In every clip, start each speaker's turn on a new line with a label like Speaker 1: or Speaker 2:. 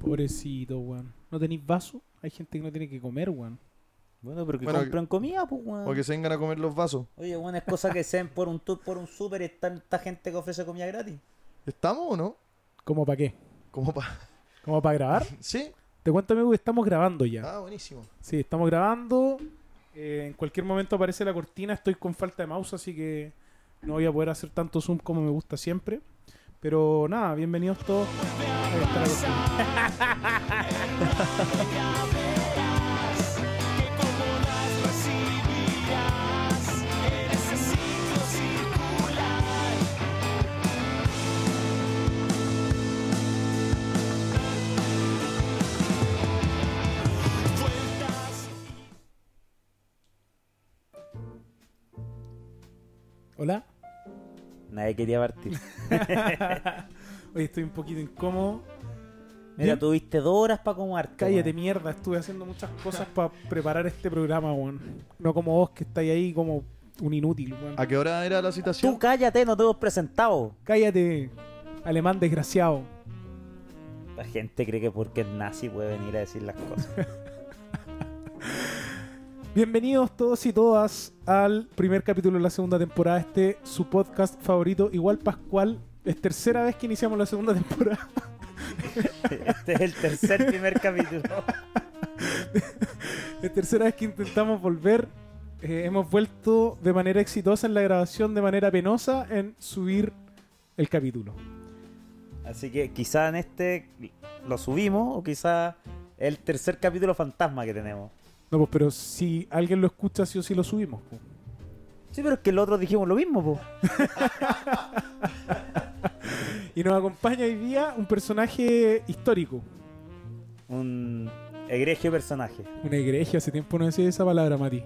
Speaker 1: Pobrecito, weón. ¿No tenéis vaso? Hay gente que no tiene que comer, weón.
Speaker 2: Bueno, pero que
Speaker 3: Bueno,
Speaker 2: compran comida, pues, weón.
Speaker 3: O que se vengan a comer los vasos.
Speaker 2: Oye, weón, es cosa que se ven por un tour, por un súper, está esta gente que ofrece comida gratis.
Speaker 3: ¿Estamos o no?
Speaker 1: ¿Cómo para qué?
Speaker 3: ¿Cómo pa-
Speaker 1: ¿Cómo para grabar?
Speaker 3: ¿Sí?
Speaker 1: Te cuento, amigo, que estamos grabando ya.
Speaker 3: Ah, buenísimo.
Speaker 1: Sí, estamos grabando. Eh, en cualquier momento aparece la cortina. Estoy con falta de mouse, así que no voy a poder hacer tanto zoom como me gusta siempre. Pero nada, bienvenidos todos. Ahí está la cortina. Hola.
Speaker 2: Nadie quería partir.
Speaker 1: Oye, estoy un poquito incómodo.
Speaker 2: Mira,
Speaker 1: Bien.
Speaker 2: tuviste dos horas para acomodarte.
Speaker 1: Cállate,
Speaker 2: weón.
Speaker 1: mierda. Estuve haciendo muchas cosas para preparar este programa, weón. No como vos que estáis ahí como un inútil, weón.
Speaker 3: ¿A qué hora era la
Speaker 2: Tú
Speaker 3: citación?
Speaker 2: cállate, no te hemos presentado.
Speaker 1: Cállate, alemán desgraciado.
Speaker 2: La gente cree que porque es nazi puede venir a decir las cosas.
Speaker 1: Bienvenidos todos y todas al primer capítulo de la segunda temporada. Este su podcast favorito, igual Pascual. Es tercera vez que iniciamos la segunda temporada.
Speaker 2: este es el tercer primer capítulo.
Speaker 1: Es tercera vez que intentamos volver. Eh, hemos vuelto de manera exitosa en la grabación, de manera penosa en subir el capítulo.
Speaker 2: Así que quizá en este lo subimos o quizá el tercer capítulo fantasma que tenemos.
Speaker 1: No, pues, pero si alguien lo escucha, sí o sí lo subimos. po.
Speaker 2: Sí, pero es que el otro dijimos lo mismo, po.
Speaker 1: Y nos acompaña hoy día un personaje histórico.
Speaker 2: Un egregio personaje.
Speaker 1: Una iglesia, hace tiempo no decía esa palabra, Mati.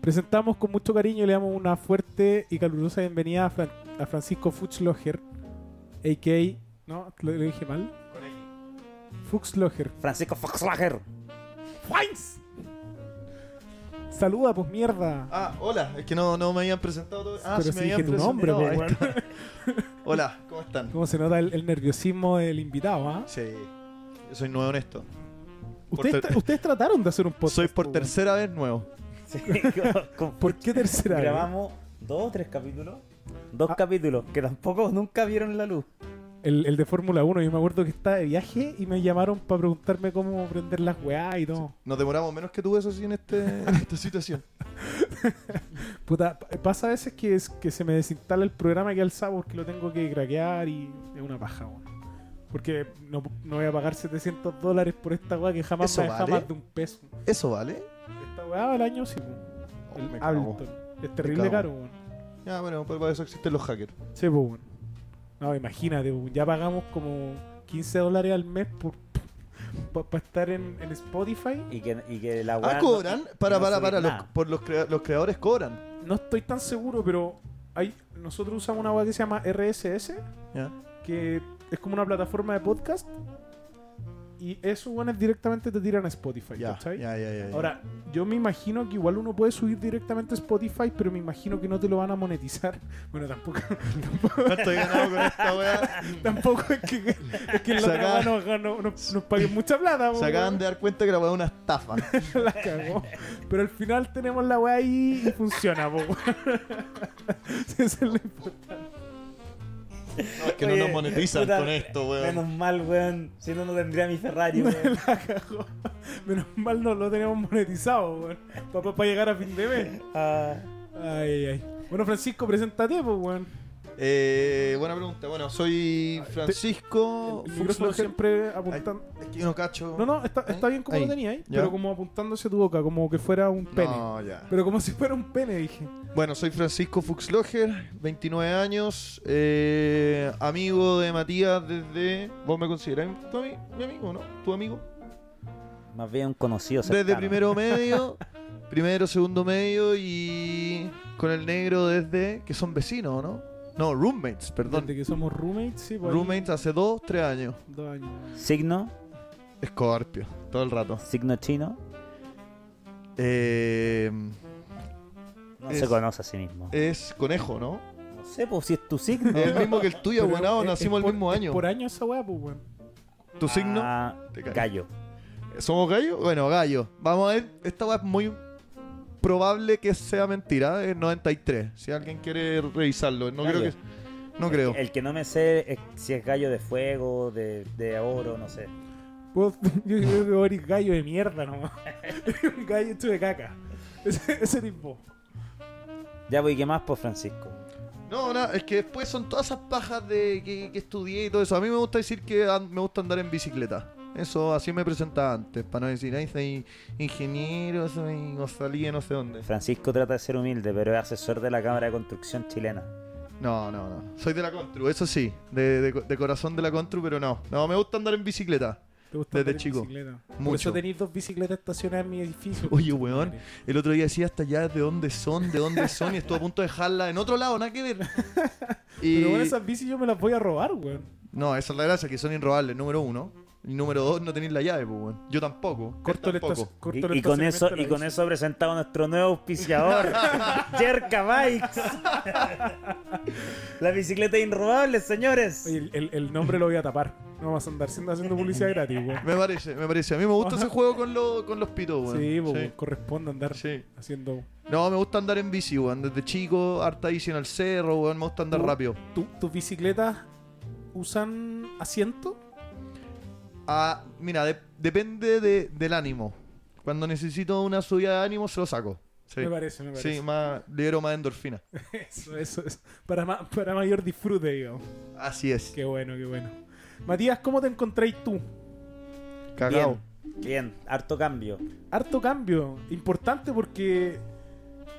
Speaker 1: Presentamos con mucho cariño y le damos una fuerte y calurosa bienvenida a, Fran- a Francisco Fuchsloger, a.k.a. ¿No? ¿Lo, lo dije mal? Fuchsloger.
Speaker 2: Francisco Foxlager.
Speaker 1: ¡Fuins! Saluda, pues mierda.
Speaker 3: Ah, hola. Es que no, no me habían presentado todo. Ah,
Speaker 1: Pero
Speaker 3: sí me
Speaker 1: si
Speaker 3: habían
Speaker 1: dije tu
Speaker 3: presentado.
Speaker 1: nombre,
Speaker 3: No,
Speaker 1: po,
Speaker 3: ahí
Speaker 1: weón.
Speaker 3: está. Hola, ¿cómo están?
Speaker 1: Cómo se nota el, el nerviosismo del invitado, ¿ah?
Speaker 3: Sí. Yo soy nuevo en esto. Por
Speaker 1: ¿Ustedes,
Speaker 3: ter-
Speaker 1: tra- ustedes trataron de hacer un podcast. pues,
Speaker 3: soy por
Speaker 1: po,
Speaker 3: tercera vez nuevo.
Speaker 2: Sí, con- con-
Speaker 1: weón. ¿Por qué tercera? vez?
Speaker 2: grabamos dos o tres capítulos. Dos
Speaker 1: Ah.
Speaker 2: capítulos que tampoco nunca vieron la luz.
Speaker 1: El, el de Fórmula 1, yo me acuerdo que estaba de viaje y me llamaron para preguntarme cómo prender las weá y todo.
Speaker 3: Nos demoramos menos que tú eso sí en, este, en esta situación.
Speaker 1: Puta, pa- pasa a veces que, es, que se me desinstala el programa que alza porque lo tengo que craquear y es una paja, weón. Porque no, no voy a pagar 700 dólares por esta weá que jamás
Speaker 3: ¿Eso
Speaker 1: me deja
Speaker 3: vale?
Speaker 1: más de un peso.
Speaker 3: ¿Eso vale?
Speaker 1: Esta weá al año sí, weón.
Speaker 3: Oh,
Speaker 1: El
Speaker 3: me cago.
Speaker 1: Ableton. Es terrible
Speaker 3: cago.
Speaker 1: caro, weón.
Speaker 3: Ya, bueno, pues para eso existen los hackers.
Speaker 1: Sí, pues, weón. No, imagínate, weón. Ya pagamos como 15 dólares al mes por para estar en, en Spotify.
Speaker 2: Y que, y que la weá
Speaker 3: Ah,
Speaker 2: no-
Speaker 3: cobran. Para, para,
Speaker 2: no subir
Speaker 3: para. Los,
Speaker 2: nada.
Speaker 3: por los, crea- los creadores cobran.
Speaker 1: No estoy tan seguro, pero hay, nosotros usamos una weá que se llama RSS.
Speaker 3: Ya.
Speaker 1: que es como una plataforma de podcast y esos buenos directamente te tiran a Spotify,
Speaker 3: Ya, ya,
Speaker 1: ¿cachai?
Speaker 3: ya, ya, ya.
Speaker 1: Ahora, yo me imagino que igual uno puede subir directamente a Spotify, pero me imagino que no te lo van a monetizar. Bueno, tampoco,
Speaker 3: ¿Cuánto he ganado con esta weá?
Speaker 1: tampoco es que, es que en la
Speaker 3: Se
Speaker 1: otra
Speaker 3: acaba-
Speaker 1: nos, ganó- nos, nos paguen mucha plata. po,
Speaker 3: Se acaban
Speaker 1: weón.
Speaker 3: de dar cuenta que la weá es una estafa.
Speaker 1: La cagó. Pero al final tenemos la weá ahí y funciona, po, weón. Eso es lo importante.
Speaker 3: No, es que no
Speaker 2: Oye,
Speaker 3: nos monetizan
Speaker 2: puta,
Speaker 3: con esto,
Speaker 2: Menos
Speaker 3: weón.
Speaker 2: mal, weón. Si no, no tendría mi Ferrari, weón.
Speaker 1: La cagó. Menos mal no lo tenemos monetizado, weón. Para llegar a fin de mes.
Speaker 2: Ah.
Speaker 1: Ay, ay. Bueno, Francisco, preséntate, pues, weón.
Speaker 3: Eh, buena pregunta. Bueno, soy Francisco.
Speaker 1: El micrófono
Speaker 3: Fuchsloger.
Speaker 1: siempre apuntando.
Speaker 3: Es que yo no cacho.
Speaker 1: No, no, está, está bien como
Speaker 3: Ahí.
Speaker 1: lo tenía ahí,
Speaker 3: Ya.
Speaker 1: pero como apuntándose tu boca, como que fuera un pene.
Speaker 3: No, ya.
Speaker 1: Pero como si fuera un pene, dije.
Speaker 3: Bueno, soy Francisco Fuxloger, 29 años, eh, amigo de Matías desde... ¿Vos me considerás tu ami- mi amigo, no? ¿Tu amigo?
Speaker 2: Más bien un conocido
Speaker 3: Desde
Speaker 2: cercano.
Speaker 3: primero medio, primero, segundo medio y con el negro desde... que son vecinos, ¿no? No, roommates,
Speaker 1: Desde
Speaker 3: perdón.
Speaker 1: que somos roommates, sí, pues. ahí,
Speaker 3: Roommates hace dos, tres años.
Speaker 1: Dos años.
Speaker 2: Signo,
Speaker 3: Escorpio, todo el rato.
Speaker 2: signo chino,
Speaker 3: Eh,
Speaker 2: no
Speaker 3: Es- eh,
Speaker 2: se conoce a sí mismo.
Speaker 3: es conejo, ¿no?
Speaker 2: no sé, pues si es tu signo.
Speaker 3: Es el mismo que el tuyo,
Speaker 1: Pero
Speaker 3: abonado,
Speaker 1: es- es
Speaker 3: nacimos el
Speaker 1: por-
Speaker 3: mismo
Speaker 1: es
Speaker 3: año.
Speaker 1: Por año esa weá, pues, weón.
Speaker 3: ¿Tu signo?
Speaker 2: Ah,
Speaker 3: Te cae.
Speaker 2: gallo.
Speaker 3: ¿Somos gallo? Bueno, gallo. Vamos a ver. Esta weá es muy probable que sea mentira. Es 93. Si alguien quiere revisarlo. No
Speaker 2: Gallo.
Speaker 3: creo que. No creo.
Speaker 2: El que no me sé es si es gallo de fuego, de, de oro, no sé.
Speaker 1: Vos- Yo creo que vos eres gallo de mierda nomás. Un gallo hecho de caca. Ese, ese tipo.
Speaker 2: Ya voy, ¿qué más por Francisco?
Speaker 3: No, nada. Es que después son todas esas pajas de que, que estudié y todo eso. A mí me gusta decir que an- me gusta andar en bicicleta. Eso así me presentaba antes. Para no decir, ay, soy ingeniero, soy o salí de no sé dónde.
Speaker 2: Francisco trata de ser humilde, pero es asesor de la Cámara de Construcción Chilena.
Speaker 3: No, no, no. Soy de la Contru, eso sí. De, de- de corazón de la Contru, pero no. No, me gusta andar en bicicleta.
Speaker 1: ¿Te gusta
Speaker 3: Desde
Speaker 1: andar en
Speaker 3: chico.
Speaker 1: bicicleta? Por
Speaker 3: Mucho.
Speaker 1: eso tenéis dos bicicletas estacionadas en mi edificio.
Speaker 3: Oye, weón, el otro día decía hasta allá de dónde son, de dónde son, y estuve a punto de dejarla en otro lado, nada que ver. Y-
Speaker 1: Pero bueno, esas bicis yo me las voy a robar, weón.
Speaker 3: No, esa es la gracia, que son inrobables, número uno. Y número dos, no tenéis la llave, pues, weón. Yo tampoco. él
Speaker 1: Corto el
Speaker 3: tampoco.
Speaker 1: estac- corto el
Speaker 2: Y, y con
Speaker 1: estacionamiento
Speaker 2: eso,
Speaker 1: de la
Speaker 2: y con
Speaker 1: bici.
Speaker 2: eso presentamos nuestro nuevo auspiciador, Jerka Bikes. la bicicleta inrobable, señores.
Speaker 1: Oye, el, el- el nombre lo voy a tapar. No vamos a andar siendo haciendo publicidad gratis, weón.
Speaker 3: Me parece, me parece. A mí me gusta ese juego con, lo- con los pitos, weón.
Speaker 1: Sí, pues,
Speaker 3: sí.
Speaker 1: weón, corresponde andar
Speaker 3: Sí.
Speaker 1: haciendo.
Speaker 3: No, me gusta andar en bici, weón. Desde chico, harta bici en el cerro, weón. Me gusta andar
Speaker 1: Uh.
Speaker 3: rápido.
Speaker 1: ¿Tú- ¿Tus bicicletas usan asiento?
Speaker 3: Ah, mira, de- depende de- del ánimo. Cuando necesito una subida de ánimo, se lo saco. Sí,
Speaker 1: Me parece, me parece.
Speaker 3: sí más, libero más endorfina.
Speaker 1: Eso, eso, eso. Para, ma- para mayor disfrute, digamos.
Speaker 3: Así es.
Speaker 1: Qué bueno, qué bueno. Matías, ¿cómo te encontráis tú?
Speaker 3: Cagao.
Speaker 2: Bien, bien, harto cambio.
Speaker 1: Harto cambio. Importante porque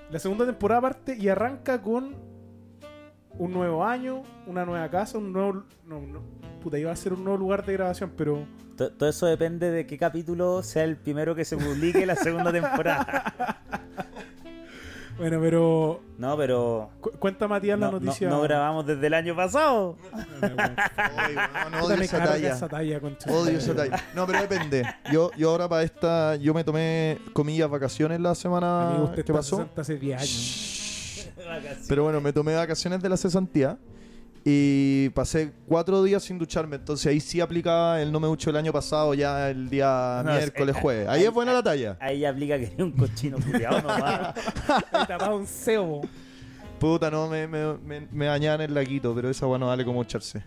Speaker 1: la segunda temporada parte y arranca con un nuevo año, una nueva casa, un nuevo. No, no, puta, iba a ser un nuevo lugar de grabación, pero.
Speaker 2: To- todo eso depende de qué capítulo sea el primero que se publique la segunda temporada.
Speaker 1: Bueno, pero.
Speaker 2: No, pero.
Speaker 1: cu- cuenta Matías
Speaker 2: No,
Speaker 1: la
Speaker 2: no-
Speaker 1: noticia.
Speaker 2: no grabamos desde el año pasado.
Speaker 3: Ay, weón,
Speaker 1: Puta,
Speaker 3: odio
Speaker 1: me
Speaker 3: esa
Speaker 1: carga
Speaker 3: talla.
Speaker 1: esa talla, concha.
Speaker 3: Odio esa talla. No, pero depende. Yo, yo ahora para esta, yo me tomé comillas vacaciones la semana
Speaker 1: Amigo, usted
Speaker 3: que
Speaker 1: está
Speaker 3: pasó.
Speaker 1: 60 hace 10 años.
Speaker 3: Pero bueno, me tomé vacaciones de la cesantía y pasé cuatro días sin ducharme. Entonces ahí sí aplicaba el no me ducho el año pasado, ya el día
Speaker 2: No, es-
Speaker 3: miércoles,
Speaker 2: eh,
Speaker 3: jueves.
Speaker 2: eh,
Speaker 3: Ahí
Speaker 2: eh,
Speaker 3: es buena la talla.
Speaker 2: Ahí ya aplica que es un cochino culiao nomás.
Speaker 1: Ahí tapaba un cebo.
Speaker 3: Puta, no, me, me, me, me dañaban el laguito, pero esa bueno, dale como echarse.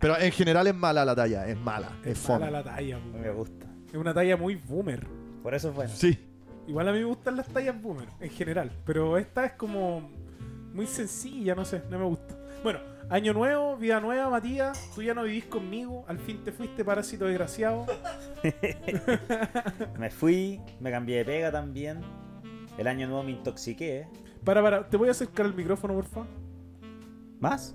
Speaker 3: Pero en general es mala la talla, es mala, es, fome.
Speaker 1: Mala la talla,
Speaker 2: No me
Speaker 1: weón.
Speaker 2: gusta.
Speaker 1: Es una talla muy boomer.
Speaker 2: Por eso es bueno.
Speaker 3: Sí.
Speaker 1: Igual a mí me gustan las tallas boomer en general, pero esta es como muy sencilla, no sé, no me gusta. Bueno, año nuevo, vida nueva, Matías, tú ya no vivís conmigo, al fin te fuiste parásito desgraciado.
Speaker 2: Me fui, me cambié de pega también. El año nuevo me intoxiqué.
Speaker 1: Para, para, te voy a acercar el micrófono, por favor.
Speaker 2: ¿Más?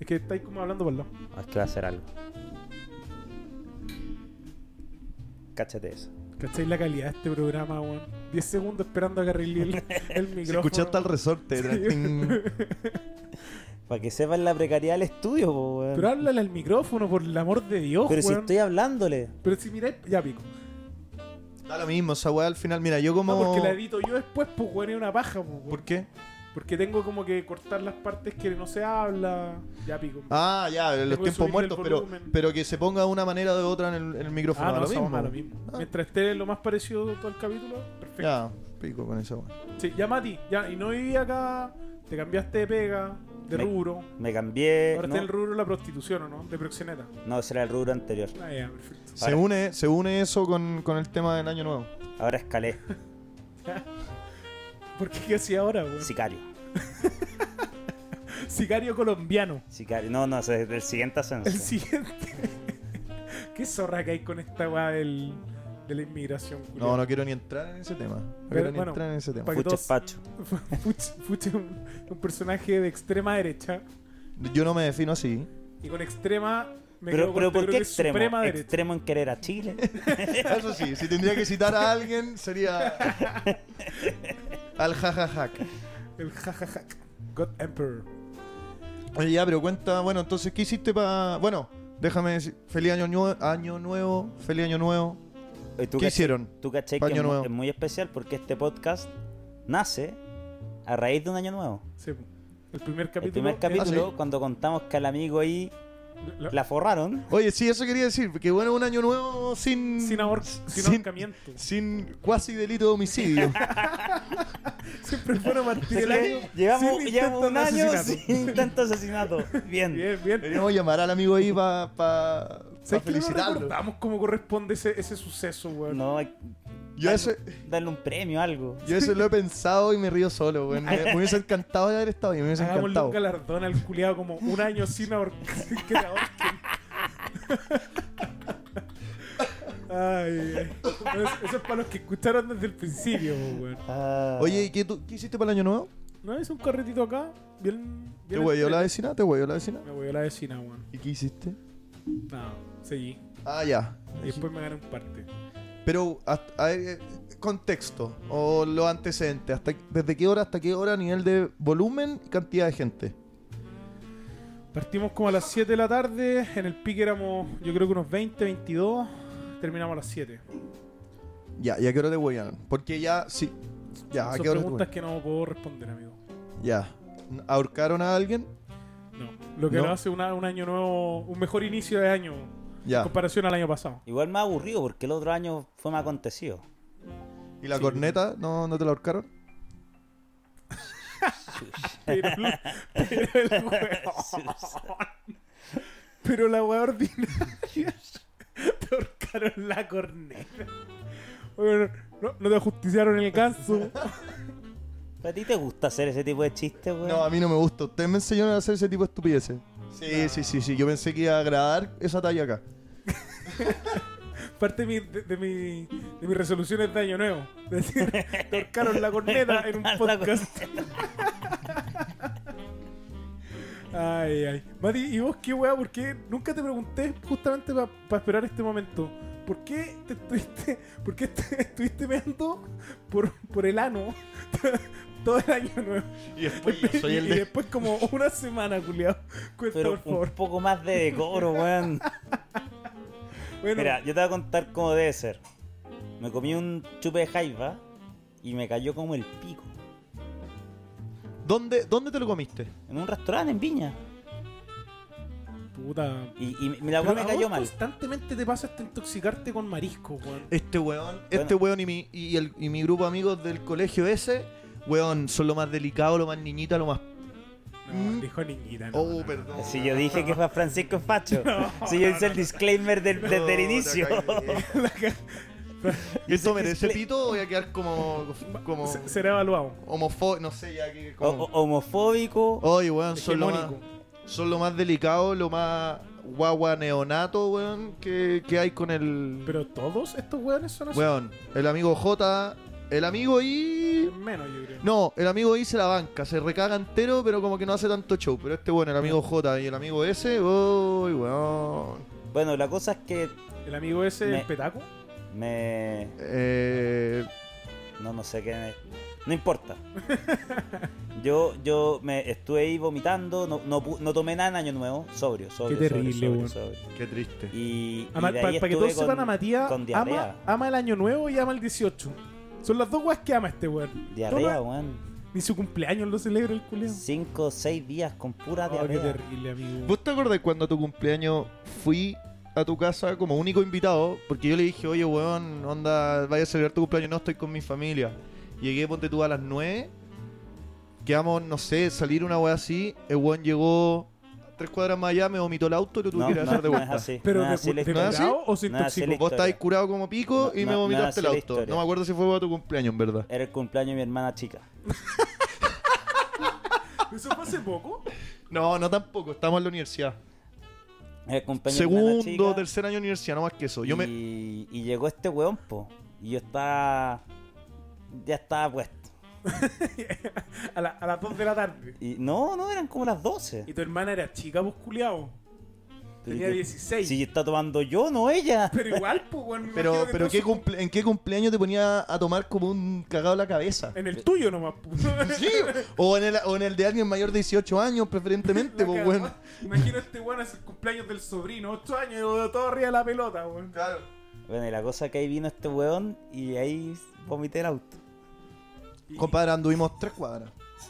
Speaker 1: Es que estáis como hablando por lado.
Speaker 2: No, Ah, Es que va a hacer algo. Cáchate eso.
Speaker 1: ¿Cacháis la calidad de este programa, weón? 10 segundos esperando a que arregle el, el
Speaker 3: Se
Speaker 1: micrófono.
Speaker 3: escuchó hasta el resorte. Ting.
Speaker 2: Para que sepan la precariedad del estudio, po, weón.
Speaker 1: Pero háblale al micrófono, por el amor de Dios,
Speaker 2: Pero si
Speaker 1: weón.
Speaker 2: estoy hablándole.
Speaker 1: Pero si miráis, ya pico.
Speaker 3: Da lo mismo, esa weá al final. Mira, yo como.
Speaker 1: No, Ah, porque la edito yo después, pues, weón, es una paja, pues, weón.
Speaker 3: ¿Por qué?
Speaker 1: Porque tengo como que cortar las partes que no se habla. Ya pico.
Speaker 3: Ah, ya, los
Speaker 1: Tengo que
Speaker 3: tiempos
Speaker 1: subirle
Speaker 3: muertos,
Speaker 1: el
Speaker 3: pero,
Speaker 1: volumen.
Speaker 3: pero que se ponga de una manera o de otra en el, en el micrófono.
Speaker 1: Ah,
Speaker 3: da
Speaker 1: no,
Speaker 3: lo
Speaker 1: estamos
Speaker 3: mismo.
Speaker 1: a lo mismo.
Speaker 3: Ah.
Speaker 1: Mientras esté lo más parecido todo el capítulo, perfecto. Ya,
Speaker 3: Ya, pico con esa weá.
Speaker 1: sí, ya Mati, ya, y no viví acá, te cambiaste de pega, de
Speaker 2: Me-
Speaker 1: rubro.
Speaker 2: Me cambié.
Speaker 1: Ahora
Speaker 2: no,
Speaker 1: está el rubro de la prostitución, ¿o no? De proxeneta.
Speaker 2: no, ese era el rubro anterior.
Speaker 1: Ah, ya, perfecto.
Speaker 3: Se une, se une eso con, con el tema del año nuevo.
Speaker 2: Ahora escalé.
Speaker 1: ¿Por qué qué hacía ahora, weón?
Speaker 2: Sicario.
Speaker 1: Sicario colombiano.
Speaker 2: Sicario. No, no, ese es el siguiente ascenso.
Speaker 1: El siguiente. qué zorra que hay con esta weá del, de la inmigración,
Speaker 3: No,
Speaker 1: culiao.
Speaker 3: no quiero ni entrar en ese tema. No
Speaker 1: Pero,
Speaker 3: quiero ni
Speaker 1: bueno,
Speaker 3: entrar en ese tema.
Speaker 1: pa' que
Speaker 2: Fucha
Speaker 1: todos-
Speaker 2: Pacho.
Speaker 1: Fuch- Fuch es un- un personaje de extrema derecha.
Speaker 3: Yo no me defino así.
Speaker 1: Y con extrema me
Speaker 2: Pero,
Speaker 1: quedo
Speaker 2: pero
Speaker 1: corto,
Speaker 2: ¿por
Speaker 1: creo
Speaker 2: qué
Speaker 1: que es
Speaker 2: extremo?
Speaker 1: Suprema derecha.
Speaker 2: Extremo en querer a Chile.
Speaker 3: Eso sí, si tendría que citar a alguien, sería. Al jajajac.
Speaker 1: El jajaja. God Emperor.
Speaker 3: Oye, ya, pero cuenta, bueno, entonces, ¿qué hiciste para. Bueno, déjame decir. Feliz año, nuevo año nuevo, feliz año nuevo.
Speaker 2: ¿Y tú
Speaker 3: ¿Qué
Speaker 2: cachai-
Speaker 3: hicieron?
Speaker 2: Tú cachai
Speaker 3: Paño
Speaker 2: que es mu-
Speaker 3: nuevo.
Speaker 2: es muy especial porque este podcast nace a raíz de un año nuevo.
Speaker 1: Sí, po. el primer capítulo.
Speaker 2: El primer
Speaker 1: es-
Speaker 2: capítulo,
Speaker 3: Ah, ¿sí?
Speaker 2: cuando contamos que al amigo ahí
Speaker 1: La-
Speaker 2: La forraron.
Speaker 3: Oye, sí, eso quería decir, que bueno, un año nuevo sin...
Speaker 1: sin, ahor- sin
Speaker 3: sin-
Speaker 1: ahorcamiento.
Speaker 3: sin cuasi delito de homicidio.
Speaker 1: Siempre fueron partir el año.
Speaker 2: Llevamos,
Speaker 1: sin
Speaker 2: llevamos
Speaker 1: intentos
Speaker 2: un
Speaker 1: de
Speaker 2: año
Speaker 1: asesinato.
Speaker 2: sin tanto asesinato. Bien.
Speaker 1: Bien, bien.
Speaker 3: Deberíamos llamar al amigo ahí para pa, pa
Speaker 1: ¿Sabes que no
Speaker 3: felicitarlo.
Speaker 1: recordamos cómo corresponde ese, ese suceso, weón?
Speaker 2: No, hay que
Speaker 3: Yo eso,
Speaker 2: darle un premio, algo.
Speaker 3: yo eso lo he pensado y me río solo, güey. Me, me hubiese encantado de haber estado ahí, me hubiese
Speaker 1: Hagámosle un
Speaker 3: encantado.
Speaker 1: galardón al culiado como un año sin, ahor- sin que te ahorquen. ay, ay. Pero es- Eso es para los que escucharon desde el principio, po, weón.
Speaker 2: Ah.
Speaker 3: Oye, ¿y qué, tú- qué hiciste para el año nuevo?
Speaker 1: No es un carretito acá, bien.
Speaker 3: ¿Te
Speaker 1: bien
Speaker 3: huevió la
Speaker 1: entrete.
Speaker 3: vecina? ¿Te huevió la vecina?
Speaker 1: Me huevió la vecina, weón.
Speaker 3: ¿Y qué hiciste?
Speaker 1: No, seguí.
Speaker 3: Ah, ya.
Speaker 1: Y después me gané un parte.
Speaker 3: Pero, hasta- a ver, eh, contexto o los antecedentes. Hasta, ¿Desde qué hora hasta qué hora a nivel de volumen y cantidad de gente?
Speaker 1: Partimos como a las 7 de la tarde, en el pique éramos yo creo que unos 20, 22, terminamos a las 7.
Speaker 3: Ya, ¿y a qué hora te huevían? Porque ya, sí. Ya, ¿a
Speaker 1: Son
Speaker 3: qué hora te
Speaker 1: preguntas
Speaker 3: huevían?
Speaker 1: que no puedo responder, amigo.
Speaker 3: Ya. ¿Ahorcaron a alguien?
Speaker 1: No. Lo que
Speaker 3: No.
Speaker 1: lo hace una- un año nuevo, un mejor inicio de año en
Speaker 3: Ya.
Speaker 1: comparación al año pasado.
Speaker 2: Igual más aburrido porque el otro año fue más acontecido.
Speaker 3: ¿Y la
Speaker 1: Sí.
Speaker 3: corneta? ¿No, ¿No te la ahorcaron?
Speaker 1: Pero, pero el hueón- Pero la weá ordinaria. Te ahorcaron la corneta. Bueno, no, no te ajusticiaron el ganso.
Speaker 2: ¿A ti te gusta hacer ese tipo de chistes, weón?
Speaker 3: No, a mí no me gusta. Ustedes me enseñaron a hacer ese tipo de estupideces. Sí, sí, sí, sí. Yo pensé que iba a agradar esa talla acá.
Speaker 1: Parte de, mi, de, de mi- de mis resoluciones de año nuevo. De decir, te ahorcaron la corneta en un
Speaker 2: La
Speaker 1: podcast. Ay, ay. Mati, ¿y vos qué weá? ¿Por qué nunca te pregunté justamente para esperar este momento? ¿Por qué te estuviste, por qué te estuviste meando por, por el ano todo el año nuevo?
Speaker 3: Y después yo soy el
Speaker 1: y
Speaker 3: de...
Speaker 1: después como una semana, culiao. Cuenta,
Speaker 2: Pero
Speaker 1: por
Speaker 2: un
Speaker 1: favor.
Speaker 2: poco más de decoro, weón.
Speaker 3: uh,
Speaker 1: Bueno,
Speaker 2: Mira, yo te voy a contar cómo debe ser. Me comí un chupe de jaiba y me cayó como el pico.
Speaker 3: ¿Dónde, ¿Dónde te lo comiste?
Speaker 2: En un restaurante en Viña.
Speaker 1: puta.
Speaker 2: Y, y me-
Speaker 1: Pero
Speaker 2: la weón me
Speaker 1: a
Speaker 2: cayó
Speaker 1: vos
Speaker 2: mal.
Speaker 1: Constantemente te pasa hasta intoxicarte con marisco, weón.
Speaker 3: Este weón, este weón y mi, y, el, y mi grupo de amigos del colegio ese, weón, son lo más delicado, lo más niñita, lo más... Mm.
Speaker 1: dijo niñita. no,
Speaker 3: Oh,
Speaker 1: no,
Speaker 3: perdón.
Speaker 2: Si yo dije que fue Francisco Facho. si yo hice el disclaimer del-
Speaker 3: No,
Speaker 2: desde el
Speaker 3: la
Speaker 2: inicio.
Speaker 3: cagué.
Speaker 2: Hice
Speaker 3: ¿Esto
Speaker 2: el
Speaker 3: merece
Speaker 2: discla-
Speaker 3: pito o voy a quedar como... como
Speaker 1: Se- Será evaluado.
Speaker 3: homofo... No sé, ya que...
Speaker 2: O-
Speaker 3: Como...
Speaker 2: o- homofóbico.
Speaker 3: Oye, weón, son lo más...
Speaker 1: Hegemónico.
Speaker 3: son lo más delicado, lo más guagua neonato, weón, que, que hay con el.
Speaker 1: Pero todos estos weones son así.
Speaker 3: Weón, el amigo J, el amigo I.
Speaker 1: Menos, yo creo.
Speaker 3: No, el amigo I se la banca, se recaga entero, pero como que no hace tanto show. Pero este, bueno, el amigo J y el amigo S, uy, weón.
Speaker 2: Bueno, la cosa es que
Speaker 1: El amigo ese,
Speaker 2: Me-
Speaker 1: el petaco.
Speaker 2: me.
Speaker 3: Eh,
Speaker 2: No, no sé qué. me- No importa. Yo, yo me estuve ahí vomitando, no, no, pu- no tomé nada en Año Nuevo, sobrio, sobrio.
Speaker 1: Qué terrible,
Speaker 2: sobrio, sobrio,
Speaker 1: weón.
Speaker 2: sobrio.
Speaker 3: qué triste.
Speaker 2: Y, y
Speaker 1: Ama-
Speaker 2: de
Speaker 1: pa-
Speaker 2: ahí
Speaker 1: para que
Speaker 2: estuve
Speaker 1: todos sepan,
Speaker 2: con-
Speaker 1: a Matías
Speaker 2: con diarrea.
Speaker 1: ama, ama el año nuevo y ama el 18. Son las dos weas que ama este weón.
Speaker 2: Diarrea,
Speaker 1: Toma-
Speaker 2: weón.
Speaker 1: Ni su cumpleaños lo celebra el culiao.
Speaker 2: Cinco o seis días con pura
Speaker 1: Oh, qué
Speaker 2: diarrea.
Speaker 1: terrible, amigo.
Speaker 3: ¿Vos te acordás cuando a tu cumpleaños fui a tu casa como único invitado? Porque yo le dije, oye, weón, onda, vaya a celebrar tu cumpleaños. No, estoy con mi familia. Llegué, ponte tú, a las 9. Quedamos, no sé, salir una weá así. El weón llegó tres cuadras más allá, me vomitó el auto y lo tuve
Speaker 2: No,
Speaker 3: que ir a
Speaker 2: no,
Speaker 3: hacer de
Speaker 2: no es
Speaker 3: vuelta.
Speaker 2: así.
Speaker 1: Pero
Speaker 2: no es
Speaker 1: de,
Speaker 2: así la
Speaker 1: de
Speaker 2: historia.
Speaker 3: así?
Speaker 1: curado o se
Speaker 2: No, así
Speaker 1: intoxicó.
Speaker 2: la-
Speaker 3: Vos estabas
Speaker 2: historia.
Speaker 3: curado como pico y
Speaker 2: No,
Speaker 3: me
Speaker 2: no,
Speaker 3: vomitaste
Speaker 2: no, así la
Speaker 3: el auto.
Speaker 2: historia.
Speaker 3: No me acuerdo si fue a tu cumpleaños, en verdad.
Speaker 2: Era el cumpleaños de mi hermana chica.
Speaker 1: ¿Eso fue hace poco?
Speaker 3: No, no tampoco, estábamos en la universidad.
Speaker 2: Era el cumpleaños de mi hermana
Speaker 3: Segundo,
Speaker 2: chica.
Speaker 3: tercer año de universidad, no más que eso. Yo
Speaker 2: y,
Speaker 3: me...
Speaker 2: y llegó este weón, po. Y yo estaba. Ya estaba puesto.
Speaker 1: A, la- a las 2 de la tarde.
Speaker 2: Y, no, no, eran como las 12.
Speaker 1: Y tu hermana era chica, vos culiao. Tenía
Speaker 2: Y-
Speaker 1: 16.
Speaker 2: Si está tomando yo, no ella.
Speaker 1: Pero igual, pues, weón. me
Speaker 3: Pero,
Speaker 1: imagino que
Speaker 3: pero
Speaker 1: todo
Speaker 3: ¿qué
Speaker 1: su-
Speaker 3: cumple- ¿en qué cumpleaños te ponía a tomar como un cagado la cabeza?
Speaker 1: En el tuyo nomás, pues.
Speaker 3: Sí, este, o en, el, o en el de alguien mayor de 18 años, preferentemente,
Speaker 1: La
Speaker 3: pues,
Speaker 1: cagó.
Speaker 3: bueno.
Speaker 1: Imagino este weón es el cumpleaños del sobrino, 8 años, y todo arriba de la pelota, weón.
Speaker 3: Claro.
Speaker 2: Bueno, y la cosa que ahí vino este weón y ahí vomité el auto.
Speaker 1: Y-
Speaker 3: Compadre, anduvimos tres cuadras.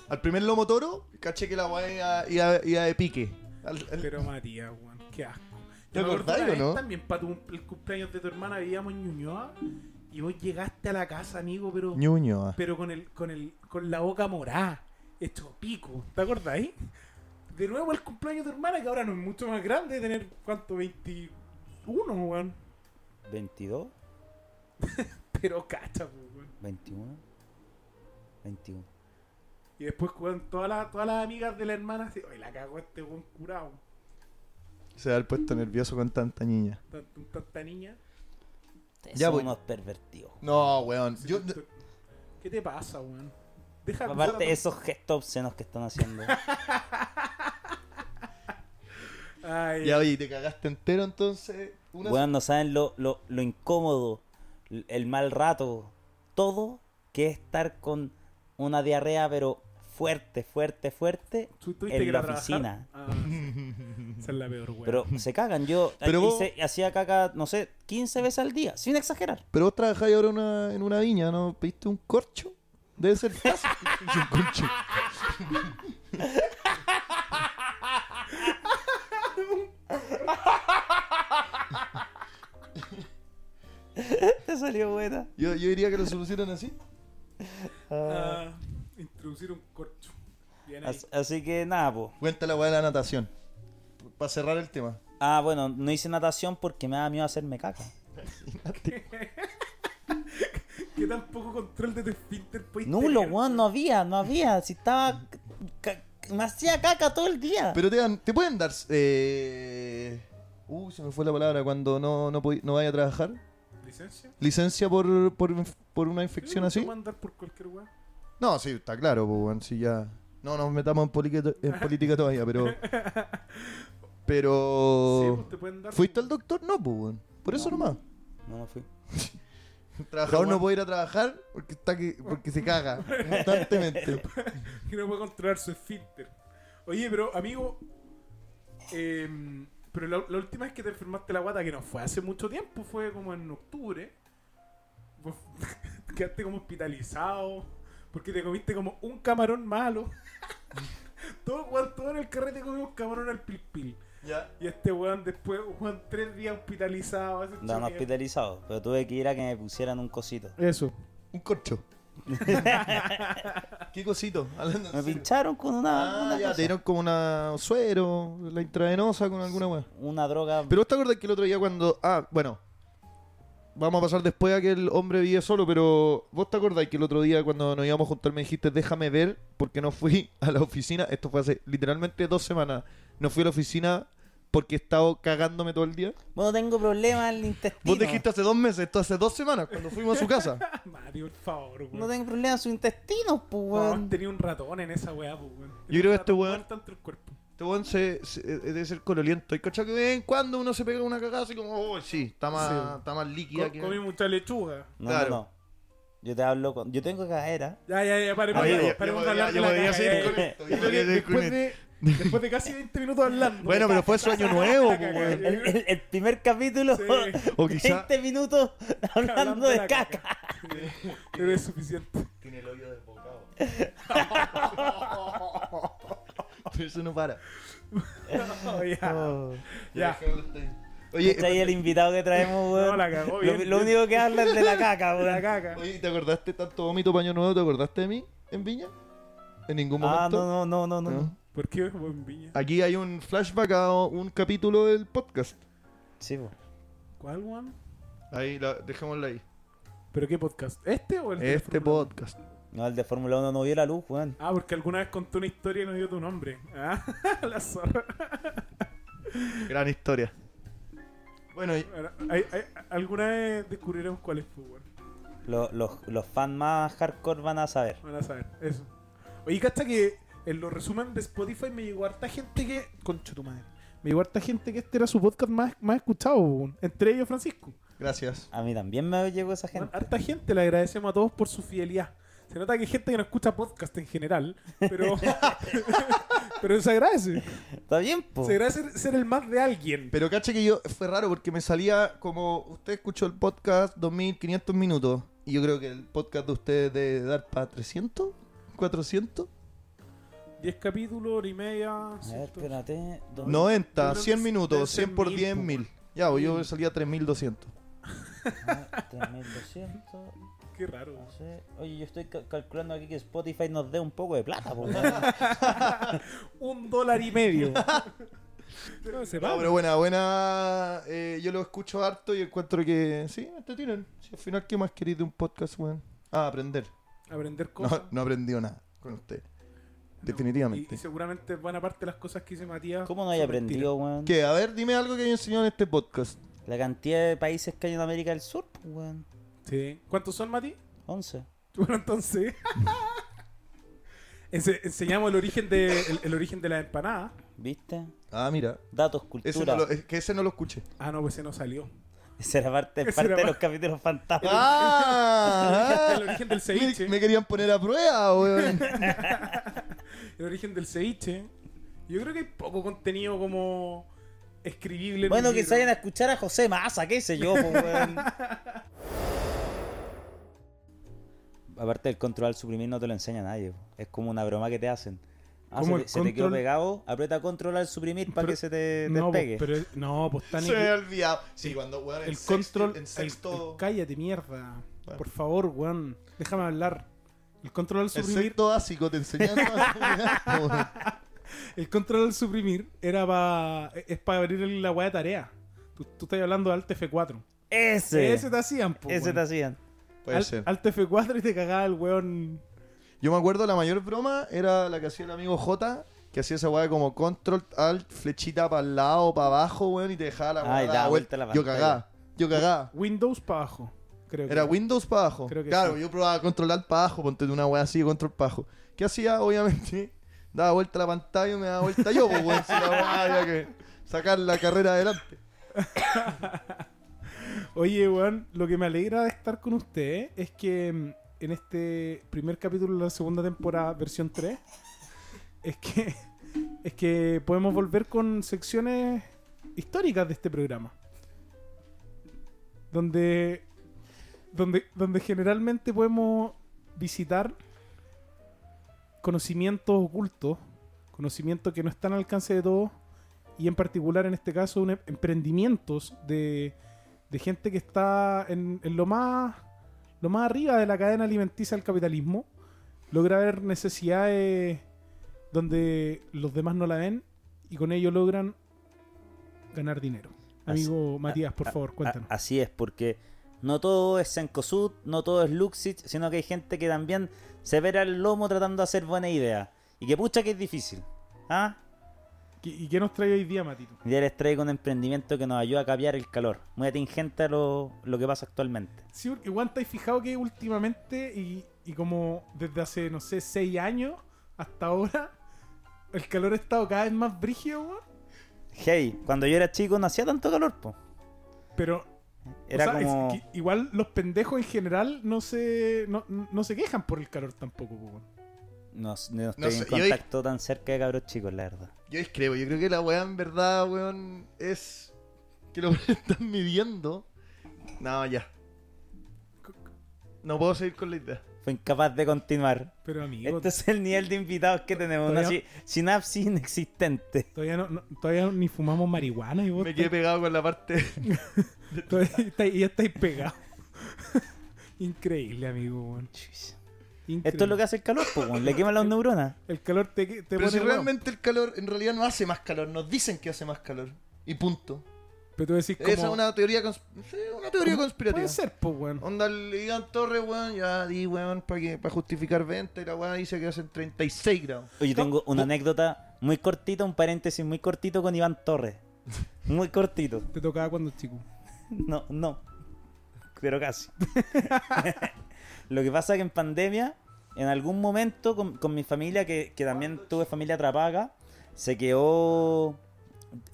Speaker 3: Al primer lomo toro, caché que la weá iba, iba- iba de pique. Al- al-
Speaker 1: Pero Matías, weón, qué asco.
Speaker 3: ¿Te
Speaker 1: Yo me acuerdo
Speaker 3: acordás
Speaker 1: una
Speaker 3: o
Speaker 1: vez
Speaker 3: no?
Speaker 1: También para tu, el cumpleaños de tu hermana vivíamos en Ñuñoa y vos llegaste a la casa, amigo, pero,
Speaker 3: Ñuñoa.
Speaker 1: pero con el, con el, con la boca morada, hecho pico. ¿Te acordáis? De nuevo el cumpleaños de tu hermana, que ahora no es mucho más grande, tener cuánto, 21, weón.
Speaker 2: 22,
Speaker 1: Pero cacha, po, weón.
Speaker 2: 21, 21.
Speaker 1: Y después, weón, todas las, todas las amigas de la hermana así, oye, la cagó este weón curado.
Speaker 3: Se va a haber puesto nervioso con tanta niña.
Speaker 1: Tanto, tanta niña.
Speaker 2: Ustedes
Speaker 3: Ya
Speaker 2: son
Speaker 3: voy.
Speaker 2: unos pervertidos.
Speaker 3: No, weón.
Speaker 1: Sí,
Speaker 3: Yo,
Speaker 1: doctor. ¿Qué te pasa, weón? Deja acusar a
Speaker 2: Aparte
Speaker 1: tu-
Speaker 2: esos gestos obscenos que están haciendo.
Speaker 1: Ay,
Speaker 3: ya, oye, te cagaste entero entonces. Una
Speaker 2: Weón, no saben lo, lo, lo incómodo, l- el mal rato, todo que es estar con una diarrea, pero fuerte, fuerte, fuerte.
Speaker 1: ¿tú tuviste
Speaker 2: en
Speaker 1: que ir
Speaker 2: la
Speaker 1: a trabajar?
Speaker 2: oficina.
Speaker 1: Ah, esa es la peor, weón.
Speaker 2: Pero se cagan, yo
Speaker 3: Pero vos-
Speaker 2: hice- hacía caca, no sé, 15 veces al día, sin exagerar.
Speaker 3: Pero vos trabajáis ahora una- en una viña, ¿no? ¿Pediste un corcho? Debe ser fácil. Pediste un corcho.
Speaker 2: Te salió buena.
Speaker 3: Yo, yo diría que lo solucionan así.
Speaker 1: Ah, introducir un corcho. Bien ahí.
Speaker 2: As- Así que nada, po.
Speaker 3: Cuenta la weá de la natación. Para cerrar el tema.
Speaker 2: Ah, bueno, no hice natación porque me daba miedo hacerme caca.
Speaker 1: Que tan poco control de tu esfínter podéis
Speaker 2: Nulo,
Speaker 1: tener,
Speaker 2: weón, no había, no había. Si estaba. ca- me hacía caca todo el día.
Speaker 3: Pero te, dan- te pueden dar. Eh... Uh, se me fue la palabra cuando no, no, podí- no vaya a trabajar.
Speaker 1: ¿Licencia?
Speaker 3: ¿Licencia por, por, inf- por una infección
Speaker 1: Sí,
Speaker 3: así?
Speaker 1: no puedo andar por cualquier weón.
Speaker 3: No, sí, está claro, pues, weón, si ya. No nos metamos en, poliqueto- en política todavía, pero.
Speaker 1: Sí,
Speaker 3: Pero.
Speaker 1: pues te pueden dar.
Speaker 3: ¿Fuiste al doctor? No, pues, weón. Por eso nomás.
Speaker 2: No, no fui.
Speaker 3: El trabajador
Speaker 2: Pero,
Speaker 3: no puede ir a trabajar porque está que, porque se caga constantemente.
Speaker 1: que no puede controlar su esfínter. Oye, pero amigo, em, pero la, la última vez que te enfermaste la guata, que no fue hace mucho tiempo, fue como en octubre. Vos quedaste como hospitalizado porque te comiste como un camarón malo. todo, weón, todo en el carrete comimos camarón al pil pil. Y este weón después, weón, tres días hospitalizado. ese
Speaker 2: No, no
Speaker 1: choque.
Speaker 2: hospitalizado, pero tuve que ir a que me pusieran un cosito.
Speaker 1: Eso.
Speaker 3: Un corcho. ¿Qué cosito? Hablando en
Speaker 2: Me
Speaker 3: serio.
Speaker 2: pincharon con una,
Speaker 3: Ah,
Speaker 2: una,
Speaker 3: ya,
Speaker 2: cosa,
Speaker 3: te dieron como una un suero, la intravenosa con alguna weá.
Speaker 2: una droga.
Speaker 3: Pero ¿vos te acuerdas que el otro día cuando. Ah, bueno. Vamos a pasar después a que el hombre vive solo, pero ¿vos te acordás que el otro día cuando nos íbamos a juntar me dijiste déjame ver porque no fui a la oficina? Esto fue hace literalmente dos semanas. No fui a la oficina porque he estado cagándome todo el día.
Speaker 2: Bueno, tengo problemas en el intestino.
Speaker 3: Vos dijiste hace dos meses, esto hace dos semanas, cuando fuimos a su casa.
Speaker 1: Ah, Mario, por favor, weón.
Speaker 2: No tengo problemas en sus intestinos, pues,
Speaker 1: Weón,
Speaker 3: Ah.
Speaker 2: weón.
Speaker 1: tenía un ratón en esa weá, pues, weón.
Speaker 3: Yo creo que este weón-
Speaker 1: Tanto el cuerpo.
Speaker 3: Este weón se, se- eh, debe ser cololiento. Y cachado que de vez en cuando uno se pega una cagada así como, oh, sí, está más,
Speaker 1: Sí.
Speaker 3: Está más líquida
Speaker 1: Co-
Speaker 3: que.
Speaker 1: comí mucha lechuga.
Speaker 2: No,
Speaker 3: Claro.
Speaker 2: no, no. Yo te hablo con... Yo tengo cadera.
Speaker 1: Ya, ya, ya, pare,
Speaker 3: Ah,
Speaker 1: pare,
Speaker 3: ya, ya,
Speaker 1: pare,
Speaker 3: ya
Speaker 1: vamos a
Speaker 3: podía-
Speaker 1: hablar de
Speaker 3: ya
Speaker 1: la
Speaker 3: podía
Speaker 1: caca,
Speaker 3: seguir
Speaker 1: ya,
Speaker 3: con
Speaker 1: ya.
Speaker 3: esto,
Speaker 1: Yo
Speaker 3: ya
Speaker 1: creo
Speaker 3: podía
Speaker 1: que
Speaker 3: seguir con
Speaker 1: Después de, después de casi 20 minutos hablando.
Speaker 3: Bueno, pero fue sueño nuevo, po, weón.
Speaker 2: El, el- el primer capítulo,
Speaker 1: Sí.
Speaker 3: O quizá.
Speaker 2: 20 minutos hablando, de,
Speaker 1: la
Speaker 2: caca.
Speaker 1: Sí, Creo que es suficiente.
Speaker 3: Tiene el hoyo desbocado. Pero eso no para.
Speaker 1: No, ya.
Speaker 3: Oh.
Speaker 1: Ya.
Speaker 3: Oye,
Speaker 2: Está ahí el invitado que traemos, weón.
Speaker 1: No, la cagó
Speaker 2: lo,
Speaker 1: bien,
Speaker 2: lo
Speaker 1: bien.
Speaker 2: único que habla es de la caca,
Speaker 1: La
Speaker 2: weón.
Speaker 1: caca.
Speaker 3: oye, ¿te acordaste tanto vómito paño nuevo? ¿Te acordaste de mí en Viña? En ningún
Speaker 2: Ah,
Speaker 3: momento.
Speaker 2: no, no, no, no, no.
Speaker 3: No.
Speaker 1: ¿Por qué buen viña?
Speaker 3: Aquí hay un flashback a un capítulo del podcast.
Speaker 2: Sí, po.
Speaker 1: ¿Cuál, weón?
Speaker 3: Ahí, la, dejémosla ahí.
Speaker 1: ¿Pero qué podcast? ¿Este o el de
Speaker 3: Este
Speaker 1: Fórmula uno?
Speaker 3: podcast.
Speaker 2: No, el de Fórmula 1 no vio la luz, weón.
Speaker 1: Ah, porque alguna vez contó una historia y no dio tu nombre. Ah, la zorra.
Speaker 3: Gran historia. Bueno, y-
Speaker 1: Bueno, hay- hay- alguna vez descubriremos cuál es, pues, weón.
Speaker 2: Lo- los, los fans más hardcore van a saber.
Speaker 1: Van a saber, eso. Oye, ¿cachai que en los resumen de Spotify me llegó harta gente que. Concha tu madre. Me llegó harta gente que este era su podcast más, más escuchado, weón. entre ellos Francisco.
Speaker 3: gracias.
Speaker 2: A mí también me llegó esa
Speaker 1: Weón,
Speaker 2: gente.
Speaker 1: Harta gente, le agradecemos a todos por su fidelidad. Se nota que hay gente que no escucha podcast en general, pero. pero se agradece.
Speaker 2: Está bien, po.
Speaker 1: Se agradece ser el más de alguien.
Speaker 3: Pero caché que yo fue raro porque me salía como usted escuchó el podcast 2500 minutos y yo creo que el podcast de ustedes de dar para 300, 400.
Speaker 1: 10 capítulos, hora y media.
Speaker 2: A ver,
Speaker 1: ciento-
Speaker 2: espérate. dos-
Speaker 3: 90,
Speaker 1: Yo creo que
Speaker 3: 100
Speaker 1: debe
Speaker 3: minutos,
Speaker 1: ser
Speaker 3: 100 por
Speaker 1: mil,
Speaker 3: 10
Speaker 1: po,
Speaker 3: mil. Ya, pues yo salía 3200.
Speaker 2: ah, 3200.
Speaker 1: Qué raro.
Speaker 2: no sé. Oye, yo estoy ca- calculando aquí que Spotify nos dé un poco de plata, po, weón.
Speaker 1: Un dólar y medio. No, se va.
Speaker 3: No, pero buena, buena. eh, yo lo escucho harto y encuentro que. Sí, te tiran. al final, ¿qué más querís de un podcast, weón? Ah, aprender.
Speaker 1: Aprender
Speaker 3: No,
Speaker 1: cosas.
Speaker 3: no aprendió nada con usted.
Speaker 1: No.
Speaker 3: Definitivamente.
Speaker 1: Y, y seguramente buena parte de las cosas que dice Matías.
Speaker 2: ¿Cómo no hay
Speaker 1: son
Speaker 2: aprendido, weón?
Speaker 3: ¿Qué? A ver, dime algo que haya enseñado en este podcast.
Speaker 2: La cantidad de países que hay en América del Sur, po, weón.
Speaker 1: mentiras. Sí. ¿Cuántos son, Mati?
Speaker 2: 11.
Speaker 1: Bueno, entonces. ense- enseñamos el origen de el, el origen de la empanada.
Speaker 2: ¿Viste?
Speaker 3: Ah, mira.
Speaker 2: Datos,
Speaker 3: Ese no
Speaker 2: cultura.
Speaker 3: lo- es que ese no lo escuché.
Speaker 1: Ah, no, pues ese no salió.
Speaker 2: Esa era parte,
Speaker 1: Esa
Speaker 2: parte
Speaker 1: era
Speaker 2: de
Speaker 1: pa-
Speaker 2: los capítulos fantásticos.
Speaker 3: ¡Ah!
Speaker 1: El origen del ceviche.
Speaker 3: me, me querían poner a prueba, weón.
Speaker 1: El origen del ceviche. Yo creo que hay poco contenido como escribible. en
Speaker 2: Bueno,
Speaker 1: un
Speaker 2: que
Speaker 1: libro.
Speaker 2: se vayan a escuchar a José Maza, qué sé yo, po, weón. Aparte del control suprimir no te lo enseña nadie. po. Es como una broma que te hacen. Ah, se,
Speaker 1: ¿Cómo
Speaker 2: te,
Speaker 1: el
Speaker 2: se te quedó
Speaker 1: control?
Speaker 2: pegado, aprieta control al suprimir para
Speaker 1: Pero-
Speaker 2: que se te
Speaker 1: no,
Speaker 2: despegue.
Speaker 1: pues, pero no, pues tan
Speaker 3: Se me había olvidado. Sí, cuando, weón, en
Speaker 1: el
Speaker 3: sexto-
Speaker 1: control.
Speaker 3: En
Speaker 1: el-
Speaker 3: sexto.
Speaker 1: el- cállate, mierda.
Speaker 3: Bueno.
Speaker 1: Por favor, weón. Déjame hablar. El control al
Speaker 3: El
Speaker 1: suprimir.
Speaker 3: sexto básico te enseñaron a weón.
Speaker 1: El control al suprimir era para. Es para abrir el- la weá de tarea. Tú, tú estás hablando de Alt F4.
Speaker 2: Ese,
Speaker 1: Ese te hacían, po,
Speaker 2: ese
Speaker 1: weón.
Speaker 2: te hacían.
Speaker 3: Puede
Speaker 1: Al-
Speaker 3: ser.
Speaker 1: Alt F4 y te cagaba el weón.
Speaker 3: Yo me acuerdo la mayor broma era la que hacía el amigo J, que hacía esa weá como control, alt, flechita para el lado, para abajo, weón, y te dejaba la
Speaker 2: Ah,
Speaker 3: weá
Speaker 2: y
Speaker 3: dada
Speaker 2: daba vuelta la
Speaker 3: Yo
Speaker 2: pantalla.
Speaker 3: cagaba, yo cagaba.
Speaker 1: Windows para abajo. Creo que
Speaker 3: Era Windows para abajo.
Speaker 1: Creo que
Speaker 3: Claro,
Speaker 1: sí.
Speaker 3: yo probaba control alt para abajo, ponte una weá así, control para abajo. ¿Qué hacía? Obviamente, daba vuelta la pantalla y me daba vuelta yo, pues, weón, si la weá había que sacar la carrera adelante.
Speaker 1: Oye, weón, lo que me alegra de estar con usted es que mm, en este primer capítulo de la segunda temporada, versión 3, es que, es que podemos volver con secciones históricas de este programa. Donde, donde, donde generalmente podemos visitar conocimientos ocultos, conocimientos que no están al alcance de todos, y en particular en este caso un em- emprendimientos de de gente que está en, en lo más lo más arriba de la cadena alimenticia del capitalismo logra ver necesidades donde los demás no la ven y con ello logran ganar dinero amigo Matías por
Speaker 2: a-
Speaker 1: favor cuéntanos
Speaker 2: A- así es, porque no todo es Sencosud, no todo es Luxit, sino que hay gente que también se vera el lomo tratando de hacer buena idea. Y que pucha que es difícil. ¿Ah?
Speaker 1: ¿Qué- ¿y qué nos trae hoy día Matito?
Speaker 2: Ya les traigo un emprendimiento que nos ayuda a caviar el calor. Muy atingente a lo, lo que pasa actualmente.
Speaker 1: Sí, porque igual estáis fijado que últimamente y, y como desde hace no sé 6 años hasta ahora el calor ha estado cada vez más brígido weón.
Speaker 2: Hey, cuando yo era chico no hacía tanto calor, po.
Speaker 1: pero
Speaker 2: Era
Speaker 1: O sea, es
Speaker 2: como.
Speaker 1: que igual los pendejos en general no se, no, no se quejan por el calor tampoco, po, weón.
Speaker 2: No, s- no estoy
Speaker 3: No sé,
Speaker 2: en
Speaker 3: yo-
Speaker 2: contacto tan cerca de cabros chicos, la verdad.
Speaker 3: Yo discrepo, yo creo que la weá en verdad, weón, es que lo están midiendo. No, ya. No puedo seguir con la idea.
Speaker 2: Fue incapaz de continuar.
Speaker 1: Pero amigo,
Speaker 2: Este es el nivel de invitados que tenemos. Una
Speaker 1: Todavía-
Speaker 2: si- sinapsis inexistente.
Speaker 1: todavía, no, no- todavía ni fumamos marihuana y vos
Speaker 3: Me quedé pegado con la parte.
Speaker 1: estáis- todavía estáis- ya estáis pegados. Increíble, amigo, weón.
Speaker 2: Chuis.
Speaker 1: Increíble.
Speaker 2: Esto es lo que hace el calor, po, weón. le queman las neuronas.
Speaker 1: El calor te, te
Speaker 3: Pero
Speaker 1: pone
Speaker 3: si
Speaker 1: weón.
Speaker 3: realmente el calor en realidad no hace más calor, nos dicen que hace más calor. Y punto.
Speaker 1: Pero tú decís como...
Speaker 3: Esa es una teoría, cons- sí, una teoría conspirativa. Oh.
Speaker 1: Puede ser, pues, weón.
Speaker 3: Onda, le digan Torres, weón, ya di, weón, para para justificar venta y la weá dice que hacen 36 grados.
Speaker 2: Oye, tengo una anécdota muy cortita, un paréntesis muy cortito con Iván Torres. Muy cortito.
Speaker 1: Te tocaba cuando chico.
Speaker 2: No, no. Pero casi. Lo que pasa es que en pandemia, en algún momento con, con mi familia, que, que también tuve familia atrapada acá, se quedó.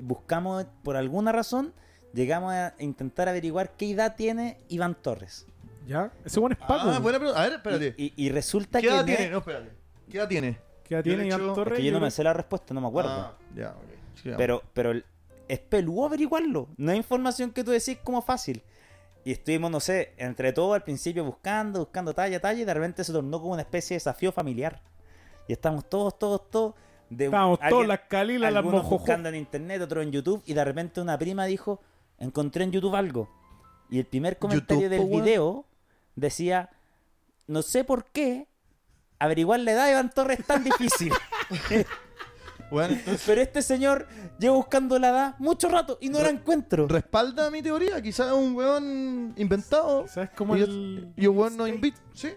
Speaker 2: Buscamos, por alguna razón, llegamos a intentar averiguar qué edad tiene Iván Torres.
Speaker 1: ¿Ya? Ese weón es Paco.
Speaker 3: Ah,
Speaker 1: weón.
Speaker 3: buena pregunta. A ver, espérate.
Speaker 2: Y, y resulta
Speaker 3: ¿Qué
Speaker 2: que.
Speaker 3: edad
Speaker 2: me-
Speaker 3: tiene? No, espérate. ¿Qué edad tiene?
Speaker 1: Que ya
Speaker 3: Yo
Speaker 1: tiene
Speaker 3: le
Speaker 1: Iván
Speaker 3: echo-
Speaker 1: Torres.
Speaker 2: que yo no
Speaker 1: creo-
Speaker 2: me sé la respuesta, no me acuerdo.
Speaker 3: Ah, ya, ok. Sigamos.
Speaker 2: Pero, pero el- es peludo averiguarlo. No hay información que tú decís como fácil. Y estuvimos, no sé, entre todos al principio buscando, buscando talla, talla, y de repente se tornó como una especie de desafío familiar. Y estábamos todos, todos, todos. De,
Speaker 1: Estábamos todos,
Speaker 2: alguien-
Speaker 1: las calilas, las
Speaker 2: algunos
Speaker 1: mojojo.
Speaker 2: buscando en internet, otros en YouTube, y de repente una prima dijo, encontré en YouTube algo. Y el primer comentario
Speaker 3: YouTube,
Speaker 2: del
Speaker 3: po, weón.
Speaker 2: video decía, no sé por qué averiguar la edad de Iván Torres es tan difícil,
Speaker 3: Bueno, entonces,
Speaker 2: pero este señor lleva buscando la edad mucho rato y no la encuentro.
Speaker 3: respalda mi teoría. Quizás es un weón inventado.
Speaker 1: ¿Sabes cómo
Speaker 3: y,
Speaker 1: el...?
Speaker 3: y un weón no invita. Sí.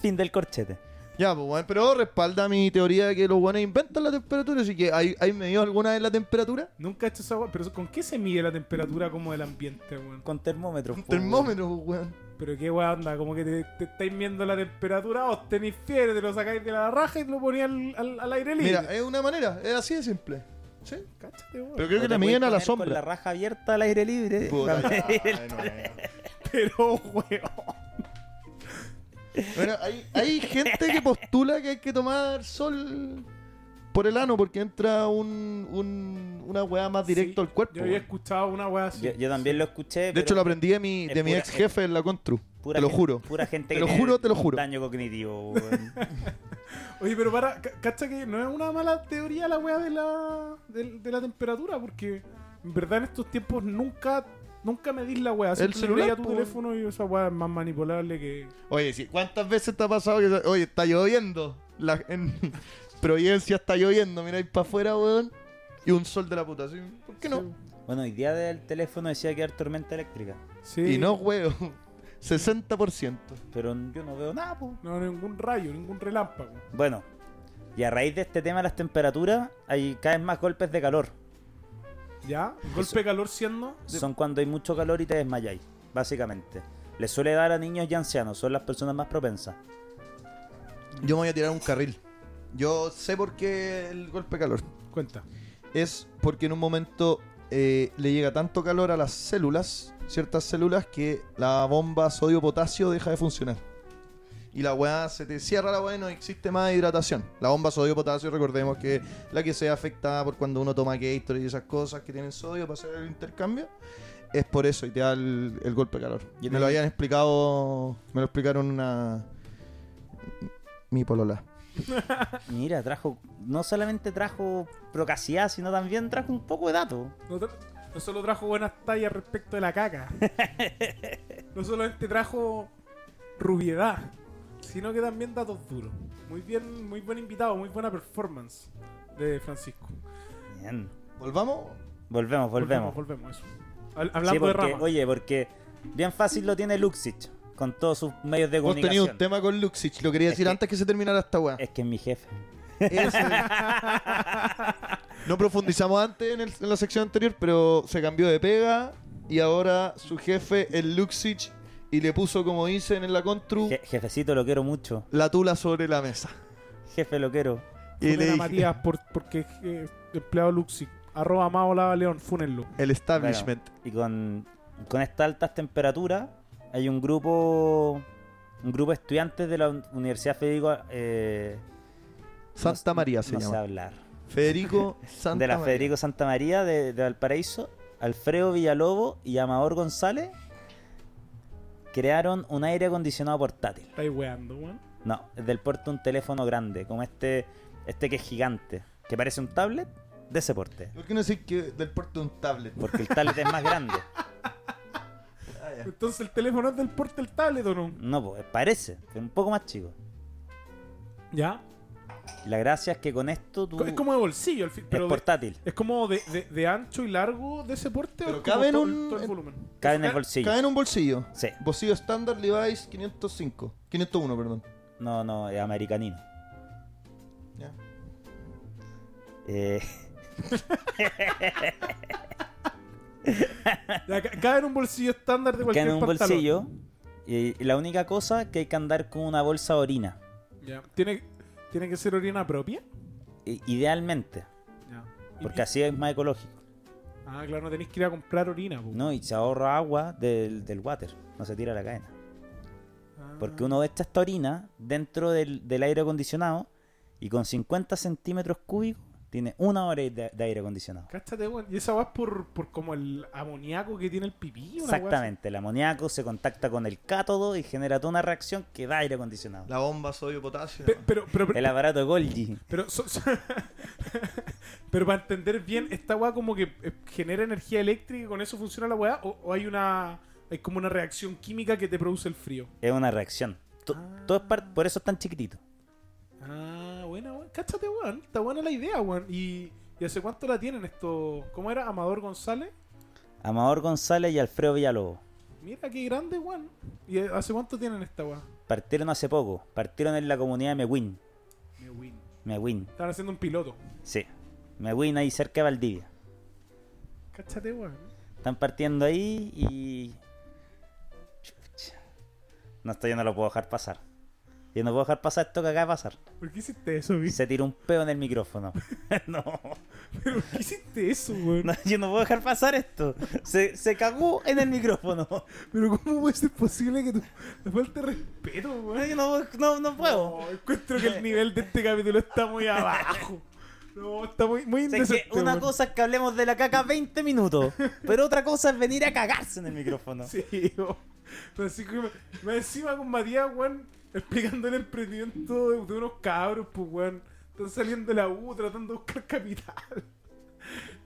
Speaker 2: Fin del corchete.
Speaker 3: Ya, pues weón, pero respalda mi teoría de que los weones inventan la temperatura. Así que, ¿hay, hay medido alguna vez la temperatura?
Speaker 1: Nunca he hecho esa weá. Pero ¿con qué se mide la temperatura como del ambiente, weón?
Speaker 2: Con termómetro.
Speaker 3: Un
Speaker 2: po, weón.
Speaker 3: termómetro, pues, weón.
Speaker 1: Pero qué weá onda, como que te, te estáis viendo la temperatura, os tenéis fiebre, te lo sacáis de la raja y te lo ponéis al, al- al aire libre.
Speaker 3: Mira, es una manera, es así de simple. ¿Sí?
Speaker 1: Cáchate, weón.
Speaker 3: Pero creo
Speaker 2: O
Speaker 3: que
Speaker 2: te
Speaker 3: la
Speaker 2: puedes
Speaker 3: miden a la
Speaker 2: poner Con la
Speaker 3: sombra.
Speaker 2: raja abierta al aire libre.
Speaker 3: Puta,
Speaker 2: Para
Speaker 3: ya,
Speaker 2: medir el
Speaker 3: ay, no, ay, no.
Speaker 1: Pero, weón.
Speaker 3: Bueno, hay, hay gente que postula que hay que tomar sol por el ano porque entra un, un- una weá más directo
Speaker 1: Sí,
Speaker 3: al cuerpo.
Speaker 1: Yo había
Speaker 3: weón.
Speaker 1: escuchado una weá así.
Speaker 2: Yo, yo también lo escuché.
Speaker 3: De hecho, lo aprendí de mi,
Speaker 2: es
Speaker 3: de mi
Speaker 2: pura-
Speaker 3: ex jefe en la Contru.
Speaker 2: pura
Speaker 3: Te lo
Speaker 2: gen-
Speaker 3: juro.
Speaker 2: Pura gente
Speaker 3: Te
Speaker 2: que
Speaker 3: lo
Speaker 2: tiene
Speaker 3: juro, te lo juro.
Speaker 2: Daño cognitivo. weón.
Speaker 1: Oye, pero para, ca- cacha que no es una mala teoría la weá de la, de, de la temperatura, porque en verdad en estos tiempos nunca, nunca medís la weá. Siempre le
Speaker 3: celular,
Speaker 1: leí a tu
Speaker 3: po.
Speaker 1: teléfono y esa weá es más manipulable que.
Speaker 3: Oye, sí, ¿cuántas veces te ha pasado que... Oye, está lloviendo. La- en Providencia está lloviendo, miráis para afuera, weón. Y un sol de la puta, ¿sí? ¿Por qué no?
Speaker 2: Bueno, hoy día del teléfono decía que iba a haber tormenta eléctrica,
Speaker 1: Sí.
Speaker 3: Y no, weón. 60%.
Speaker 2: pero yo no veo nada, po.
Speaker 1: No, ningún rayo, ningún relámpago.
Speaker 2: Bueno, y a raíz de este tema de las temperaturas, hay cada vez más golpes de calor.
Speaker 1: ¿Ya? Golpe de calor siendo.
Speaker 2: Son cuando hay mucho calor y te desmayáis, básicamente. Le suele dar a niños y ancianos, son las personas más propensas.
Speaker 3: Yo me voy a tirar un carril. Yo sé por qué el golpe de calor.
Speaker 1: Cuenta.
Speaker 3: es porque en un momento eh, le llega tanto calor a las células, ciertas células, que la bomba sodio-potasio deja de funcionar. Y la weá se te cierra la weá y no existe más hidratación. La bomba sodio-potasio, recordemos que es la que se ve afectada por cuando uno toma Gatorade y esas cosas que tienen sodio para hacer el intercambio, es por eso y te da el, el golpe de calor.
Speaker 2: Y
Speaker 3: me
Speaker 2: te-
Speaker 3: lo habían explicado, me lo explicaron una... Mi polola.
Speaker 2: Mira, trajo, no solamente trajo procacidad, sino también trajo un poco de datos.
Speaker 1: No, tra- no solo trajo buenas tallas respecto de la caca. no solamente trajo rubiedad, sino que también datos duros. Muy bien, muy buen invitado, muy buena performance de Francisco.
Speaker 2: Bien.
Speaker 3: ¿Volvamos?
Speaker 2: Volvemos, volvemos.
Speaker 1: Volvemos, volvemos, eso. Hab- Hablando
Speaker 2: Sí,
Speaker 1: de
Speaker 2: porque,
Speaker 1: rama.
Speaker 2: oye, porque bien fácil lo tiene Luxich con todos sus medios de
Speaker 3: Vos tenías un
Speaker 2: comunicación.
Speaker 3: tema con Luxich, lo quería
Speaker 2: Es
Speaker 3: decir
Speaker 2: que-
Speaker 3: antes que se terminara esta weá.
Speaker 2: Es que es mi jefe.
Speaker 3: Ese. No profundizamos antes en, el- en la sección anterior, pero se cambió de pega y ahora su jefe, el Luxich, y le puso, como dicen en la Contru,
Speaker 2: Je- jefecito, lo quiero mucho.
Speaker 3: la tula sobre la mesa.
Speaker 2: Jefe, lo quiero.
Speaker 3: Y
Speaker 1: Funen
Speaker 3: le
Speaker 1: a
Speaker 3: dije,
Speaker 1: Matías por, porque eh, empleado Luxi. Arroba Mao Lava León, fúnenlo.
Speaker 3: el establishment.
Speaker 2: Y con, con estas altas temperaturas hay un grupo un grupo de estudiantes de la un- Universidad Federico eh,
Speaker 3: Santa
Speaker 2: no-
Speaker 3: María se
Speaker 2: no sé
Speaker 3: llama.
Speaker 2: hablar.
Speaker 3: Federico Santa
Speaker 2: de la
Speaker 3: María.
Speaker 2: Federico Santa María de, de Valparaíso, Alfredo Villalobos y Amador González crearon un aire acondicionado portátil.
Speaker 1: Estáis weando, weón.
Speaker 2: No, del porte un teléfono grande, como este este que es gigante, que parece un tablet de ese porte,
Speaker 3: ¿Por qué no decís que del puerto de un tablet?
Speaker 2: porque el tablet es más grande.
Speaker 3: Ah, ya.
Speaker 1: Entonces el teléfono es del porte del tablet o no?
Speaker 2: No, pues parece, es un poco más chico.
Speaker 1: Ya.
Speaker 2: La gracia es que con esto tú
Speaker 1: Es como de bolsillo, al fin, pero
Speaker 2: es
Speaker 1: de-
Speaker 2: portátil,
Speaker 1: ¿Es como de, de- de ancho y largo de ese porte?
Speaker 3: Pero
Speaker 1: o es como
Speaker 3: cabe en
Speaker 1: todo,
Speaker 3: un-
Speaker 1: el- todo el
Speaker 3: en-
Speaker 1: volumen?
Speaker 2: cabe en el
Speaker 3: Ca-
Speaker 2: bolsillo.
Speaker 3: Cae en un bolsillo.
Speaker 2: Sí,
Speaker 3: Bolsillo estándar Levi's 505. 501, perdón.
Speaker 2: no, no, es americanino.
Speaker 3: Ya.
Speaker 2: Eh,
Speaker 1: Ya, ca- cabe en un bolsillo estándar de
Speaker 2: cae
Speaker 1: cualquier
Speaker 2: en un
Speaker 1: pantalón.
Speaker 2: bolsillo y, y la única cosa que hay que andar con una bolsa de orina,
Speaker 1: Ya. ¿Tiene, ¿Tiene que ser orina propia?
Speaker 2: i- idealmente,
Speaker 1: Ya. Y-
Speaker 2: porque así es más ecológico,
Speaker 1: y- Ah, claro, no tenéis que ir a comprar orina. po.
Speaker 2: ¿no? Y se ahorra agua del, del water, no se tira a la cadena.
Speaker 1: Ah.
Speaker 2: Porque uno echa esta orina dentro del, del aire acondicionado y con 50 centímetros cúbicos Tiene una hora de, de aire acondicionado.
Speaker 1: Cáchate, weón. Y esa weá es por, por como el amoníaco que tiene el pipí. una weá así.
Speaker 2: Exactamente, el amoníaco se contacta con el cátodo y genera toda una reacción que da aire acondicionado.
Speaker 3: La bomba sodio-potasio.
Speaker 1: Pe- Pero, pero, pero,
Speaker 2: El aparato Golgi.
Speaker 1: pero, so- so- pero para entender bien, esta weá como que eh, genera energía eléctrica y con eso funciona la weá. O, o hay una. Hay como una reacción química que te produce el frío.
Speaker 2: Es una reacción. To-
Speaker 1: Ah.
Speaker 2: todo es par- por eso es tan chiquitito.
Speaker 1: Ah, buena, weón. Cáchate, weón. Está buena la idea, weón. ¿Y, y hace cuánto la tienen esto? ¿Cómo era? ¿Amador González?
Speaker 2: Amador González y Alfredo Villalobos.
Speaker 1: Mira qué grande, weón. ¿Y eh, hace cuánto tienen esta weá?
Speaker 2: Partieron hace poco. Partieron en la comunidad de Mewin.
Speaker 1: Me win.
Speaker 2: Mewin,
Speaker 1: Están haciendo un piloto.
Speaker 2: sí. Mewin ahí cerca de Valdivia.
Speaker 1: Cáchate, weón.
Speaker 2: Están partiendo ahí y. Chucha. No, esto yo no lo puedo dejar pasar. Yo no puedo dejar pasar esto que acaba de pasar.
Speaker 1: ¿Por qué hiciste eso, vi?
Speaker 2: Se tiró un peo en el micrófono. no,
Speaker 1: ¿Pero por qué hiciste eso, weón?
Speaker 2: no, yo no puedo dejar pasar esto. Se, se cagó en el micrófono.
Speaker 1: Pero ¿cómo puede ser posible que tú te falte respeto,
Speaker 2: No,
Speaker 1: weón?
Speaker 2: yo no, no, no puedo.
Speaker 1: No, encuentro que
Speaker 2: Eh.
Speaker 1: el nivel de este capítulo está muy abajo. No, está muy, muy
Speaker 2: O sea, es que
Speaker 1: indecente,
Speaker 2: una
Speaker 1: weón.
Speaker 2: cosa es que hablemos de la caca 20 minutos, pero otra cosa es venir a cagarse en el micrófono.
Speaker 1: Sí, weón. Francisco, me- me encima con Matías, weón, explicando el emprendimiento de, de unos cabros, pues, weón. Están saliendo de la U tratando de buscar capital.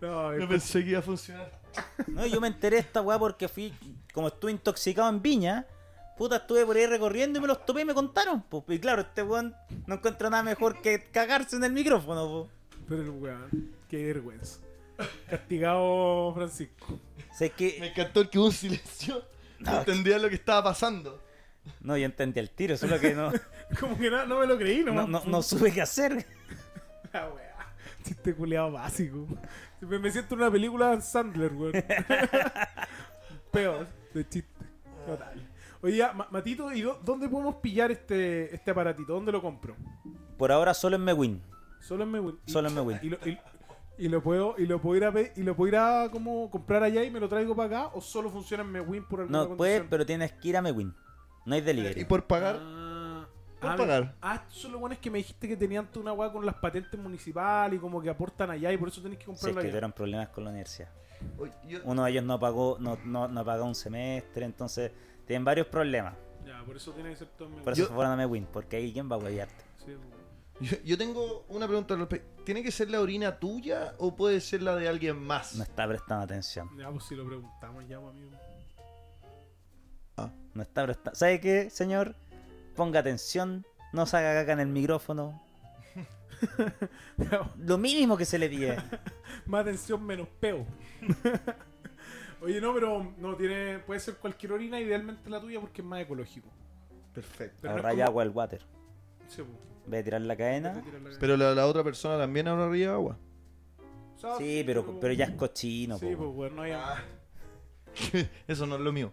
Speaker 1: No,
Speaker 3: Yo
Speaker 1: es
Speaker 3: pensé que iba a funcionar.
Speaker 2: No, yo me enteré de esta weá porque fui, como estuve intoxicado en Viña, puta, estuve por ahí recorriendo y me los topé y me contaron. po. Y claro, este weón no encuentra nada mejor que cagarse en el micrófono. po.
Speaker 1: pero el weón, qué vergüenza. Castigado Francisco.
Speaker 2: O sea, es
Speaker 3: Me
Speaker 2: que...
Speaker 3: encantó el que hubo un silencio. No,
Speaker 2: No.
Speaker 3: entendía lo que estaba pasando.
Speaker 2: No, yo entendí el tiro, solo que no,
Speaker 1: Como que no, no me lo creí,
Speaker 2: no,
Speaker 1: nomás.
Speaker 2: no, no supe qué hacer.
Speaker 1: La weá. Chiste culeado básico. Me, me siento en una película de Adam Sandler, weón. Peor de chiste. Total. Oye, ya, Ma- Matito, ¿y dó- dónde podemos pillar este, este aparatito? ¿Dónde lo compro?
Speaker 2: Por ahora solo en Mewin.
Speaker 1: Solo en Mewin. Y-
Speaker 2: Solo en Mewin.
Speaker 1: Y, lo, y, y lo puedo y lo puedo ir a pe- y lo puedo ir a como comprar allá y me lo traigo para acá o solo funciona en Mewin por alguna
Speaker 2: No puedes,
Speaker 1: condición?
Speaker 2: pero tienes que ir a Mewin. No hay
Speaker 3: Y
Speaker 2: delivery.
Speaker 3: por pagar.
Speaker 1: Ah,
Speaker 3: Por
Speaker 1: ah,
Speaker 3: pagar.
Speaker 1: mira. Ah, eso lo bueno es que me dijiste que tenían toda una weá con las patentes municipales y como que aportan allá y por eso tenés que
Speaker 2: Si es
Speaker 1: comprarla
Speaker 2: que
Speaker 1: allá.
Speaker 2: tuvieron problemas con la universidad.
Speaker 3: Oye, yo-
Speaker 2: Uno de ellos no pagó, no, no, no pagó un semestre, entonces tienen varios problemas.
Speaker 1: Ya, por eso tiene que ser todo en
Speaker 2: Por
Speaker 1: Mewin.
Speaker 2: eso
Speaker 3: Yo-
Speaker 2: se fueron a Mewin, porque ahí quién va a huevearte.
Speaker 1: Sí, pues, weón.
Speaker 3: Yo, yo tengo una pregunta al respecto. ¿Tiene que ser la orina tuya o puede ser la de alguien más?
Speaker 2: No está prestando atención.
Speaker 1: Ya, pues si lo preguntamos ya, pues, amigo.
Speaker 2: No está prestando. ¿Sabe qué, señor? Ponga atención, no se haga caca en el micrófono. Lo mínimo que se le pide.
Speaker 1: Más atención, menos peo. Oye, no, pero no tiene. Puede ser cualquier orina, idealmente la tuya, porque es más ecológico.
Speaker 3: Perfecto.
Speaker 1: Pero no es
Speaker 2: Ahorrar
Speaker 1: como-
Speaker 2: agua al water.
Speaker 1: Sí, pues,
Speaker 2: Voy a tirar la
Speaker 1: te
Speaker 2: cadena.
Speaker 1: tiras la
Speaker 3: Pero la, la otra persona también ahorraría agua.
Speaker 1: O sea,
Speaker 2: Sí, pero, pero ya es cochino.
Speaker 1: Sí,
Speaker 2: po.
Speaker 1: pues, weón, no hay.
Speaker 3: Eso no es lo mío.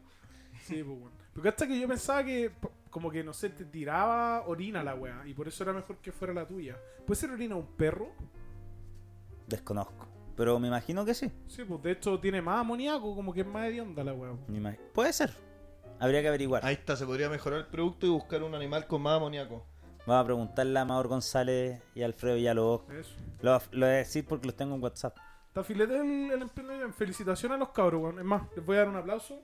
Speaker 1: Sí, pues, weón. Porque hasta que yo pensaba que, po- como que, no sé, te tiraba orina la weá, y por eso era mejor que fuera la tuya. ¿Puede ser orina de un perro?
Speaker 2: Desconozco. Pero me imagino que sí.
Speaker 1: Sí, pues, de hecho tiene más amoníaco, como que es más hedionda la weá.
Speaker 2: Me imag- Puede ser. Habría que averiguar.
Speaker 3: Ahí está, se podría mejorar el producto y buscar un animal con más amoníaco.
Speaker 2: Vamos a preguntarle a Amador González y a Alfredo Villalobos.
Speaker 1: Eso.
Speaker 2: Lo, lo voy a decir porque los tengo en WhatsApp.
Speaker 1: Está filete el, el emprendimiento. Felicitaciones a los cabros, weón. Es más, les voy a dar un aplauso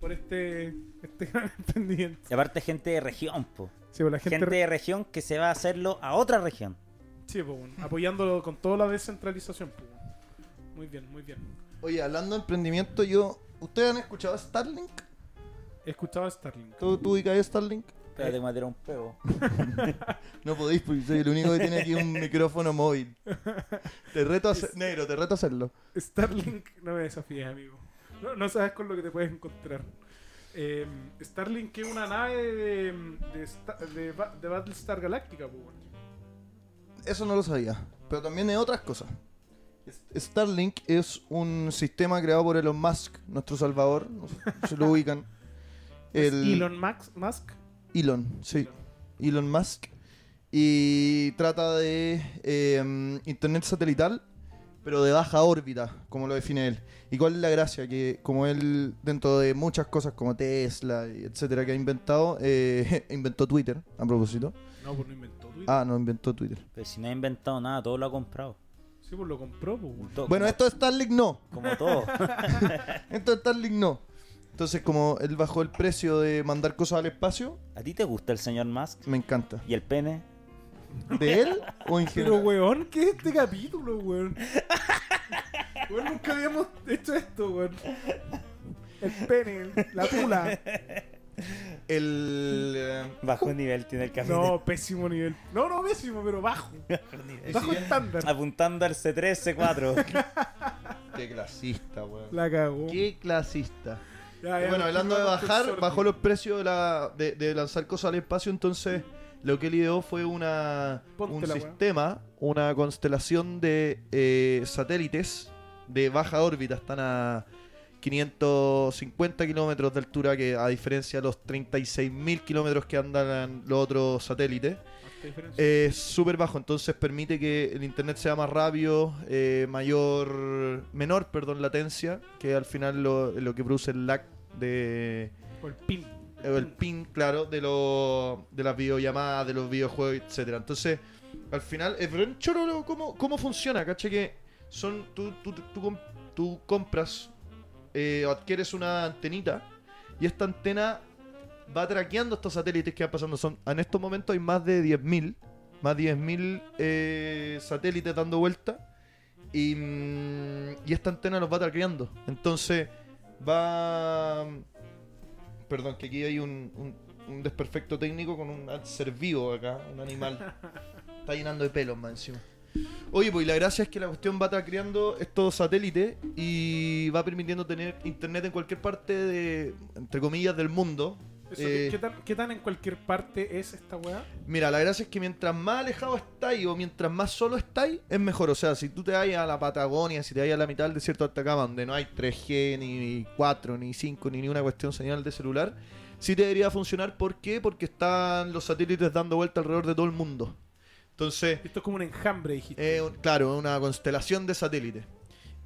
Speaker 1: por este, este gran emprendimiento.
Speaker 2: Y aparte gente de región, po.
Speaker 1: Sí, pues la
Speaker 2: Gente,
Speaker 1: gente,
Speaker 2: de región que se va a hacerlo a otra región.
Speaker 1: sí, pues, weón, apoyándolo con toda la descentralización. pues, weón. Muy bien, muy bien.
Speaker 3: Oye, hablando de emprendimiento, yo. ¿Ustedes han escuchado Starlink?
Speaker 1: He escuchado a Starlink.
Speaker 3: ¿Tú, tú ubicas ahí Starlink?
Speaker 2: Pero
Speaker 1: Eh.
Speaker 2: tengo que tirar un pego.
Speaker 3: No podéis, porque soy el único que tiene aquí un micrófono móvil. Te reto a hacer, negro, te reto a hacerlo.
Speaker 1: Starlink, no me desafíes, amigo. No, no sabes con lo que te puedes encontrar. Eh, Starlink es una nave de, de, Sta- de Ba- de Battlestar Galactica, pues, weón.
Speaker 3: Eso no lo sabía. Pero también hay otras cosas. Es- Starlink es un sistema creado por Elon Musk, nuestro salvador. No sé si lo ubican. El
Speaker 1: Elon Max- Musk.
Speaker 3: Elon, sí. Elon Musk. Y trata de eh, internet em, satelital pero de baja órbita, como lo define él. ¿Y cuál es la gracia? Que como él, dentro de muchas cosas como Tesla, y etcétera, que ha inventado, eh, inventó Twitter, a propósito.
Speaker 1: No, pues no inventó Twitter.
Speaker 3: Ah, no, inventó Twitter.
Speaker 2: Pero si no ha inventado nada, todo lo ha comprado.
Speaker 1: Sí, pues lo compró, pues, weón.
Speaker 2: To-
Speaker 3: Bueno,
Speaker 2: como-
Speaker 3: esto de Starlink no.
Speaker 2: Como todo.
Speaker 3: Esto de Starlink no. Entonces, como él bajó el precio de mandar cosas al espacio,
Speaker 2: ¿A ti te gusta el señor Musk?
Speaker 3: me encanta.
Speaker 2: ¿Y el pene?
Speaker 3: ¿De él o en
Speaker 1: Pero,
Speaker 3: general?
Speaker 1: weón, ¿qué es este capítulo, weón? weón, nunca habíamos hecho esto, weón. El pene, la pula.
Speaker 3: El, eh,
Speaker 2: Bajo nivel tiene el camino.
Speaker 1: No, pésimo nivel. No, no, pésimo, pero bajo. Bajo
Speaker 2: Ah.
Speaker 1: estándar.
Speaker 2: Apuntando al C3, C4.
Speaker 3: Qué clasista, weón.
Speaker 1: La cagó.
Speaker 3: Qué clasista.
Speaker 1: Ya, ya,
Speaker 3: bueno, hablando de
Speaker 1: continuamos con
Speaker 3: bajar,
Speaker 1: Sordi.
Speaker 3: bajó los precios de, la, de, de lanzar cosas al espacio, entonces lo que él ideó fue una,
Speaker 1: Ponte
Speaker 3: un
Speaker 1: la weá.
Speaker 3: sistema, una constelación de eh, satélites de baja órbita, están a 550 kilómetros de altura, que a diferencia de los 36.000 kilómetros que andan los otros satélites, es súper bajo, entonces permite que el internet sea más rápido, eh, mayor, menor, perdón, latencia, que al final lo, lo que produce el lag de
Speaker 1: O el pin.
Speaker 3: el pin, claro, de los de las videollamadas, de los videojuegos, etcétera. Entonces, al final, es bien choro lo- cómo, cómo funciona, caché que son tú, tú, tú com- tú compras eh, o adquieres una antenita y esta antena va traqueando estos satélites que van pasando. Son, en estos momentos hay más de 10.000, más de 10.000 eh, satélites dando vuelta y, mm, y esta antena los va traqueando. Entonces va... Perdón, que aquí hay un, un- un desperfecto técnico con un ser vivo acá, un animal. Está llenando de pelos más encima. Oye, pues y la gracia es que la cuestión va traqueando estos satélites y va permitiendo tener internet en cualquier parte de, entre comillas, del mundo.
Speaker 1: Eso,
Speaker 3: Eh,
Speaker 1: ¿qué, qué tan, qué tan en cualquier parte es esta weá?
Speaker 3: Mira, la gracia es que mientras más alejado estáis o mientras más solo estáis, es mejor. O sea, si tú te vas a la Patagonia, si te vas a la mitad del desierto de Atacama, donde no hay 3G, ni 4, ni 5, ni ninguna cuestión señal de celular, sí te debería funcionar. ¿Por qué? Porque están los satélites dando vuelta alrededor de todo el mundo. Entonces,
Speaker 1: Esto es como un enjambre, dijiste.
Speaker 3: eh, un- claro, una constelación de satélites.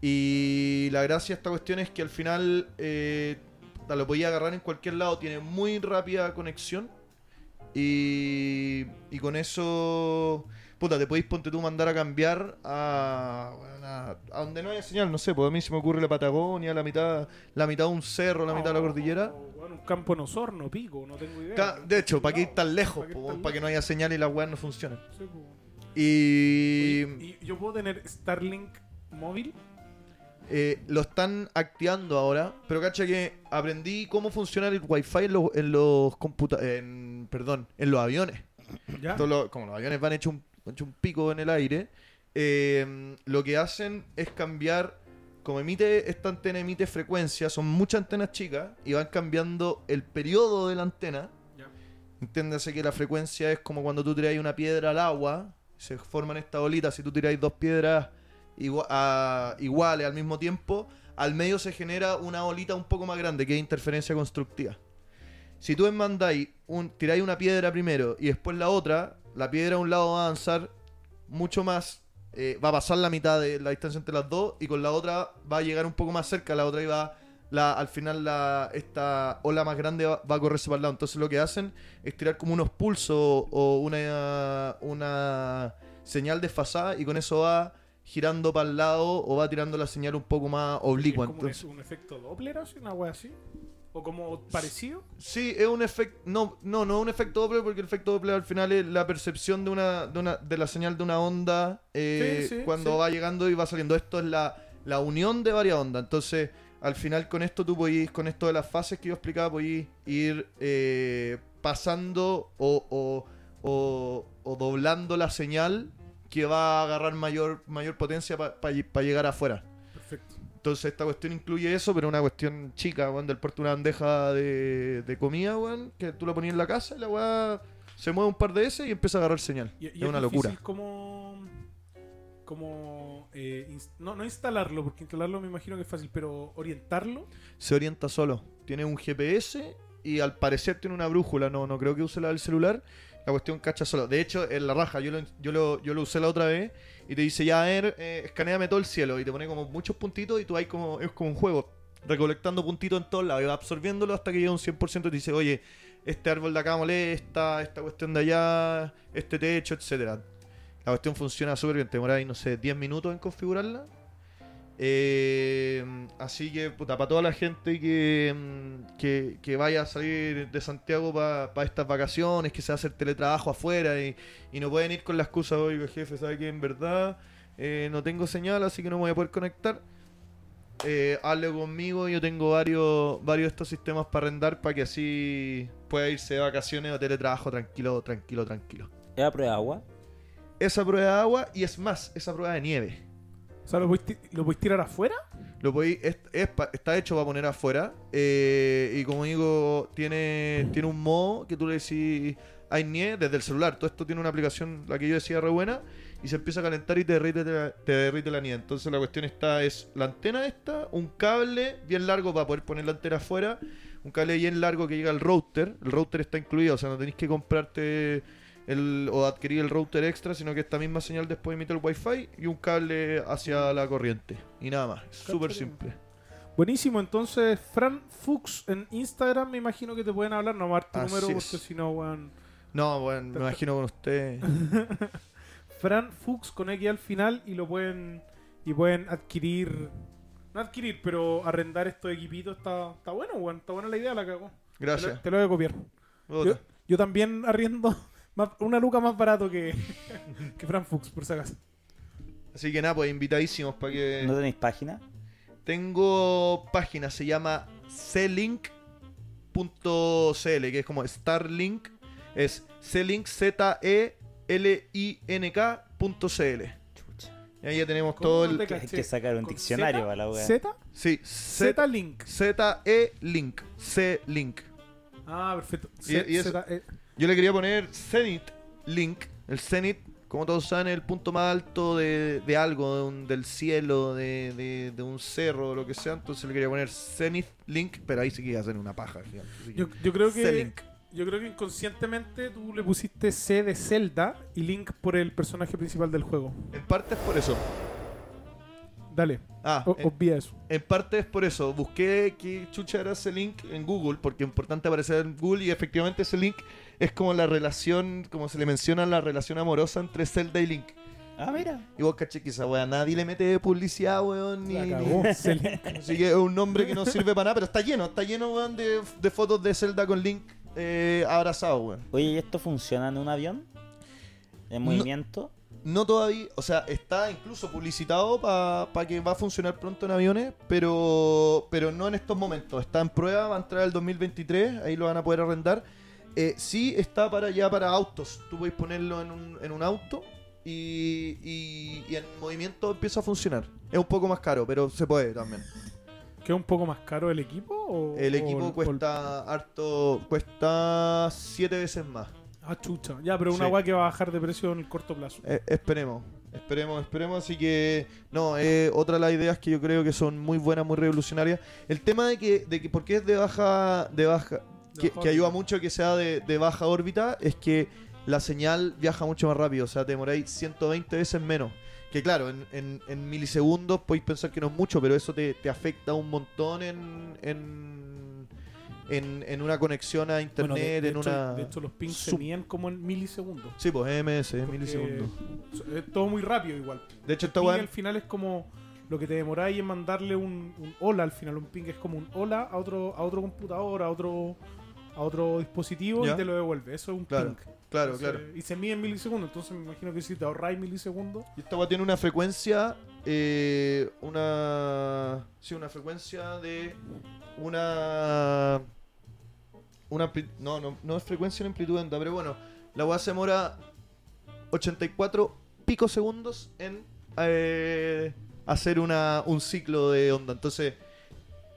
Speaker 3: Y la gracia de esta cuestión es que al final eh, puta, lo podía agarrar en cualquier lado, tiene muy rápida conexión. Y, y con eso, puta, te podéis ponte tú mandar a cambiar a, bueno, a, a donde no haya señal, no sé, pues a mí se me ocurre la Patagonia, la mitad, la mitad de un cerro, la mitad de la cordillera.
Speaker 1: O, Oh, weón, un campo en Osorno, pico, no tengo idea.
Speaker 3: Ca- De hecho, para que ir tan lejos,
Speaker 1: Pa' que ir
Speaker 3: pues,
Speaker 1: tan
Speaker 3: para que no haya señal y las weas no funcionen.
Speaker 1: lejos. Sí, pues.
Speaker 3: Y...
Speaker 1: Oye, ¿Y yo puedo tener Starlink móvil?
Speaker 3: Eh, lo están activando ahora, pero cacha que aprendí cómo funciona el wifi en los, en los computa en, perdón, en los aviones.
Speaker 1: ¿Ya?
Speaker 3: Todos los- como los aviones van hecho un, hecho un pico en el aire, eh, lo que hacen es cambiar, como emite esta antena emite frecuencia, son muchas antenas chicas y van cambiando el periodo de la antena.
Speaker 1: Ya.
Speaker 3: Entiéndase que la frecuencia es como cuando tú tiráis una piedra al agua, se forman estas bolitas, si tú tiráis dos piedras igua- a- iguales al mismo tiempo, al medio se genera una bolita un poco más grande que es interferencia constructiva. Si tú mandáis, un, tiráis una piedra primero y después la otra, la piedra a un lado va a avanzar mucho más, eh, va a pasar la mitad de la distancia entre las dos y con la otra va a llegar un poco más cerca, la otra y va, la, al final la, esta ola más grande va, va a correrse para el lado. Entonces lo que hacen es tirar como unos pulsos o una, una señal desfasada y con eso va girando para el lado o va tirando la señal un poco más
Speaker 1: ¿Es
Speaker 3: oblicua.
Speaker 1: como un-
Speaker 3: Entonces,
Speaker 1: un, efecto Doppler así, una weá así? ¿O como parecido?
Speaker 3: Sí, es un efecto. No, no, no es un efecto Doppler, porque el efecto Doppler al final es la percepción de una, de, una, de la señal de una onda eh,
Speaker 1: Sí, sí,
Speaker 3: cuando
Speaker 1: sí.
Speaker 3: va llegando y va saliendo. Esto es la, la unión de varias ondas. Entonces, al final, con esto tú podís, con esto de las fases que yo explicaba, podís ir eh, pasando o, o, o- o doblando la señal que va a agarrar mayor, mayor potencia para llegar afuera.
Speaker 1: Perfecto.
Speaker 3: Entonces esta cuestión incluye eso, pero una cuestión chica, weón, del puerto una bandeja de, de comida, weón, que tú la ponías en la casa y la weá se mueve un par de veces y empieza a agarrar señal.
Speaker 1: Y, y
Speaker 3: es una
Speaker 1: difícil
Speaker 3: locura.
Speaker 1: como. Como. eh, ins- no, no instalarlo, porque instalarlo me imagino que es fácil, pero orientarlo.
Speaker 3: Se orienta solo. Tiene un GPS y al parecer tiene una brújula, no, no creo que use la del celular. La cuestión cacha solo. De hecho, en la raja, yo lo, yo lo, yo lo usé la otra vez y te dice, ya, a ver, eh, escaneame todo el cielo. Y te pone como muchos puntitos y tú hay como, es como un juego, recolectando puntitos en todos lados y va absorbiéndolo hasta que llega un 100% y te dice, oye, este árbol de acá molesta, esta cuestión de allá, este techo, etcétera. La cuestión funciona súper bien, te demoráis, no sé, 10 minutos en configurarla. Eh, así que, puta, para toda la gente que, mm, que, que vaya a salir de Santiago para estas vacaciones, que se hace el teletrabajo afuera y, y no pueden ir con la excusa, oiga, jefe, ¿sabe que en verdad eh, no tengo señal, así que no me voy a poder conectar? Eh, hable conmigo, yo tengo varios, varios de estos sistemas para arrendar para que así pueda irse de vacaciones o teletrabajo tranquilo, tranquilo, tranquilo.
Speaker 2: ¿Es a prueba de agua?
Speaker 3: Esa prueba de agua y es más, esa prueba de nieve.
Speaker 1: O sea, ¿lo podéis, ti- lo podéis tirar afuera?
Speaker 3: Lo podí- es- es pa- está hecho para poner afuera. eh, y como digo, tiene, tiene un modo que tú le decís, hay nieve desde el celular. Todo esto tiene una aplicación, la que yo decía, re buena. Y se empieza a calentar y te derrite, la- te derrite la nieve. Entonces la cuestión está, es la antena esta, un cable bien largo para poder poner la antena afuera. Un cable bien largo que llega al router. El router está incluido, o sea, no tenéis que comprarte el, o adquirir el router extra, sino que esta misma señal después emite el wifi y un cable hacia la corriente. Y nada más. Es Súper simple.
Speaker 1: Buenísimo, entonces, Fran Fuchs en Instagram, me imagino que te pueden hablar, no marcar tu
Speaker 3: Así
Speaker 1: número porque
Speaker 3: es.
Speaker 1: si no, weón.
Speaker 3: No, bueno, me imagino con usted.
Speaker 1: Fran Fuchs con X al final y lo pueden y pueden adquirir no adquirir, pero arrendar estos equipitos está, está bueno, weón, está buena la idea, la cagó. Te lo,
Speaker 3: Gracias.
Speaker 1: te lo voy a copiar. Yo,
Speaker 3: Puta.
Speaker 1: yo también arriendo más- una luca más barato que, que Fran Fuchs, por si acaso.
Speaker 3: Así que nada, pues invitadísimos para que...
Speaker 2: ¿No tenéis página?
Speaker 3: Tengo página, se llama clink.cl, que es como Starlink. Es clink, E Z-E-L-I-N-K.cl.
Speaker 2: Chucha.
Speaker 3: Y ahí ya tenemos
Speaker 1: ¿Cómo
Speaker 3: todo
Speaker 1: no
Speaker 3: el.
Speaker 1: te
Speaker 2: Hay
Speaker 1: caché?
Speaker 2: que sacar un
Speaker 1: ¿Con
Speaker 2: diccionario
Speaker 1: Z?
Speaker 2: para la wea.
Speaker 1: Z,
Speaker 3: Sí, E
Speaker 1: Z Link.
Speaker 3: Z-E-Link. C-Link.
Speaker 1: Ah, perfecto.
Speaker 3: Y- y eso-
Speaker 1: Z, eh,
Speaker 3: Yo le quería poner Zenith Link. El Zenith, como todos saben, es el punto más alto de, de algo, de un- del cielo, de, de- de un cerro, lo que sea. Entonces le quería poner Zenith Link, pero ahí sí que iba a ser una paja. gigante, así que-
Speaker 1: yo, yo creo que
Speaker 3: C-Link.
Speaker 1: yo creo que inconscientemente tú le pusiste C de Zelda y Link por el personaje principal del juego.
Speaker 3: En parte es por eso.
Speaker 1: Dale,
Speaker 3: Ah,
Speaker 1: o-
Speaker 3: en,
Speaker 1: obvia eso.
Speaker 3: en parte es por eso. Busqué qué chucha era ese link en Google, porque es importante aparecer en Google y efectivamente ese link es como la relación, como se le menciona, la relación amorosa entre Zelda y Link.
Speaker 2: Ah, mira.
Speaker 3: Y vos caché que esa wea nadie le mete publicidad, weón, ni...
Speaker 1: La
Speaker 3: ni-
Speaker 1: cagó. Zelda.
Speaker 3: Así que es un nombre que no sirve para nada, pero está lleno, está lleno, weón, de, de fotos de Zelda con Link eh, abrazado, weón.
Speaker 2: Oye, ¿y esto funciona en un avión? ¿En
Speaker 3: No.
Speaker 2: movimiento?
Speaker 3: No todavía, o sea, está incluso publicitado para que va a funcionar pronto en aviones, pero, pero no en estos momentos. Está en prueba, va a entrar el 2023, ahí lo van a poder arrendar. Eh, sí está para ya para autos, tú podéis ponerlo en un, en un auto y, y, y en movimiento empieza a funcionar. Es un poco más caro, pero se puede también.
Speaker 1: ¿Queda un poco más caro el equipo? o-
Speaker 3: El
Speaker 1: o-
Speaker 3: equipo
Speaker 1: o-
Speaker 3: cuesta harto, cuesta siete veces más.
Speaker 1: Ah, chucha. Ya, pero una
Speaker 3: Sí.
Speaker 1: weá que va a bajar de precio en el corto plazo.
Speaker 3: Eh, esperemos, esperemos, esperemos. Así que, no, eh, otra de las ideas que yo creo que son muy buenas, muy revolucionarias. El tema de que, de que porque es de baja, de baja, que, que ayuda mucho que sea de, de baja órbita, es que la señal viaja mucho más rápido, o sea, te demoráis 120 veces menos. Que claro, en, en- en milisegundos podéis pensar que no es mucho, pero eso te, te afecta un montón en, en, en- en una conexión a internet,
Speaker 1: Bueno, de- de
Speaker 3: en
Speaker 1: hecho-
Speaker 3: una...
Speaker 1: De hecho, los pings se
Speaker 3: sub-
Speaker 1: miden como en milisegundos.
Speaker 3: Sí, pues MS, es
Speaker 1: Porque
Speaker 3: milisegundos.
Speaker 1: Es todo muy rápido igual.
Speaker 3: De hecho, esta
Speaker 1: Ping
Speaker 3: weá-
Speaker 1: al final es como lo que te demoráis en mandarle un, un hola al final. Un ping es como un hola a otro, a otro computador, a otro, a otro dispositivo
Speaker 3: Ya.
Speaker 1: y te lo devuelve. Eso es un
Speaker 3: Claro,
Speaker 1: ping.
Speaker 3: Claro,
Speaker 1: Entonces,
Speaker 3: claro.
Speaker 1: Y se mide en milisegundos. Entonces me imagino que si te ahorráis milisegundos,
Speaker 3: Y esta weá tiene una frecuencia. eh, una. Sí, una frecuencia de. Una. Una. ampli- No, no, no es frecuencia ni amplitud onda, pero bueno. La weá se demora 84 picosegundos en. eh, hacer una, un ciclo de onda. Entonces,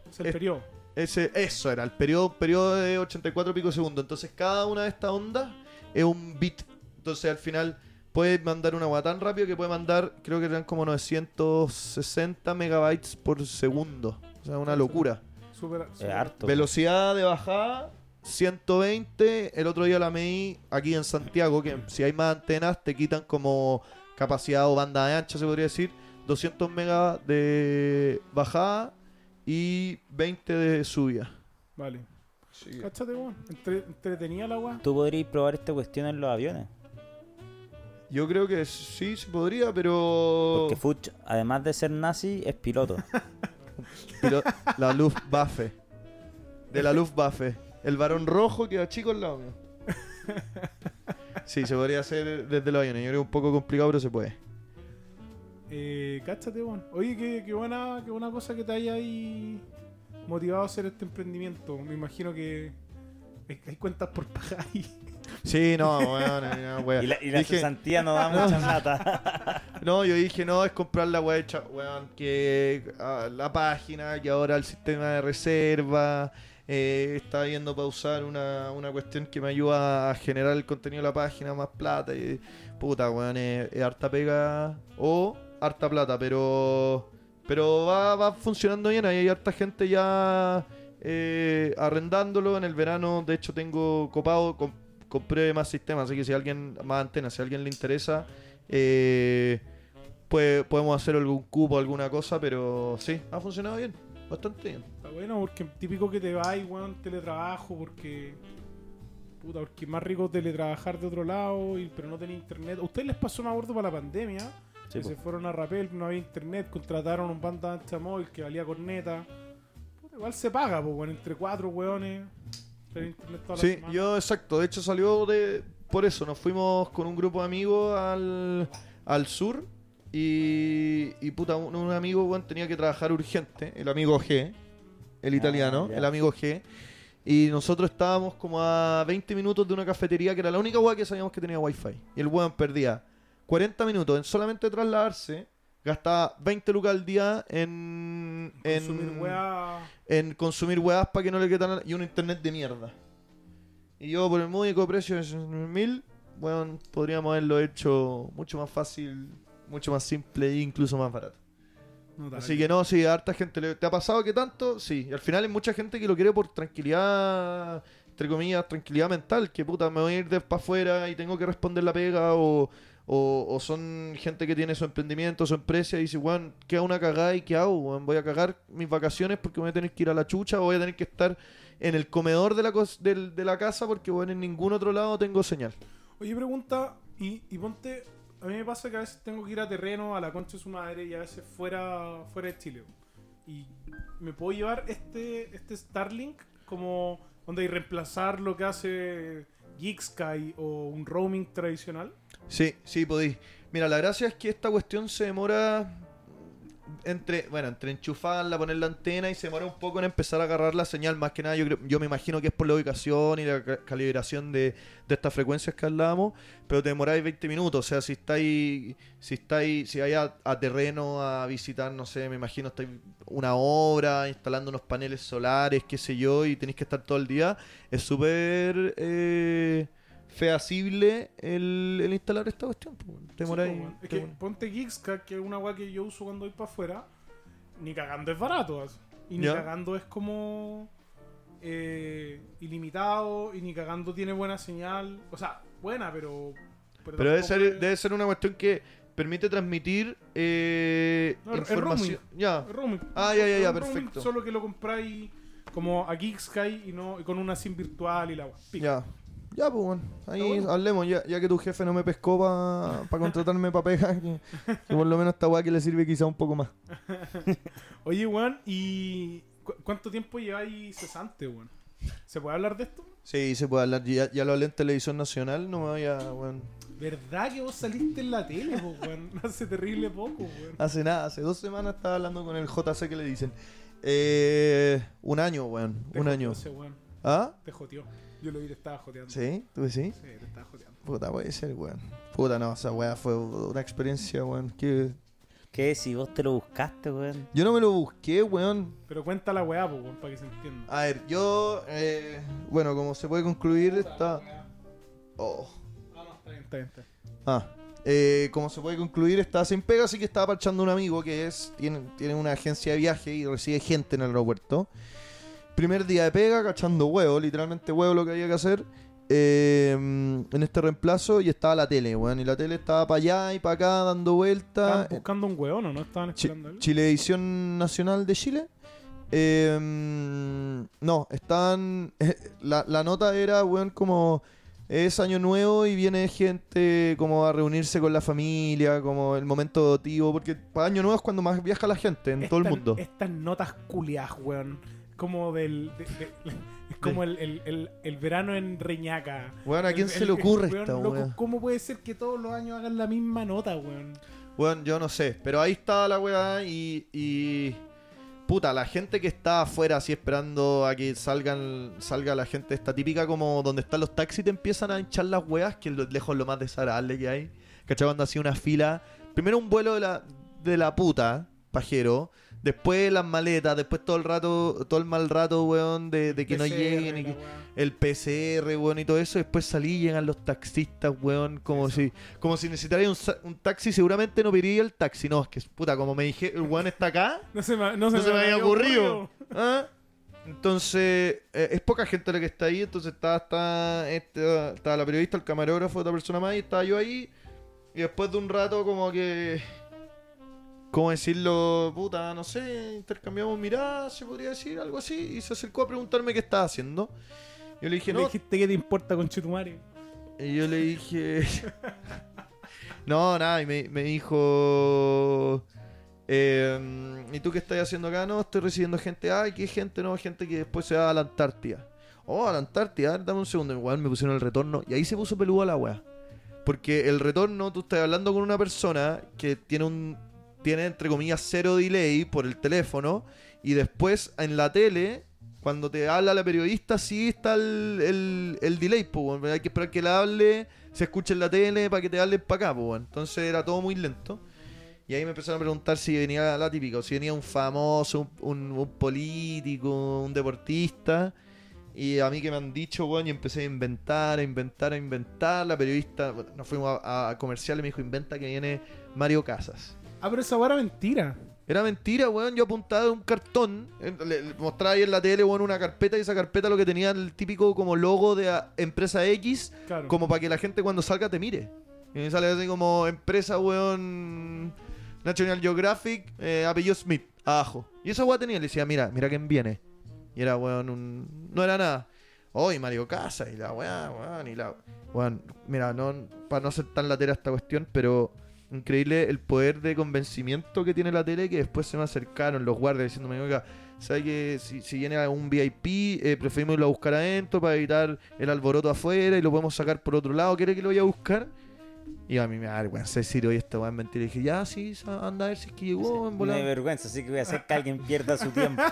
Speaker 1: es el
Speaker 3: Es-
Speaker 1: periodo.
Speaker 3: ese, eso era, el periodo, periodo de 84 pico segundos. Entonces cada una de estas ondas es un bit. Entonces al final puede mandar una agua tan rápido que puede mandar, creo que eran como 960 megabytes por segundo. O sea, una locura.
Speaker 1: Súper-
Speaker 2: Es
Speaker 1: súper-
Speaker 2: harto.
Speaker 3: Velocidad de bajada 120, el otro día la medí aquí en Santiago, que si hay más antenas te quitan como capacidad o banda de ancha, se podría decir, 200 megas de bajada y 20 de subida.
Speaker 1: Vale. Cáchate, weón. Entre- entretenía la weá.
Speaker 2: Tú podrías probar esta cuestión en los aviones.
Speaker 3: Yo creo que sí se podría, pero
Speaker 2: Porque Fuchs, además de ser nazi, es piloto.
Speaker 3: pero la luz bafe. De la luz bafe. El varón rojo queda chico al lado mío. Sí, se podría hacer desde los aviones. Yo creo que es un poco complicado, pero se puede.
Speaker 1: Eh, cáchate, weón. Oye, qué, qué buena, qué buena cosa que te haya ahí motivado a hacer este emprendimiento. Me imagino que es que hay cuentas por pagar ahí.
Speaker 3: Sí, no, weón, no, no, weón.
Speaker 2: y la, y la
Speaker 3: Dije-
Speaker 2: cesantía no da mucha plata.
Speaker 3: No, yo dije, no, es comprar la web, cha- weón, que ah, la página, que ahora el sistema de reserva, eh, está viendo para usar una, una cuestión que me ayuda a generar el contenido de la página, más plata, y puta, weón, es, es harta pega o harta plata, pero pero va, va funcionando bien, ahí hay harta gente ya eh, arrendándolo en el verano, de hecho tengo copado, com- compré más sistemas, así que si alguien, más antenas, si a alguien le interesa... Eh, puede- podemos hacer algún cupo, alguna cosa, pero sí, ha funcionado bien, bastante bien.
Speaker 1: Está bueno, porque típico que te vas, weón, teletrabajo, porque. Puta, porque es más rico teletrabajar de otro lado, y- pero no tenía internet. ¿A ustedes les pasó, me acuerdo, para la pandemia?
Speaker 2: Sí,
Speaker 1: que se
Speaker 2: po.
Speaker 1: fueron a Rapel, no había internet, contrataron un banda ancha móvil que valía corneta. Puta, igual se paga, pues, weón, entre cuatro weones. Tener internet toda la
Speaker 3: Sí,
Speaker 1: semana.
Speaker 3: yo exacto, de hecho salió de por eso, nos fuimos con un grupo de amigos al, al sur y, y puta, un, un amigo weón, tenía que trabajar urgente, el amigo G, el
Speaker 2: Ah,
Speaker 3: italiano,
Speaker 2: ya.
Speaker 3: el amigo G. Y nosotros estábamos como a 20 minutos de una cafetería que era la única weá que sabíamos que tenía wifi. Y el weón perdía 40 minutos en solamente trasladarse, gastaba 20 lucas al día en, en,
Speaker 1: Consumir weá.
Speaker 3: en consumir weas para que no le quedan y un internet de mierda. Y yo por el módico precio de 1000, weón, podríamos haberlo hecho mucho más fácil, mucho más simple e incluso más barato. Así que no, sí, a harta gente le... ¿Te ha pasado que tanto? Sí. Y al final hay mucha gente que lo quiere por tranquilidad, entre comillas, tranquilidad mental, que puta, me voy a ir de para afuera y tengo que responder la pega o... O, o son gente que tiene su emprendimiento, su empresa y dice, weón, queda una cagada y qué hago, weón, voy a cagar mis vacaciones porque voy a tener que ir a la chucha o voy a tener que estar en el comedor de la, cos- del- de la casa porque, weón, en ningún otro lado tengo señal.
Speaker 1: Oye, pregunta, y, y ponte, a mí me pasa que a veces tengo que ir a terreno, a la concha de su madre, y a veces fuera, fuera de Chile. Y me puedo llevar este, este Starlink como donde hay reemplazar lo que hace Geeksky o un roaming tradicional.
Speaker 3: Sí, sí, podéis. Mira, la gracia es que esta cuestión se demora entre, bueno, entre enchufarla, poner la antena y se demora un poco en empezar a agarrar la señal. Más que nada, yo, creo- yo me imagino que es por la ubicación y la ca- calibración de, de estas frecuencias que hablábamos, pero te demoráis 20 minutos. O sea, si estáis, si estáis, si vais a, a terreno a visitar, no sé, me imagino estáis una obra, instalando unos paneles solares, qué sé yo, y tenéis que estar todo el día, es súper eh, feasible el, el instalar esta cuestión. po. Te demoráis.
Speaker 1: Sí, pues, weón.
Speaker 3: te
Speaker 1: es que
Speaker 3: demoráis.
Speaker 1: ponte Geeksky, que es una weá que yo uso cuando voy para afuera, ni cagando es barato. así. Y ni
Speaker 3: Ya.
Speaker 1: cagando es como eh, ilimitado, y ni cagando tiene buena señal. O sea, buena, pero...
Speaker 3: Pero debe
Speaker 1: tampoco
Speaker 3: ser,
Speaker 1: es-
Speaker 3: debe ser una cuestión que permite transmitir eh,
Speaker 1: No, es
Speaker 3: información. Ya.
Speaker 1: Roaming.
Speaker 3: Ah, ya, ya, ya,
Speaker 1: Un roaming,
Speaker 3: perfecto.
Speaker 1: Solo que lo compráis como a Geeksky y no y con una SIM virtual y la weá. Pico.
Speaker 3: Ya. Ya, pues, bueno. Ahí
Speaker 1: Está bueno.
Speaker 3: hablemos. Ya, ya que tu jefe no me pescó para contratarme para pega, que, que por lo menos esta weá que le sirve quizá un poco más.
Speaker 1: Oye, weón, ¿y cu- cuánto tiempo lleváis cesante, weón? ¿Se puede hablar de esto?
Speaker 3: Sí, se puede hablar. Ya, ya lo hablé en Televisión Nacional. No me voy a, weón.
Speaker 1: ¿Verdad que vos saliste en la tele, po, weón? Hace terrible poco, weón.
Speaker 3: Hace nada, hace dos semanas estaba hablando con el JC que le dicen. Eh, un año, weón.
Speaker 1: Te
Speaker 3: Un
Speaker 1: joteó
Speaker 3: año.
Speaker 1: ese weón,
Speaker 3: ¿Ah?
Speaker 1: Te joteó. Yo lo vi, te estaba joteando.
Speaker 3: ¿Sí? ¿Tú sí?
Speaker 1: Sí, te estaba joteando.
Speaker 3: Puta, puede ser, weón. Puta, no, esa weá fue una experiencia, weón. Que
Speaker 2: ¿Qué si vos te lo buscaste, weón?
Speaker 3: Yo no me lo busqué, weón.
Speaker 1: Pero cuenta la weá, po, weón, para que se entienda.
Speaker 3: A ver, yo. eh, bueno, como se puede concluir, esta. Oh.
Speaker 1: Ah, no, está bien, está bien. está bien.
Speaker 3: Ah. Eh, como se puede concluir, estaba sin pega, así que estaba parchando un amigo que es tiene, tiene una agencia de viaje y recibe gente en el aeropuerto. primer día de pega, cachando huevo, literalmente huevo lo que había que hacer. eh, en este reemplazo y estaba la tele, weón. Y la tele estaba para allá y para acá dando
Speaker 1: Estaban
Speaker 3: vueltas.
Speaker 1: buscando un hueón o no estaban
Speaker 3: Chi-
Speaker 1: esperando algo.
Speaker 3: Chilevisión Nacional de Chile. Eh, no, están. eh, La, la nota era, weón, como. Es año nuevo y viene gente como a reunirse con la familia, como el momento dotivo, porque para año nuevo es cuando más viaja la gente en todo el
Speaker 1: Estas-
Speaker 3: mundo.
Speaker 1: Estas notas culias, weón. Como del. de- de- es como el, el- el- el verano en Reñaca.
Speaker 3: Weón, ¿a
Speaker 1: El-
Speaker 3: quién
Speaker 1: el-
Speaker 3: se le
Speaker 1: el-
Speaker 3: ocurre
Speaker 1: weón,
Speaker 3: esta
Speaker 1: loco,
Speaker 3: weá?
Speaker 1: ¿Cómo puede ser que todos los años hagan la misma nota, weón?
Speaker 3: Bueno, yo no sé, pero ahí está la weá y, y- Puta, la gente que está afuera así esperando a que salgan, salga la gente esta típica como donde están los taxis te empiezan a hinchar las weas, que es lo- lejos lo más desagradable que hay. ¿Cachai? Cuando hacía una fila. Primero un vuelo de la, de la puta, pajero. Después las maletas, después todo el rato, todo el mal rato, weón, de, de que no
Speaker 1: PCR,
Speaker 3: lleguen. y
Speaker 1: la
Speaker 3: que-
Speaker 1: weá.
Speaker 3: el PCR, weón, y todo eso. Después salí y llegan los taxistas, weón, como si como si necesitaría un, sa- un taxi. Seguramente no pediría el taxi. No, es que, puta, como me dije, el weón está acá,
Speaker 1: No se me, no se
Speaker 3: no se me había ocurrido.
Speaker 1: ocurrido.
Speaker 3: ¿Ah? Entonces, eh, es poca gente la que está ahí. Entonces, está, está, esta- está la periodista, el camarógrafo, otra persona más, y estaba yo ahí. Y después de un rato, como que. ¿Cómo decirlo? Puta, no sé, intercambiamos miradas, se podría decir, algo así. Y se acercó a preguntarme qué estaba haciendo. Yo le dije,
Speaker 1: Que
Speaker 3: no,
Speaker 1: le dijiste que te importa con Chutumare.
Speaker 3: y yo le dije. no, nada, y me, me dijo. em, ¿Y tú qué estás haciendo acá? No, estoy recibiendo gente. Ay, ¿qué gente? No, gente que después se va a la Antártida. Oh, a la Antártida, a ver, dame un segundo. Y, weón, me pusieron el retorno. Y ahí se puso peludo la weá. Porque el retorno, tú estás hablando con una persona que tiene un. Tiene entre comillas cero delay por el teléfono. Y después en la tele cuando te habla la periodista, sí está el, el, el delay, po, weón. Hay que esperar que la hable, se escuche en la tele para que te hablen para acá, po, weón. Entonces era todo muy lento. Y ahí me empezaron a preguntar si venía la típica, o si venía un famoso, un, un- un político, un deportista. Y a mí que me han dicho, weón, y empecé a inventar, a inventar, a inventar. La periodista, bueno, nos fuimos a, a comerciales, me dijo, inventa que viene Mario Casas.
Speaker 1: Ah, pero esa weá era mentira.
Speaker 3: Era mentira, weón. Yo apuntaba en un cartón. en- Le, le mostraba ahí en la tele, weón, una carpeta. Y esa carpeta lo que tenía el típico como logo de ah, empresa X.
Speaker 1: Claro.
Speaker 3: Como para que la gente cuando salga te mire. Y me sale así como empresa, weón. National Geographic, eh, apellido Smith, abajo. Y esa weá tenía. Le decía, mira, mira quién viene. Y era, weón, un... no era nada. Hoy Mario Casa y la weá, weón, y la. Weón, mira, no, para no ser tan latera esta cuestión, pero increíble el poder de convencimiento que tiene la tele que después se me acercaron los guardias diciéndome, oiga, ¿sabe que si, si viene algún VIP, eh, preferimos irlo a buscar adentro para evitar el alboroto afuera y lo podemos sacar por otro lado? ¿Quiere que lo vaya a buscar? Y a mí me da vergüenza decir, oye, esta weá es mentira. Y dije, ya, sí, sa- anda a ver si es que llegó en
Speaker 2: Me
Speaker 3: volar.
Speaker 2: da vergüenza, así que voy a hacer que alguien pierda su tiempo.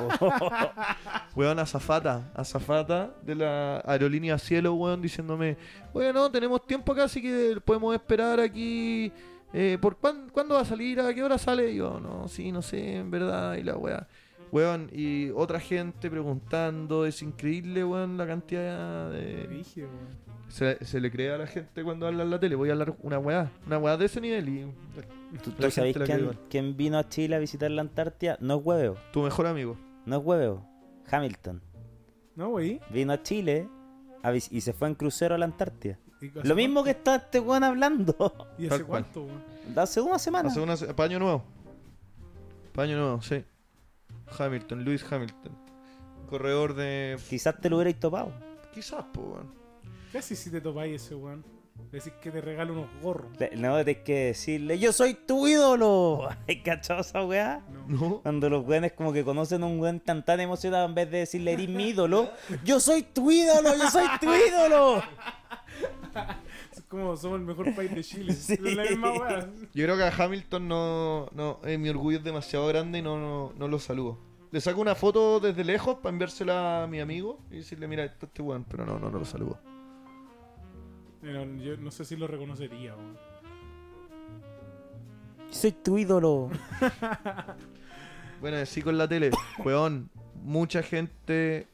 Speaker 3: Weón, azafata, azafata de la aerolínea Cielo, weón, diciéndome, Oye, no, tenemos tiempo acá, así que podemos esperar aquí. eh, ¿Por cuán- cuándo va a salir? ¿A qué hora sale? Y yo, no, sí, no sé, en verdad, y la weá. Weón, y otra gente preguntando, es increíble, weón, la cantidad de...
Speaker 1: Brígido, weón.
Speaker 3: Se, se le cree a la gente cuando habla en la tele, voy a hablar una weá, una weá de ese nivel y...
Speaker 2: ¿Tú, tú
Speaker 3: La gente
Speaker 2: sabéis
Speaker 3: la
Speaker 2: quién,
Speaker 3: cree.
Speaker 2: quién vino a Chile a visitar la Antártida? No es hueveo,
Speaker 3: Tu mejor amigo.
Speaker 2: no es hueveo. Hamilton
Speaker 1: No, wey.
Speaker 2: vino a Chile a vis- y se fue en crucero a la Antártida.
Speaker 1: ¿Y hace
Speaker 2: Lo mismo que
Speaker 1: cuánto?
Speaker 2: está este weón hablando.
Speaker 1: ¿Y
Speaker 3: Tal
Speaker 1: hace
Speaker 3: cual.
Speaker 1: cuánto, weón?
Speaker 2: Hace una semana.
Speaker 3: Hace una se- paño nuevo. Paño nuevo, sí. Hamilton, Luis Hamilton. Corredor de.
Speaker 2: Quizás te lo hubierais topado.
Speaker 3: Quizás, po, weón.
Speaker 1: Casi si te topáis ese weón. Decís que te regalo unos gorros.
Speaker 2: Le- No, tenés que decirle, yo soy tu ídolo. ¿Has cachado esa weá?
Speaker 1: No.
Speaker 3: No.
Speaker 2: Cuando los weones como que conocen a un weón tan tan emocionado en vez de decirle eres mi ídolo, yo soy tu ídolo, yo soy tu ídolo.
Speaker 1: Es como somos el mejor país de Chile.
Speaker 2: Sí.
Speaker 1: Es la misma weá.
Speaker 3: Yo creo que a Hamilton no. no eh, mi orgullo es demasiado grande y no, no, no lo saludo. Le saco una foto desde lejos para enviársela a mi amigo y decirle, mira, esto es este weón, pero no, no, no lo saludo.
Speaker 1: Pero yo no sé si lo reconocería, weón.
Speaker 2: Yo soy tu ídolo.
Speaker 3: Bueno, así con la tele. Weón, mucha gente.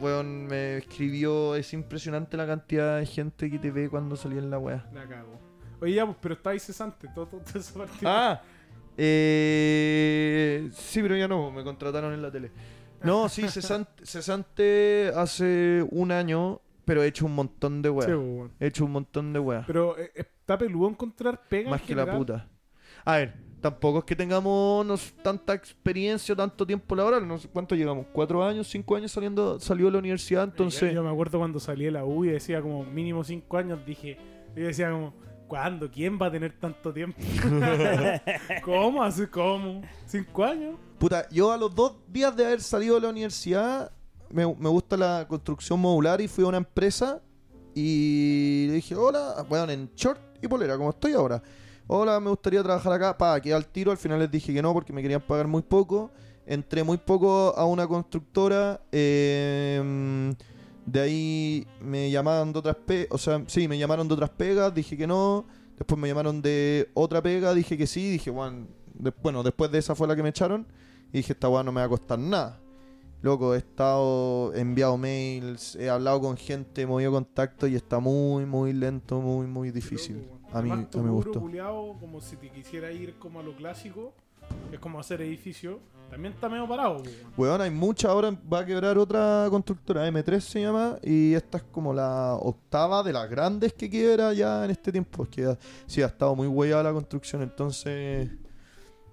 Speaker 3: Weón, me escribió. Es impresionante la cantidad de gente que te ve cuando salí en la wea.
Speaker 1: La cago. Oye, ya, pues, pero estáis cesante. Todo, todo, todo esa parte.
Speaker 3: Ah, eh, sí, pero ya no, me contrataron en la tele. No, sí, cesante, cesante hace un año, pero he hecho un montón de
Speaker 1: Sí,
Speaker 3: weas.
Speaker 1: weón.
Speaker 3: He hecho un montón de weas.
Speaker 1: Pero eh, está peludo encontrar pega.
Speaker 3: Más
Speaker 1: en
Speaker 3: que la
Speaker 1: general.
Speaker 3: puta. A ver, tampoco es que tengamos nos- tanta experiencia, tanto tiempo laboral. No sé cuánto llevamos, cuatro años, cinco años saliendo, salió de la universidad,
Speaker 1: Yo,
Speaker 3: entonces.
Speaker 1: yo me acuerdo cuando salí de la U y decía como mínimo 5 años, dije, yo decía como, ¿cuándo? ¿Quién va a tener tanto tiempo? ¿Cómo? ¿Hace cómo? ¿Cinco años?
Speaker 3: Puta, yo a los dos días de haber salido de la universidad, me, me gusta la construcción modular y fui a una empresa y le dije, hola, bueno, en short y polera, como estoy ahora. Hola, me gustaría trabajar acá. Pa, quedé al tiro, al final les dije que no porque me querían pagar muy poco. Entré muy poco a una constructora. eh, de ahí me llamaron de otras pegas. O sea, sí, me llamaron de otras pegas, dije que no. Después me llamaron de otra pega, dije que sí. Dije, bueno, de- bueno después de esa fue la que me echaron. Y dije, esta weá no me va a costar nada. Loco, he estado, he enviado mails, he hablado con gente, he movido contacto y está muy, muy lento, muy, muy difícil.
Speaker 1: Loco, weón.
Speaker 3: A mí,
Speaker 1: Además,
Speaker 3: no
Speaker 1: tu
Speaker 3: me
Speaker 1: puro
Speaker 3: gustó.
Speaker 1: culiao, como si te quisiera ir como a lo clásico, que es como hacer edificio, también está medio parado, weón.
Speaker 3: Weón, hay mucha ahora, va a quebrar otra constructora, M3 se llama, y esta es como la octava de las grandes que quiebra ya en este tiempo, es que ha- sí, ha estado muy hueada la construcción, entonces...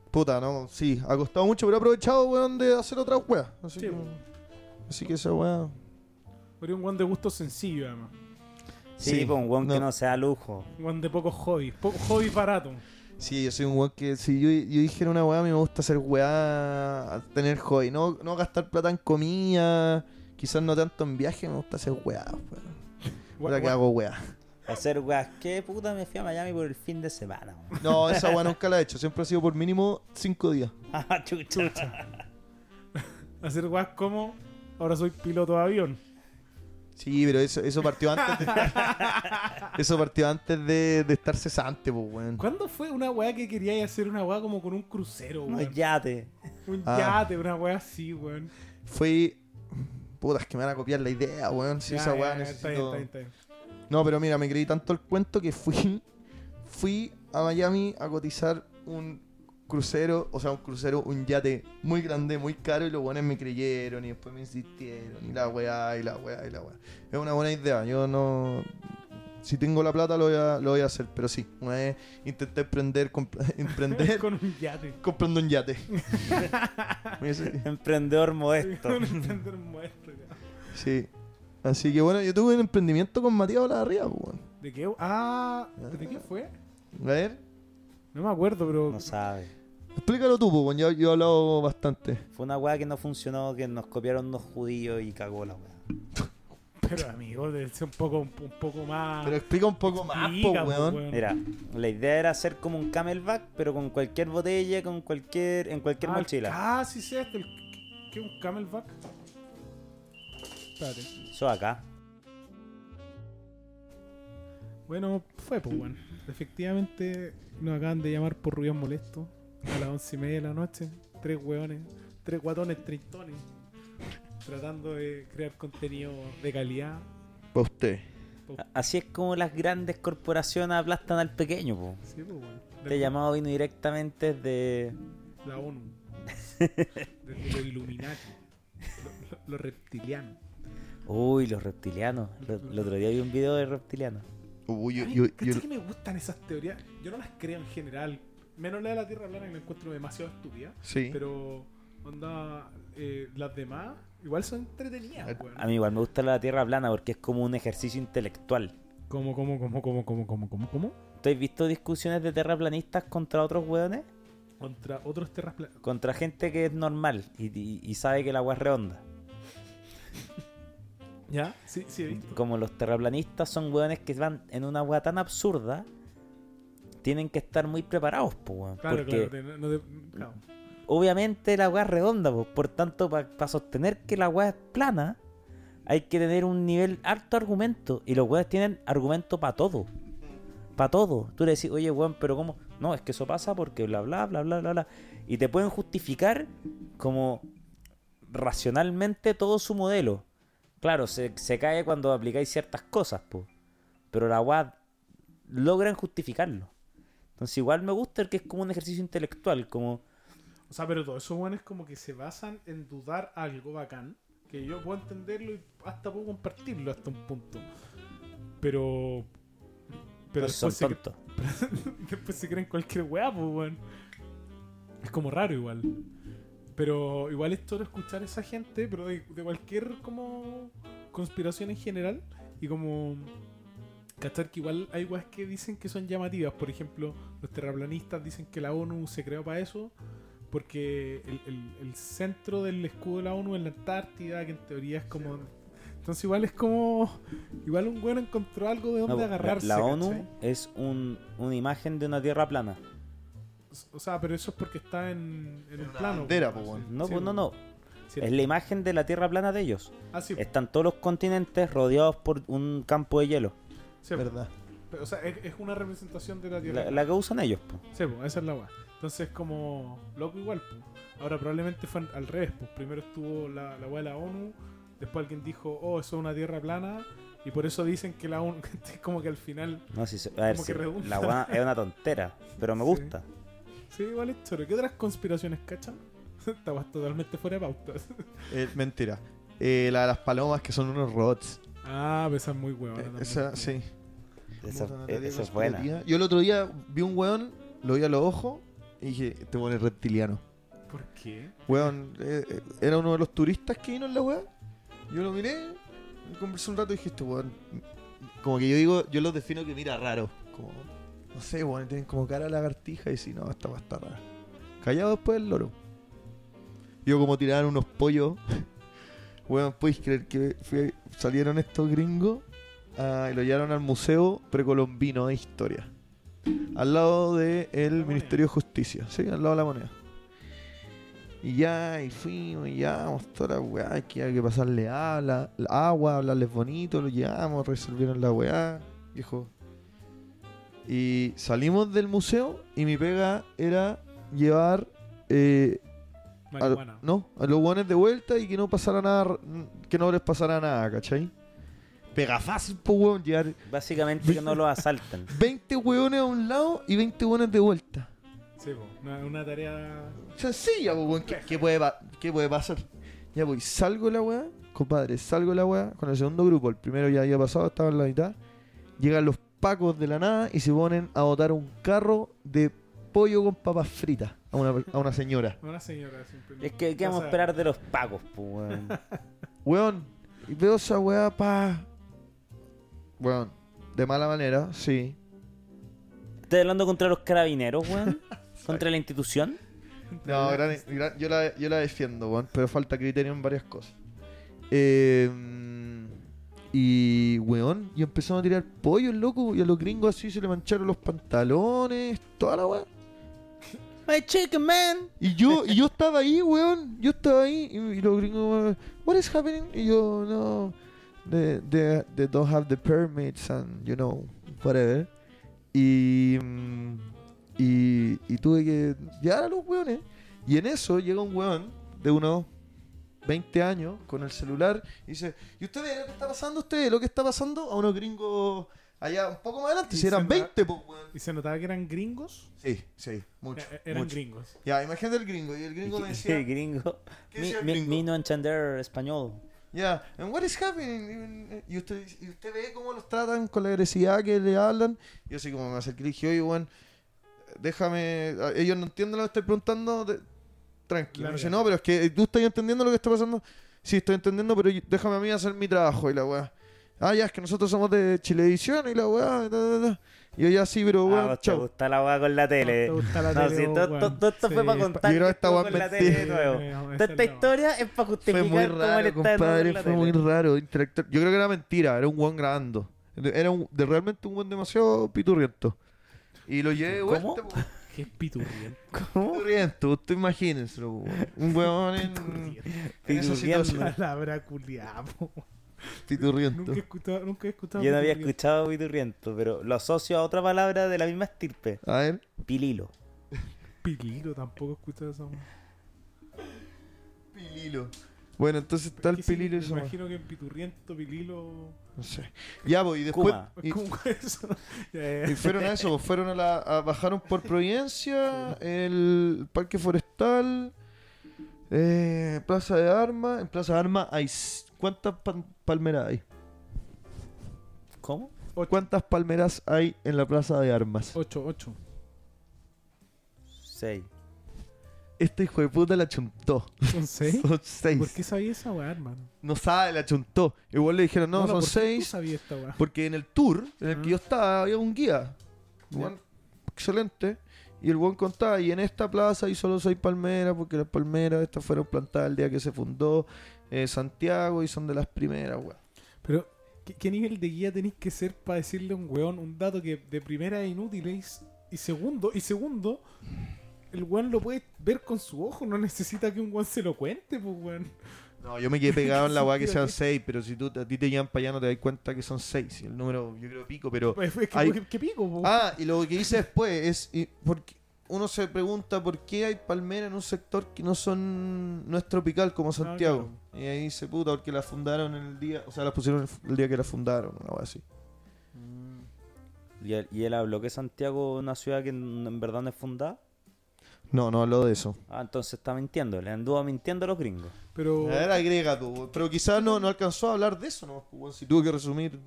Speaker 3: Puta, no, sí, ha costado mucho, pero he aprovechado, weón, de hacer otra weá. Así,
Speaker 1: Sí,
Speaker 3: que,
Speaker 1: weón.
Speaker 3: así que esa weá...
Speaker 1: Pero un guan de gusto sencillo, además.
Speaker 2: Sí,
Speaker 3: Sí,
Speaker 2: pues un weón que
Speaker 3: no.
Speaker 2: no sea lujo.
Speaker 1: Un guan de pocos hobbies. po- hobbies baratos.
Speaker 3: Sí, yo soy un weón que si yo, yo dijera una weá, a mí me gusta hacer weá, tener hobby, no, no gastar plata en comida, quizás no tanto en viaje, me gusta hacer weá, weón.
Speaker 1: Gua-
Speaker 3: Ahora que
Speaker 1: gua-
Speaker 3: hago weá.
Speaker 2: Hacer weas, qué puta me fui a Miami por el fin de semana. weón.
Speaker 3: No, esa weá nunca la he hecho. Siempre ha sido por mínimo cinco días.
Speaker 2: Ah, chucha.
Speaker 1: Hacer guas como, ahora soy piloto de avión.
Speaker 3: Sí, pero eso, eso partió antes. De, eso partió antes de, de estar cesante, pues, weón.
Speaker 1: ¿Cuándo fue una weá que queríais hacer una weá como con un crucero, weón?
Speaker 2: Unos yates.
Speaker 1: Un
Speaker 3: Ah.
Speaker 1: yate, una weá así, weón.
Speaker 3: Fue. Puta, es que me van a copiar la idea, weón. Si
Speaker 1: Ya,
Speaker 3: esa
Speaker 1: ya,
Speaker 3: weá
Speaker 1: ya, está bien,
Speaker 3: necesito-
Speaker 1: está bien, está bien.
Speaker 3: No, pero mira, me creí tanto el cuento que fui. Fui a Miami a cotizar un crucero, o sea, un crucero, un yate muy grande, muy caro, y los buenos me creyeron y después me insistieron, y la weá, y la weá, y la weá. Es una buena idea, yo no. Si tengo la plata lo voy a, lo voy a hacer, pero sí, una vez intenté emprender, comp- emprender
Speaker 1: Con un yate.
Speaker 3: comprando un yate. Me hice-
Speaker 2: Emprendedor modesto.
Speaker 1: Con un tender muerto, ya.
Speaker 3: sí. Así que bueno, yo tuve un emprendimiento con Matías Olavarría, pues, weón.
Speaker 1: ¿De qué? Ah, ¿de qué fue?
Speaker 3: A ver,
Speaker 1: No me acuerdo, pero.
Speaker 2: No sabe.
Speaker 3: explícalo tú, pues, weón, ya- yo he hablado bastante.
Speaker 2: Fue una wea que no funcionó, que nos copiaron unos judíos y cagó la wea.
Speaker 1: Pero amigo, debe ser un poco, un, un poco más.
Speaker 3: Pero explica un poco más, po,
Speaker 1: Diga, po,
Speaker 3: weón.
Speaker 1: weón.
Speaker 2: Mira, la idea era hacer como un camelback, pero con cualquier botella, con cualquier, en cualquier
Speaker 1: Ah, el-
Speaker 2: mochila.
Speaker 1: Ah, sí, sé, este, el- ¿qué un camelback? Espérate.
Speaker 2: Eso acá.
Speaker 1: Bueno, fue, pues, weón. Efectivamente, nos acaban de llamar por ruidos molestos a las once y media de la noche. Tres hueones, tres guatones, tritones, tratando de crear contenido de calidad.
Speaker 3: Pa' usted.
Speaker 2: A- Así es como las grandes corporaciones aplastan al pequeño, po.
Speaker 1: Sí, pues, weón.
Speaker 2: Este llamado vino directamente de
Speaker 1: La ONU. Desde lo Illuminati. Lo, lo- lo reptiliano.
Speaker 2: Uy, los reptilianos. Lo- el otro día vi un video de reptilianos.
Speaker 1: A
Speaker 3: Uy, yo,
Speaker 1: mí,
Speaker 3: yo-
Speaker 1: ¿cachai
Speaker 3: yo-
Speaker 1: que me gustan esas teorías? Yo no las creo en general. Menos la de la Tierra plana que la encuentro demasiado estúpida.
Speaker 3: Sí.
Speaker 1: Pero, onda, eh, las demás igual son entretenidas, weón.
Speaker 2: A mí igual me gusta la tierra plana porque es como un ejercicio intelectual.
Speaker 1: ¿Cómo, cómo, cómo, cómo, cómo, cómo, cómo, cómo?
Speaker 2: ¿Tú has visto discusiones de terraplanistas contra otros hueones?
Speaker 1: Contra otros terras pla-
Speaker 2: Contra gente que es normal y, y- y sabe que el agua es redonda.
Speaker 1: ¿Ya? Sí, sí, he visto.
Speaker 2: Como los terraplanistas son hueones que van en una agua tan absurda, tienen que estar muy preparados, pues, weón.
Speaker 1: Claro,
Speaker 2: porque
Speaker 1: claro. te- no te- claro.
Speaker 2: obviamente la agua es redonda, pues. Por tanto, para sostener que la agua es plana, hay que tener un nivel alto de argumento. Y los weones tienen argumento para todo. Para todo. Tú le decís, oye, weón, pero ¿cómo? No, es que eso pasa porque bla, bla, bla, bla, bla, bla. Y te pueden justificar como racionalmente todo su modelo. Claro, se, se cae cuando aplicáis ciertas cosas, po. Pero la agua logran justificarlo. Entonces igual me gusta el que es como un ejercicio intelectual, como
Speaker 1: O sea, pero todos esos buenos como que se basan en dudar algo bacán, que yo puedo entenderlo y hasta puedo compartirlo hasta un punto. Pero... Pero
Speaker 2: Pero son
Speaker 1: después se, cre-
Speaker 2: tontos.
Speaker 1: después se creen cualquier weá, pues, weón. Es como raro igual. Pero igual es todo escuchar a esa gente, pero de, de cualquier como conspiración en general. Y como cachar que igual hay weas que dicen que son llamativas. Por ejemplo, los terraplanistas dicen que la ONU se creó para eso. Porque el, el- el centro del escudo de la ONU es la Antártida, que en teoría es como... Entonces igual es como... Igual un weón encontró algo de
Speaker 2: No,
Speaker 1: dónde
Speaker 2: la-
Speaker 1: agarrarse.
Speaker 2: la ONU
Speaker 1: ¿cachai?
Speaker 2: es un, una imagen de una tierra plana.
Speaker 1: O sea, pero eso es porque está en, en un
Speaker 3: una
Speaker 1: plano.
Speaker 3: bandera,
Speaker 1: pues,
Speaker 3: po,
Speaker 1: sí.
Speaker 2: No,
Speaker 1: Sí,
Speaker 2: pues no, no.
Speaker 1: sí.
Speaker 2: Es la imagen de la tierra plana de ellos.
Speaker 1: Ah, sí,
Speaker 2: Están todos los continentes rodeados por un campo de hielo.
Speaker 1: sí,
Speaker 3: verdad.
Speaker 1: pero, o sea, es, es una representación de la Tierra.
Speaker 2: La, la que usan ellos, po.
Speaker 1: Sí, pues, esa es la weá. Entonces, como loco igual, pues. Ahora probablemente fue al revés, pues. Primero estuvo la, la weá de la ONU, después alguien dijo, oh, eso es una Tierra plana, y por eso dicen que la ONU, es como que al final...
Speaker 2: No, si se- a ver,
Speaker 1: Como
Speaker 2: si-
Speaker 1: que redunda.
Speaker 2: la guana es una tontera, pero me
Speaker 1: Sí.
Speaker 2: gusta.
Speaker 1: Sí, igual es choro. ¿Qué otras conspiraciones cachan? Estabas totalmente fuera de pauta.
Speaker 3: Eh, mentira. Eh, la de las palomas que son unos robots.
Speaker 1: ah, pero esa es muy
Speaker 3: Eh,
Speaker 1: huevona.
Speaker 3: esa, sí.
Speaker 2: Esa,
Speaker 3: Una
Speaker 2: eh,
Speaker 3: teoría
Speaker 2: esa es buena.
Speaker 3: conspirativa. Yo el otro día vi un weón, lo vi a los ojos y dije, este weón es reptiliano.
Speaker 1: ¿Por qué?
Speaker 3: Weón, eh, eh, era uno de los turistas que vino en la weá. Yo lo miré, conversé un rato y dije, este weón. Como que yo digo, yo los defino que mira raro. Como, no sé, weón, tienen como cara de lagartija y si no, esta weá está rara. Callado después pues, el loro. Yo como tiraban unos pollos. Weón, ¿puedes creer que fui- salieron estos gringos ah, y lo llevaron al Museo Precolombino de Historia? Al lado del
Speaker 1: moneda.
Speaker 3: Ministerio de Justicia, sí, al lado de la moneda. Y ya, y fuimos, y llevamos toda la weá, que hay que pasarle habla- agua, hablarles bonito, lo llevamos, resolvieron la weá, viejo. Y salimos del museo y mi pega era llevar eh, a-
Speaker 1: Marihuana.
Speaker 3: no, a los guanes de vuelta y que no pasara nada, mm, que no les pasara nada, ¿cachai? Pega fácil, po, weón, llegar
Speaker 2: Básicamente que no los asalten.
Speaker 3: 20 weones a un lado y 20 weones de vuelta.
Speaker 1: Sí, pues, una, una tarea...
Speaker 3: Sencilla, po, weón, ¿qué, qué puede, pa- qué puede pasar? Ya voy, salgo la weá, compadre, salgo la weá con el segundo grupo, el primero ya había pasado, estaba en la mitad. Llegan los pacos de la nada y se ponen a botar un carro de pollo con papas fritas a una, a una señora.
Speaker 1: Una señora siempre.
Speaker 2: Es que, ¿qué
Speaker 1: O
Speaker 2: vamos
Speaker 1: sea,
Speaker 2: a esperar de los pagos, po, weón?
Speaker 3: Weón, y veo esa weá pa. Weón, de mala manera, sí.
Speaker 2: ¿Estás hablando contra los carabineros, weón? ¿Contra la institución?
Speaker 3: No, gran- gran- yo, la, yo la defiendo, weón, pero falta criterio en varias cosas. Eh, y, weón, y empezaron a tirar pollo, el loco, y a los gringos así se le mancharon los pantalones, toda la weá.
Speaker 2: My chicken man.
Speaker 3: Y yo, y yo estaba ahí, weón. Yo estaba ahí y, y los gringos, what is happening? Y yo, no, they, they, they don't have the permits and, you know, whatever. Y, mm, y, y tuve que llevar a los weones. Y en eso llega un weón de unos 20 años con el celular y dice, ¿y ustedes lo que está pasando? ¿Ustedes lo que está pasando? A unos gringos allá un poco más adelante.
Speaker 1: Y
Speaker 3: Si eran
Speaker 1: se nota-
Speaker 3: 20, pues, weón.
Speaker 1: ¿Y se notaba que eran gringos?
Speaker 3: Sí, sí, mucho.
Speaker 1: Eh, eran
Speaker 3: mucho.
Speaker 1: gringos.
Speaker 3: Ya, imagínate el gringo. Y el gringo me decía...
Speaker 2: El gringo.
Speaker 3: ¿Qué
Speaker 2: Mi,
Speaker 3: decía el
Speaker 2: mi-
Speaker 3: gringo?
Speaker 2: mi no entender español.
Speaker 3: Ya, and what is happening? Y usted, y usted ve cómo los tratan con la agresividad que le hablan. Yo así como me acerqué y le dije, oye, weón, déjame, a- ellos no entienden lo que estoy preguntando, de- tranqui. Me
Speaker 1: Larga.
Speaker 3: dice, no, pero es que eh, tú estás entendiendo lo que está pasando. Sí, estoy entendiendo, pero yo- déjame a mí hacer mi trabajo y la weá. Ah, ya, es que nosotros somos de Chilevisión y la weá. y ta, ta, ta". Y yo ya sí, pero
Speaker 2: Ah,
Speaker 3: weón,
Speaker 2: vos te
Speaker 3: chao.
Speaker 2: gusta la weá con la tele.
Speaker 1: No, Ah, te gusta la
Speaker 2: No,
Speaker 1: tele,
Speaker 2: sí,
Speaker 1: vos,
Speaker 2: todo, todo-
Speaker 1: weón.
Speaker 2: todo esto fue
Speaker 1: Sí,
Speaker 2: para
Speaker 1: pa-
Speaker 2: contar
Speaker 3: Yo creo
Speaker 2: que
Speaker 3: que esta
Speaker 2: estuvo
Speaker 3: weá
Speaker 2: con
Speaker 3: es
Speaker 2: la tele de
Speaker 3: mentira.
Speaker 2: nuevo.
Speaker 1: No, esa
Speaker 2: Toda
Speaker 1: es
Speaker 2: esta
Speaker 1: la
Speaker 2: historia es para
Speaker 3: Fue
Speaker 2: justificar
Speaker 3: muy
Speaker 2: cómo él
Speaker 3: raro,
Speaker 2: está de nuevo en
Speaker 3: compadre,
Speaker 2: la
Speaker 3: fue
Speaker 2: tele.
Speaker 3: muy raro interactuar. Yo creo que era mentira, era un buen grabando. Era un- de, realmente un buen demasiado piturriento. Y lo llevé de
Speaker 2: ¿Cómo?
Speaker 3: vuelta, po.
Speaker 1: Qué piturriento.
Speaker 3: piturriento, tú imagínenselo, po. un weón en, en esa situación,
Speaker 1: Palabra culiada, po.
Speaker 3: piturriento.
Speaker 1: Nunca he escuchado. Nunca he escuchado
Speaker 2: Yo no había
Speaker 1: piturriento.
Speaker 2: escuchado piturriento, pero lo asocio a otra palabra de la misma estirpe.
Speaker 3: A ver,
Speaker 2: Pililo.
Speaker 1: Pililo, tampoco he escuchado esa weá.
Speaker 3: pililo. Bueno, entonces está el
Speaker 1: Es que sí,
Speaker 3: pililo y eso.
Speaker 1: Me
Speaker 3: más.
Speaker 1: imagino que en piturriento, pililo.
Speaker 3: No sé. Ya, pues, y después.
Speaker 2: Kuma.
Speaker 3: y-
Speaker 1: ¿Cómo es eso? Ya, ya,
Speaker 3: Y
Speaker 1: ya.
Speaker 3: fueron a eso, fueron a la. a- bajaron por Providencia, el parque forestal. Forestal, eh, Plaza de Armas. En Plaza de Armas hay... s- ¿Cuántas pan- palmeras hay?
Speaker 2: ¿Cómo?
Speaker 3: ¿Cuántas palmeras hay en la Plaza de Armas?
Speaker 1: 8, 8.
Speaker 2: Seis.
Speaker 3: Este hijo de puta la chuntó.
Speaker 1: ¿Son 6?
Speaker 3: Son seis.
Speaker 1: ¿Por qué sabía esa weá, hermano?
Speaker 3: No sabe, la chuntó. Igual le dijeron, no,
Speaker 1: Hola,
Speaker 3: son
Speaker 1: ¿por qué tú
Speaker 3: seis.
Speaker 1: sabías esta weá?
Speaker 3: Porque en el tour en el
Speaker 1: Ah.
Speaker 3: que yo estaba había un guía.
Speaker 1: Ya.
Speaker 3: Weón, excelente. Y el buen contaba, y en esta plaza hay solo seis palmeras, porque las palmeras estas fueron plantadas el día que se fundó eh, Santiago y son de las primeras, weón.
Speaker 1: Pero, ¿qué, qué nivel de guía tenéis que ser para decirle a un weón un dato que de primera es inútil? Y, s- y segundo, y segundo, el weón lo puede ver con su ojo, no necesita que un weón se lo cuente, pues weón.
Speaker 3: No, yo me quedé pegado en la weá que
Speaker 1: Sentido,
Speaker 3: sean
Speaker 1: ¿eh?
Speaker 3: seis, pero si tú, a ti te llevan para allá no te das cuenta que son seis. y El número, yo creo, pico, pero...
Speaker 1: Es que,
Speaker 3: Hay-
Speaker 1: ¿qué, qué pico, pues. po?
Speaker 3: Ah, y lo que hice después es. y por qué- uno se pregunta por qué hay palmeras en un sector que no son. no es tropical como Santiago. Y ahí dice, puta, porque las fundaron en el día. O sea, las pusieron el, el día que las fundaron, algo así.
Speaker 2: Y él, y él habló que Santiago es una ciudad que en, en verdad no es fundada.
Speaker 3: No, no habló de eso.
Speaker 2: Ah, entonces está mintiendo. Le anduvo mintiendo a los gringos.
Speaker 1: Pero,
Speaker 3: A ver, agrega tú. Pero quizás no, no alcanzó a hablar de eso, ¿no? Bueno, si tuvo que resumir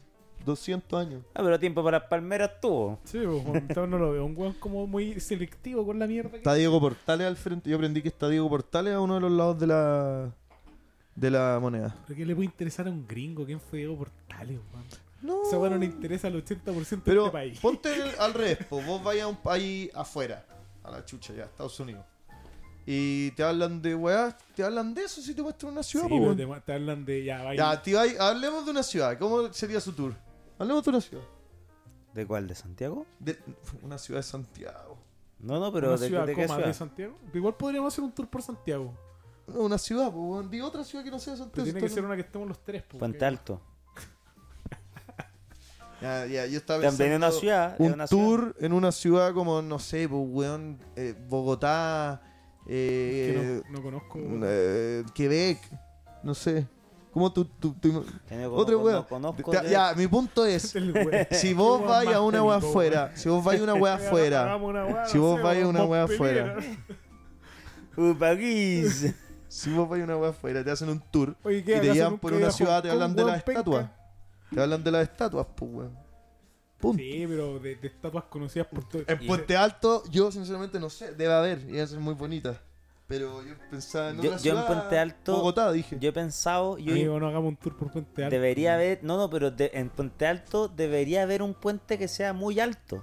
Speaker 3: 200 años.
Speaker 2: Ah, pero tiempo para las palmeras tuvo.
Speaker 1: sí, pues, weón, entonces no lo veo. Un weón como muy selectivo con la mierda. que-
Speaker 3: Está Diego Portales al frente. Yo aprendí que está Diego Portales a uno de los lados de la. de la moneda.
Speaker 1: ¿Pero qué le puede interesar a un gringo? ¿Quién fue Diego Portales, weón?
Speaker 3: No.
Speaker 1: Esa weá no le interesa al 80% de
Speaker 3: Pero
Speaker 1: este país.
Speaker 3: ponte en el- al revés, po. vos vais a un país afuera, a la chucha ya, Estados Unidos. Y te hablan de weá, te hablan de eso si te muestran una
Speaker 1: Sí,
Speaker 3: ciudad, po,
Speaker 1: pero
Speaker 3: weón.
Speaker 1: te, te hablan de ya, vaya.
Speaker 3: Ya, te vais- hablemos de una ciudad, ¿cómo sería su tour? Hablemos de una ciudad.
Speaker 2: ¿De cuál? ¿De Santiago?
Speaker 3: De- una ciudad de Santiago.
Speaker 2: No, no, pero
Speaker 1: Una
Speaker 2: ¿de,
Speaker 1: ciudad,
Speaker 2: de qué
Speaker 1: coma,
Speaker 2: ciudad?
Speaker 1: de Santiago. Igual podríamos hacer un tour por Santiago.
Speaker 3: No, una ciudad, po, weón. di otra ciudad que no sea
Speaker 1: Pero
Speaker 3: Santiago.
Speaker 1: tiene que
Speaker 3: Estoy-
Speaker 1: ser una que estemos los tres. po,
Speaker 2: Puente
Speaker 1: porque-
Speaker 2: Alto.
Speaker 3: Ya, ya, yo estaba
Speaker 2: También es una
Speaker 3: pensando-
Speaker 2: ciudad. es
Speaker 3: un
Speaker 2: una ciudad.
Speaker 3: tour en una ciudad como, no sé, po, weón, eh, Bogotá,
Speaker 1: que no-
Speaker 3: eh,
Speaker 1: no, conozco.
Speaker 3: eh, Quebec, no sé. ¿Cómo tú, tú- tú-
Speaker 2: Que no
Speaker 3: Otra
Speaker 2: conozco-
Speaker 3: wea.
Speaker 2: no conozco
Speaker 3: Ya,
Speaker 2: de-
Speaker 3: ya, mi punto es:
Speaker 1: El weón.
Speaker 3: si
Speaker 1: Qué
Speaker 3: vos
Speaker 1: weón
Speaker 3: vais
Speaker 1: más
Speaker 3: a una wea
Speaker 1: técnico,
Speaker 3: afuera, si vos vais a una wea afuera,
Speaker 1: Hagamos una weá,
Speaker 3: Si
Speaker 1: no
Speaker 3: vos
Speaker 1: sé,
Speaker 3: vais a
Speaker 1: weón,
Speaker 3: una weá
Speaker 1: Montpellier.
Speaker 2: Upaguís.
Speaker 3: si vos vais a una wea afuera, te hacen un tour
Speaker 1: Oye, ¿qué?
Speaker 3: y te
Speaker 1: ¿Acaso
Speaker 3: llevan
Speaker 1: nunca
Speaker 3: por
Speaker 1: he ido
Speaker 3: una
Speaker 1: a
Speaker 3: ciudad,
Speaker 1: Hong
Speaker 3: te hablan
Speaker 1: Kong,
Speaker 3: de
Speaker 1: weón,
Speaker 3: las
Speaker 1: penca?
Speaker 3: estatuas. Te hablan de las estatuas, pues weón. Punto.
Speaker 1: Sí, pero de, de estatuas conocidas por todo.
Speaker 3: En Puente Alto, yo sinceramente no sé, debe haber, y es muy bonita. Pero yo pensaba en
Speaker 2: Yo-
Speaker 3: otra
Speaker 2: yo en
Speaker 3: ciudad,
Speaker 2: Puente Alto-
Speaker 3: Bogotá, dije.
Speaker 2: Yo he pensado, yo
Speaker 1: Amigo, no hagamos un tour por Puente Alto.
Speaker 2: debería haber, no, no, pero de- en Puente Alto debería haber un puente que sea muy alto.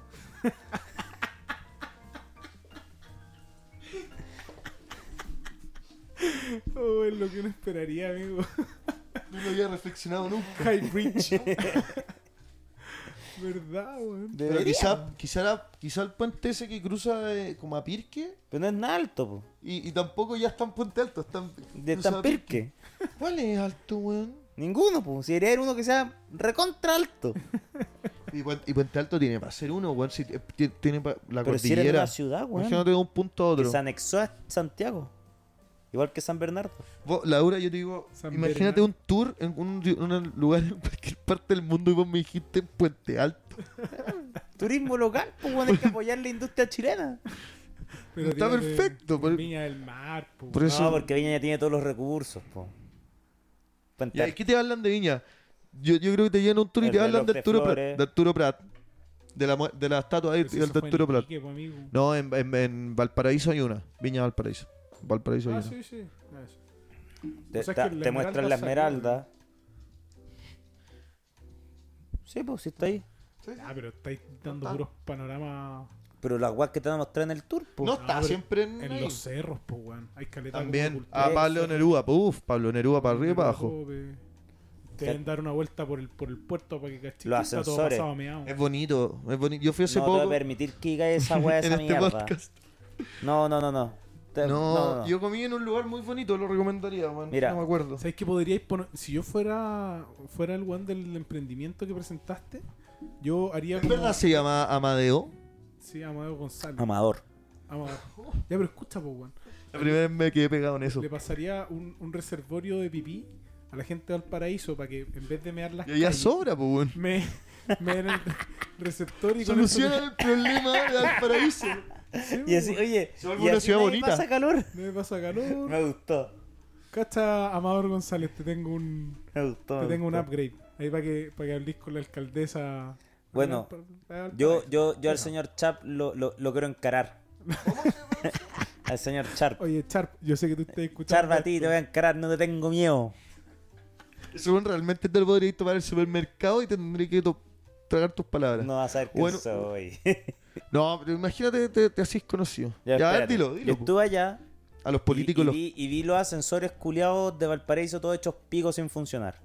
Speaker 1: Oh, es lo que uno esperaría, amigo.
Speaker 3: No lo había reflexionado nunca.
Speaker 1: High Bridge. ¿Verdad, weón?
Speaker 3: Pero quizá, quizá, la- quizá el puente ese que cruza de- como a Pirque,
Speaker 2: Pero no es nada alto, po.
Speaker 3: y, y tampoco ya está en Puente Alto, está en-
Speaker 2: De
Speaker 3: cruza a
Speaker 2: tan pirque.
Speaker 3: ¿Cuál es alto, weón?
Speaker 2: Ninguno, pues. Si debería haber uno que sea recontra alto.
Speaker 3: Y, Puen- y Puente Alto tiene para ser uno, weón. Si eh, ti- tiene pa- la
Speaker 2: Pero si era de
Speaker 3: cordillera.
Speaker 2: una ciudad, weón.
Speaker 3: Imagínate de un punto a
Speaker 2: Que
Speaker 3: otro.
Speaker 2: se anexó a Santiago. Igual que San Bernardo.
Speaker 3: Vos, Laura, yo te digo,
Speaker 1: San
Speaker 3: imagínate un tour en un, en un lugar en cualquier parte del mundo y vos me dijiste en Puente Alto.
Speaker 2: Turismo local, pues, weón. Hay que apoyar la industria chilena.
Speaker 1: Pero
Speaker 3: Está
Speaker 1: tírate
Speaker 3: perfecto, por-
Speaker 1: Viña del Mar, pues, po.
Speaker 3: Por eso.
Speaker 2: No, porque Viña ya tiene todos los recursos, po. Puente
Speaker 3: ¿Y ahí
Speaker 2: Alto.
Speaker 3: qué te hablan de Viña? Yo, yo creo que te llevan un tour y
Speaker 2: El
Speaker 3: te hablan
Speaker 2: reloj
Speaker 3: de
Speaker 2: de
Speaker 3: Arturo, Prat,
Speaker 2: flores.
Speaker 3: de Arturo Prat. De la, mu- de la estatua ahí,
Speaker 1: Pero si
Speaker 3: de
Speaker 1: eso fue en
Speaker 3: Arturo Prat.
Speaker 1: Iquique, po, amigo.
Speaker 3: No, en, en- en Valparaíso hay una. Viña Valparaíso. Valparaíso hay
Speaker 1: Ah,
Speaker 3: una.
Speaker 1: sí, sí. Ah, sí.
Speaker 2: Te,
Speaker 1: O sea,
Speaker 2: ta-
Speaker 1: es que la
Speaker 2: te muestran
Speaker 1: esmeralda salió,
Speaker 2: la esmeralda. Sí, pues sí está ahí.
Speaker 1: Ah, pero estáis dando puros panoramas
Speaker 2: Pero las guas que te van a mostrar en el tour, pues.
Speaker 3: No
Speaker 1: Ah,
Speaker 3: está
Speaker 1: pero
Speaker 3: siempre en,
Speaker 1: en
Speaker 3: ahí.
Speaker 1: los cerros, po, weón. Hay caleta como
Speaker 3: También
Speaker 1: de
Speaker 3: a
Speaker 1: cultura.
Speaker 3: Pablo Neruda. pues, Uf, Pablo Neruda para arriba y para abajo.
Speaker 1: Jope. Te deben dar una vuelta por el, por el puerto para que cachis.
Speaker 2: Los
Speaker 1: está todo
Speaker 2: ascensores.
Speaker 1: pasado a meao.
Speaker 3: Es bonito, es bonito. Yo fui hace
Speaker 2: no te voy
Speaker 3: poco
Speaker 2: a permitir que caiga esa wea de
Speaker 3: en
Speaker 2: esa
Speaker 3: este
Speaker 2: mierda.
Speaker 3: podcast.
Speaker 2: No, no, no, no.
Speaker 3: No,
Speaker 2: Te- no, no.
Speaker 3: yo comí en un lugar muy bonito, lo recomendaría, weón.
Speaker 2: Mira.
Speaker 3: No me acuerdo.
Speaker 1: ¿Sabes qué podríais poner? Si yo fuera fuera el one del emprendimiento que presentaste, yo haría
Speaker 3: ¿En
Speaker 1: como...
Speaker 3: verdad se llama Amadeo?
Speaker 1: Sí, Amadeo González.
Speaker 2: Amador.
Speaker 1: Amadeo. Ya, pero escucha, po, weón.
Speaker 3: La primera vez me quedé pegado en eso.
Speaker 1: Le pasaría un, un reservorio de pipí a la gente del paraíso para que en vez de mear las
Speaker 3: Y allá
Speaker 1: calles,
Speaker 3: sobra, pues, weón.
Speaker 1: me, me den el receptor y con eso
Speaker 3: Soluciona el problema de Valparaíso.
Speaker 2: Y así, oye,
Speaker 3: Se vuelve
Speaker 2: y
Speaker 3: una
Speaker 2: así
Speaker 3: ciudad
Speaker 2: nadie
Speaker 3: bonita.
Speaker 2: pasa calor.
Speaker 1: Me pasa calor.
Speaker 2: Me gustó,
Speaker 1: Cacha, Amador González, te tengo un
Speaker 2: me gustó.
Speaker 1: te
Speaker 2: me
Speaker 1: tengo un
Speaker 2: gustó.
Speaker 1: upgrade. Ahí para que, para que hables con la alcaldesa.
Speaker 2: Bueno,
Speaker 1: Ah,
Speaker 2: Yo, yo, yo al
Speaker 1: Ya.
Speaker 2: señor Chap lo, lo, lo quiero encarar. al señor Charp.
Speaker 1: Oye, Charp, yo sé que tú estás escuchando.
Speaker 2: Eh, Charp, a ti te voy a encarar, no te tengo miedo.
Speaker 3: Según realmente te lo podrías tomar en el supermercado y tendría que to- tragar tus palabras.
Speaker 2: No
Speaker 3: No,
Speaker 2: vas a ver quién
Speaker 3: Bueno.
Speaker 2: soy.
Speaker 3: pero imagínate, te, te asís conocido.
Speaker 2: Ya,
Speaker 3: Ya, a ver,
Speaker 2: espérate.
Speaker 3: dilo, pues. dilo.
Speaker 2: Yo estuve allá
Speaker 3: po. A los
Speaker 2: y-
Speaker 3: políticos
Speaker 2: y,
Speaker 3: los.
Speaker 2: vi, y vi los ascensores culiados de Valparaíso todos hechos picos sin funcionar.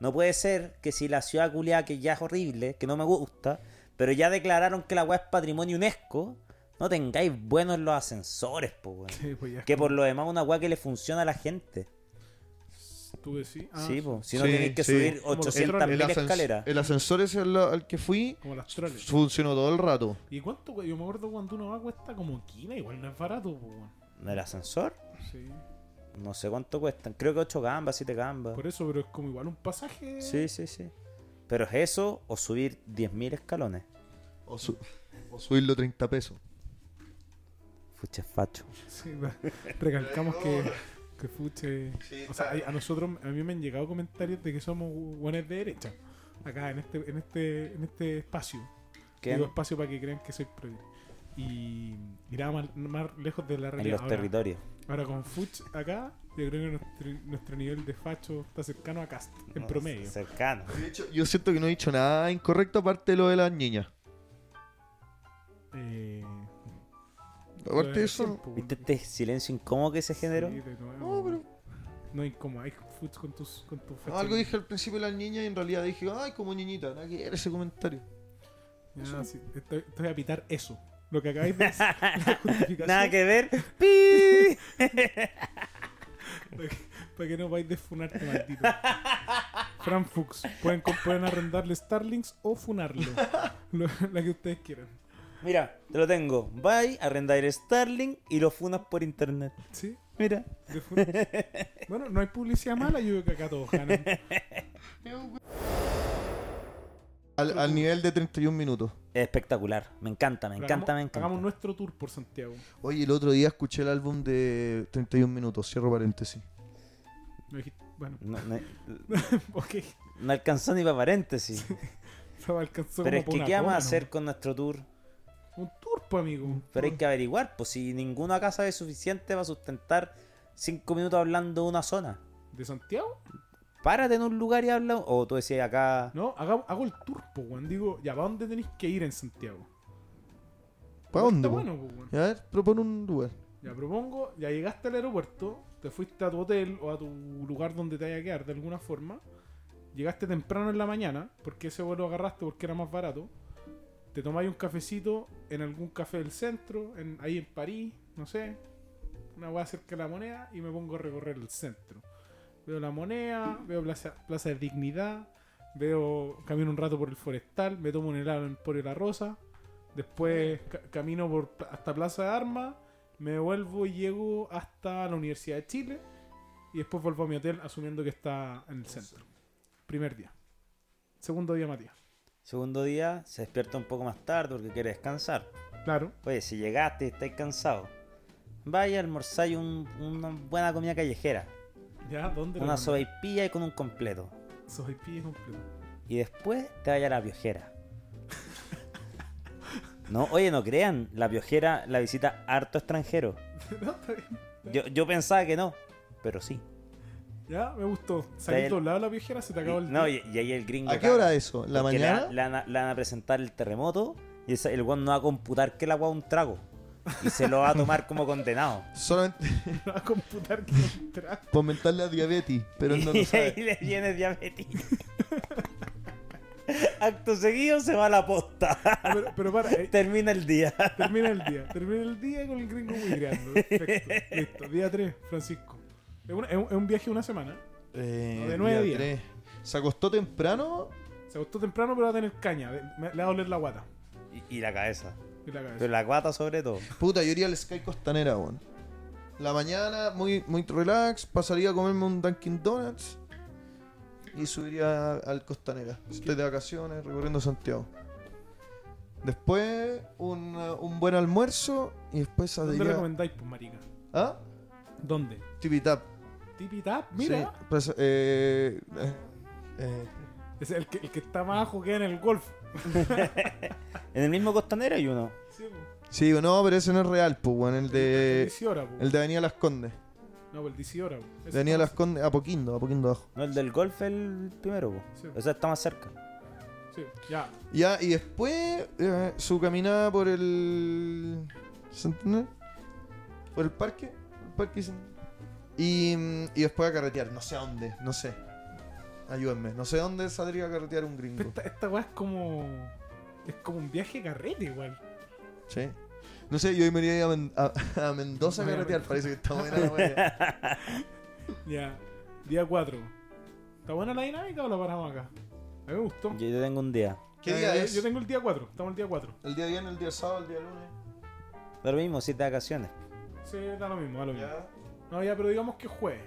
Speaker 2: No puede ser que si la ciudad culiada, que ya es horrible, que no me gusta, pero ya declararon que la weá es patrimonio UNESCO, no tengáis buenos los ascensores, po, weón.
Speaker 1: Sí, pues ya.
Speaker 2: Que por lo demás una weá que le funciona a la gente.
Speaker 1: Tú decís. Ah,
Speaker 2: sí, pues. po. Si no
Speaker 3: Sí,
Speaker 2: tenéis que
Speaker 3: sí.
Speaker 2: subir
Speaker 1: Como los
Speaker 3: el,
Speaker 2: 800.000
Speaker 3: ascens-
Speaker 2: escaleras.
Speaker 3: el ascensor ese al, al que fui
Speaker 1: Como las troles.
Speaker 3: funcionó todo el rato.
Speaker 1: ¿Y cuánto, güey? Yo me acuerdo cuando uno va cuesta como quina, igual no es barato, pues, weón.
Speaker 2: Eh, ¿El ascensor?
Speaker 1: Sí.
Speaker 2: No sé cuánto cuestan. Creo que 8 gambas, 7 gambas.
Speaker 1: Por eso, pero es como igual un pasaje.
Speaker 2: Sí, sí, sí. Pero es eso o subir 10.000 escalones.
Speaker 3: O, su- o subirlo 30 pesos.
Speaker 2: Fuche facho.
Speaker 1: Sí, va. recalcamos que, que fuche.
Speaker 3: Sí,
Speaker 1: o sea, hay- a nosotros, a mí me han llegado comentarios de que somos buenos de derecha. Acá, en este, en este, en este espacio.
Speaker 2: ¿Qué?
Speaker 1: Digo espacio para que crean que soy pro. Y, y nada más, más lejos de la
Speaker 2: En
Speaker 1: realidad.
Speaker 2: los
Speaker 1: ahora,
Speaker 2: territorios.
Speaker 1: ahora con Fuch acá, yo creo que nuestro, nuestro nivel de facho está cercano a cast, en
Speaker 2: No,
Speaker 1: promedio.
Speaker 2: Cercano.
Speaker 3: De hecho, yo siento que no he dicho nada incorrecto aparte de lo de las niñas.
Speaker 1: Eh, lo
Speaker 3: Aparte
Speaker 1: de
Speaker 3: de eso.
Speaker 1: tiempo,
Speaker 2: ¿Viste este silencio incómodo que se generó?
Speaker 1: sí, de nuevo.
Speaker 3: No, pero.
Speaker 1: No incomodáis Fuch con tus, con tus
Speaker 3: no,
Speaker 1: fachos.
Speaker 3: algo dije al principio de las niñas y en realidad dije, ay, como niñita, nada que ver ese comentario.
Speaker 1: Ya, sí, estoy, estoy a pitar eso. Lo que acabáis de decir. la justificación,
Speaker 2: Nada que ver. ¡Pi!
Speaker 1: Para que no vais de funarte, maldito. Fran Fuchs. Pueden, co- pueden arrendarle Starlings o funarlo. Lo- la que ustedes quieran.
Speaker 2: Mira, te lo tengo. Bye, arrendar el Starling y lo funas por internet.
Speaker 1: ¿Sí?
Speaker 2: Mira.
Speaker 1: de fun- bueno, no hay publicidad mala. Yo creo que acá todos ganan.
Speaker 3: Al, al nivel de 31 minutos.
Speaker 2: Es espectacular. Me encanta, me encanta,
Speaker 1: Hagamos-
Speaker 2: me encanta.
Speaker 1: Hagamos nuestro tour por Santiago.
Speaker 3: Oye, el otro día escuché el álbum de 31 minutos, cierro paréntesis.
Speaker 1: No dijiste- bueno,
Speaker 2: No, no,
Speaker 1: ok.
Speaker 2: no alcanzó ni para paréntesis.
Speaker 1: Se me alcanzó como
Speaker 2: Pero es
Speaker 1: pa'
Speaker 2: que,
Speaker 1: una
Speaker 2: ¿qué vamos a
Speaker 1: coma,
Speaker 2: hacer
Speaker 1: ¿no?
Speaker 2: con nuestro tour?
Speaker 1: Un tour, pues, amigo.
Speaker 2: Pero hay que averiguar, pues si ninguno acá sabe suficiente para sustentar cinco minutos hablando de una zona.
Speaker 1: ¿De Santiago?
Speaker 2: Párate en un lugar y habla. O tú decías acá.
Speaker 1: No, haga- hago el tour, pues, weón. Digo, ya, ¿para dónde tenéis que ir en Santiago?
Speaker 3: ¿Para
Speaker 1: Igual está
Speaker 3: dónde? po?
Speaker 1: bueno, pues, weón.
Speaker 3: A ver, propone un lugar.
Speaker 1: Ya propongo, ya llegaste al aeropuerto, te fuiste a tu hotel o a tu lugar donde te vaya a quedar de alguna forma, llegaste temprano en la mañana, porque ese vuelo agarraste porque era más barato, te tomáis un cafecito en algún café del centro, en, ahí en París, no sé, una hueá cerca de la moneda y me pongo a recorrer el centro. Veo la moneda, veo Plaza, Plaza de Dignidad, veo camino un rato por el forestal, me tomo un helado en Emporio La Rosa, después ca- camino por, pla- hasta Plaza de Armas, me devuelvo y llego hasta la Universidad de Chile y después vuelvo a mi hotel asumiendo que está en el centro. Primer día. Segundo día, Matías.
Speaker 2: Segundo día, se despierta un poco más tarde porque quiere descansar.
Speaker 1: Claro.
Speaker 2: Oye, si llegaste y estáis cansado, vaya a almorzar y un- una buena comida callejera.
Speaker 1: ¿Ya? ¿Dónde?
Speaker 2: Una
Speaker 1: soy
Speaker 2: sobaipilla y con un completo.
Speaker 1: Sobaipilla completo.
Speaker 2: Y después te vaya a la piojera. No, oye, no crean, la piojera la visita harto extranjero.
Speaker 1: No, está bien.
Speaker 2: Yo, yo pensaba que no, pero sí.
Speaker 1: Ya, me gustó. Salí
Speaker 2: el-
Speaker 1: todo lado de la viejera, se te acabó el
Speaker 2: No,
Speaker 1: día.
Speaker 2: y, y ahí el gringo.
Speaker 3: ¿A qué
Speaker 2: caga,
Speaker 3: hora eso? ¿La
Speaker 2: porque le
Speaker 3: mañana?
Speaker 2: van- Le, van a- le van a presentar el terremoto y esa- el guan no va a computar que el agua es un trago. Y se lo va a tomar como condenado.
Speaker 3: Solamente
Speaker 1: No va a computar que no entra.
Speaker 3: para aumentar la diabetes, pero él no lo
Speaker 2: y ahí
Speaker 3: sabe.
Speaker 2: le viene diabetes. Acto seguido se va a la posta.
Speaker 1: Ah, Pero, pero para, eh,
Speaker 2: Termina el día.
Speaker 1: termina el día. Termina el día con el gringo migreando. Perfecto. Listo. Día 3, Francisco. Es, una- es un, es un viaje de una semana.
Speaker 3: Eh,
Speaker 1: De nueve días.
Speaker 3: día tres. Se acostó temprano.
Speaker 1: Se acostó temprano, pero va a tener caña. Le- me- Le va a doler la guata.
Speaker 2: Y, y la cabeza.
Speaker 1: Y la cabeza.
Speaker 2: Pero la guata sobre todo.
Speaker 3: Puta, yo iría al Sky Costanera, weón. La mañana, muy, muy relax, pasaría a comerme un Dunkin' Donuts y subiría al Costanera. Estoy de vacaciones recorriendo Santiago. Después un, eh, un buen almuerzo y después
Speaker 1: ¿Dónde
Speaker 3: adhiría...
Speaker 1: recomendáis, pues, marica?
Speaker 3: ¿Ah?
Speaker 1: ¿Dónde?
Speaker 3: Tipitap.
Speaker 1: Tipitap,
Speaker 3: Sí,
Speaker 1: mira.
Speaker 3: pues, eh, eh, eh,
Speaker 1: Es el que, el que está más abajo que en el golf.
Speaker 2: En el mismo costanero hay uno.
Speaker 1: Sí, po.
Speaker 3: sí, no, pero ese no es real, pues, weón, el
Speaker 1: El
Speaker 3: de...
Speaker 1: 10 horas, po.
Speaker 3: El de Avenida Las Condes.
Speaker 1: No, pues el 10 horas, po. Ese
Speaker 3: De Avenida Las
Speaker 1: está
Speaker 3: Condes, Apoquindo, Apoquindo abajo.
Speaker 2: No, el del golf es el primero, po.
Speaker 1: Sí.
Speaker 2: O sea, está más cerca.
Speaker 1: más- sí, ya.
Speaker 3: Ya, y después eh, su caminada por el. Santander. Por el parque. el parque Santander. y, mm, y después a carretear, no sé a dónde, no sé. Ayúdenme, no sé dónde saldría a carretear un
Speaker 1: Pero
Speaker 3: gringo.
Speaker 1: Esta, esta weá es como. Es como un viaje carrete, igual.
Speaker 3: Sí. No sé, yo hoy me iría a, Men- a- a Mendoza a
Speaker 1: Voy a
Speaker 3: carretear,
Speaker 1: Mendoza.
Speaker 3: parece que está buena la wea.
Speaker 1: Ya. Día 4. ¿Está buena la dinámica o la paramos acá? A mí me gustó.
Speaker 2: Yo yo tengo un día.
Speaker 3: ¿Qué
Speaker 1: Ya,
Speaker 3: día
Speaker 1: yo,
Speaker 3: es?
Speaker 1: yo tengo el día 4. Estamos el día 4.
Speaker 3: El día viernes, el día sábado, el día lunes.
Speaker 2: Da lo mismo, siete vacaciones.
Speaker 1: Sí, da lo mismo, da lo mismo.
Speaker 3: Ya.
Speaker 1: No, ya, pero digamos que es jueves.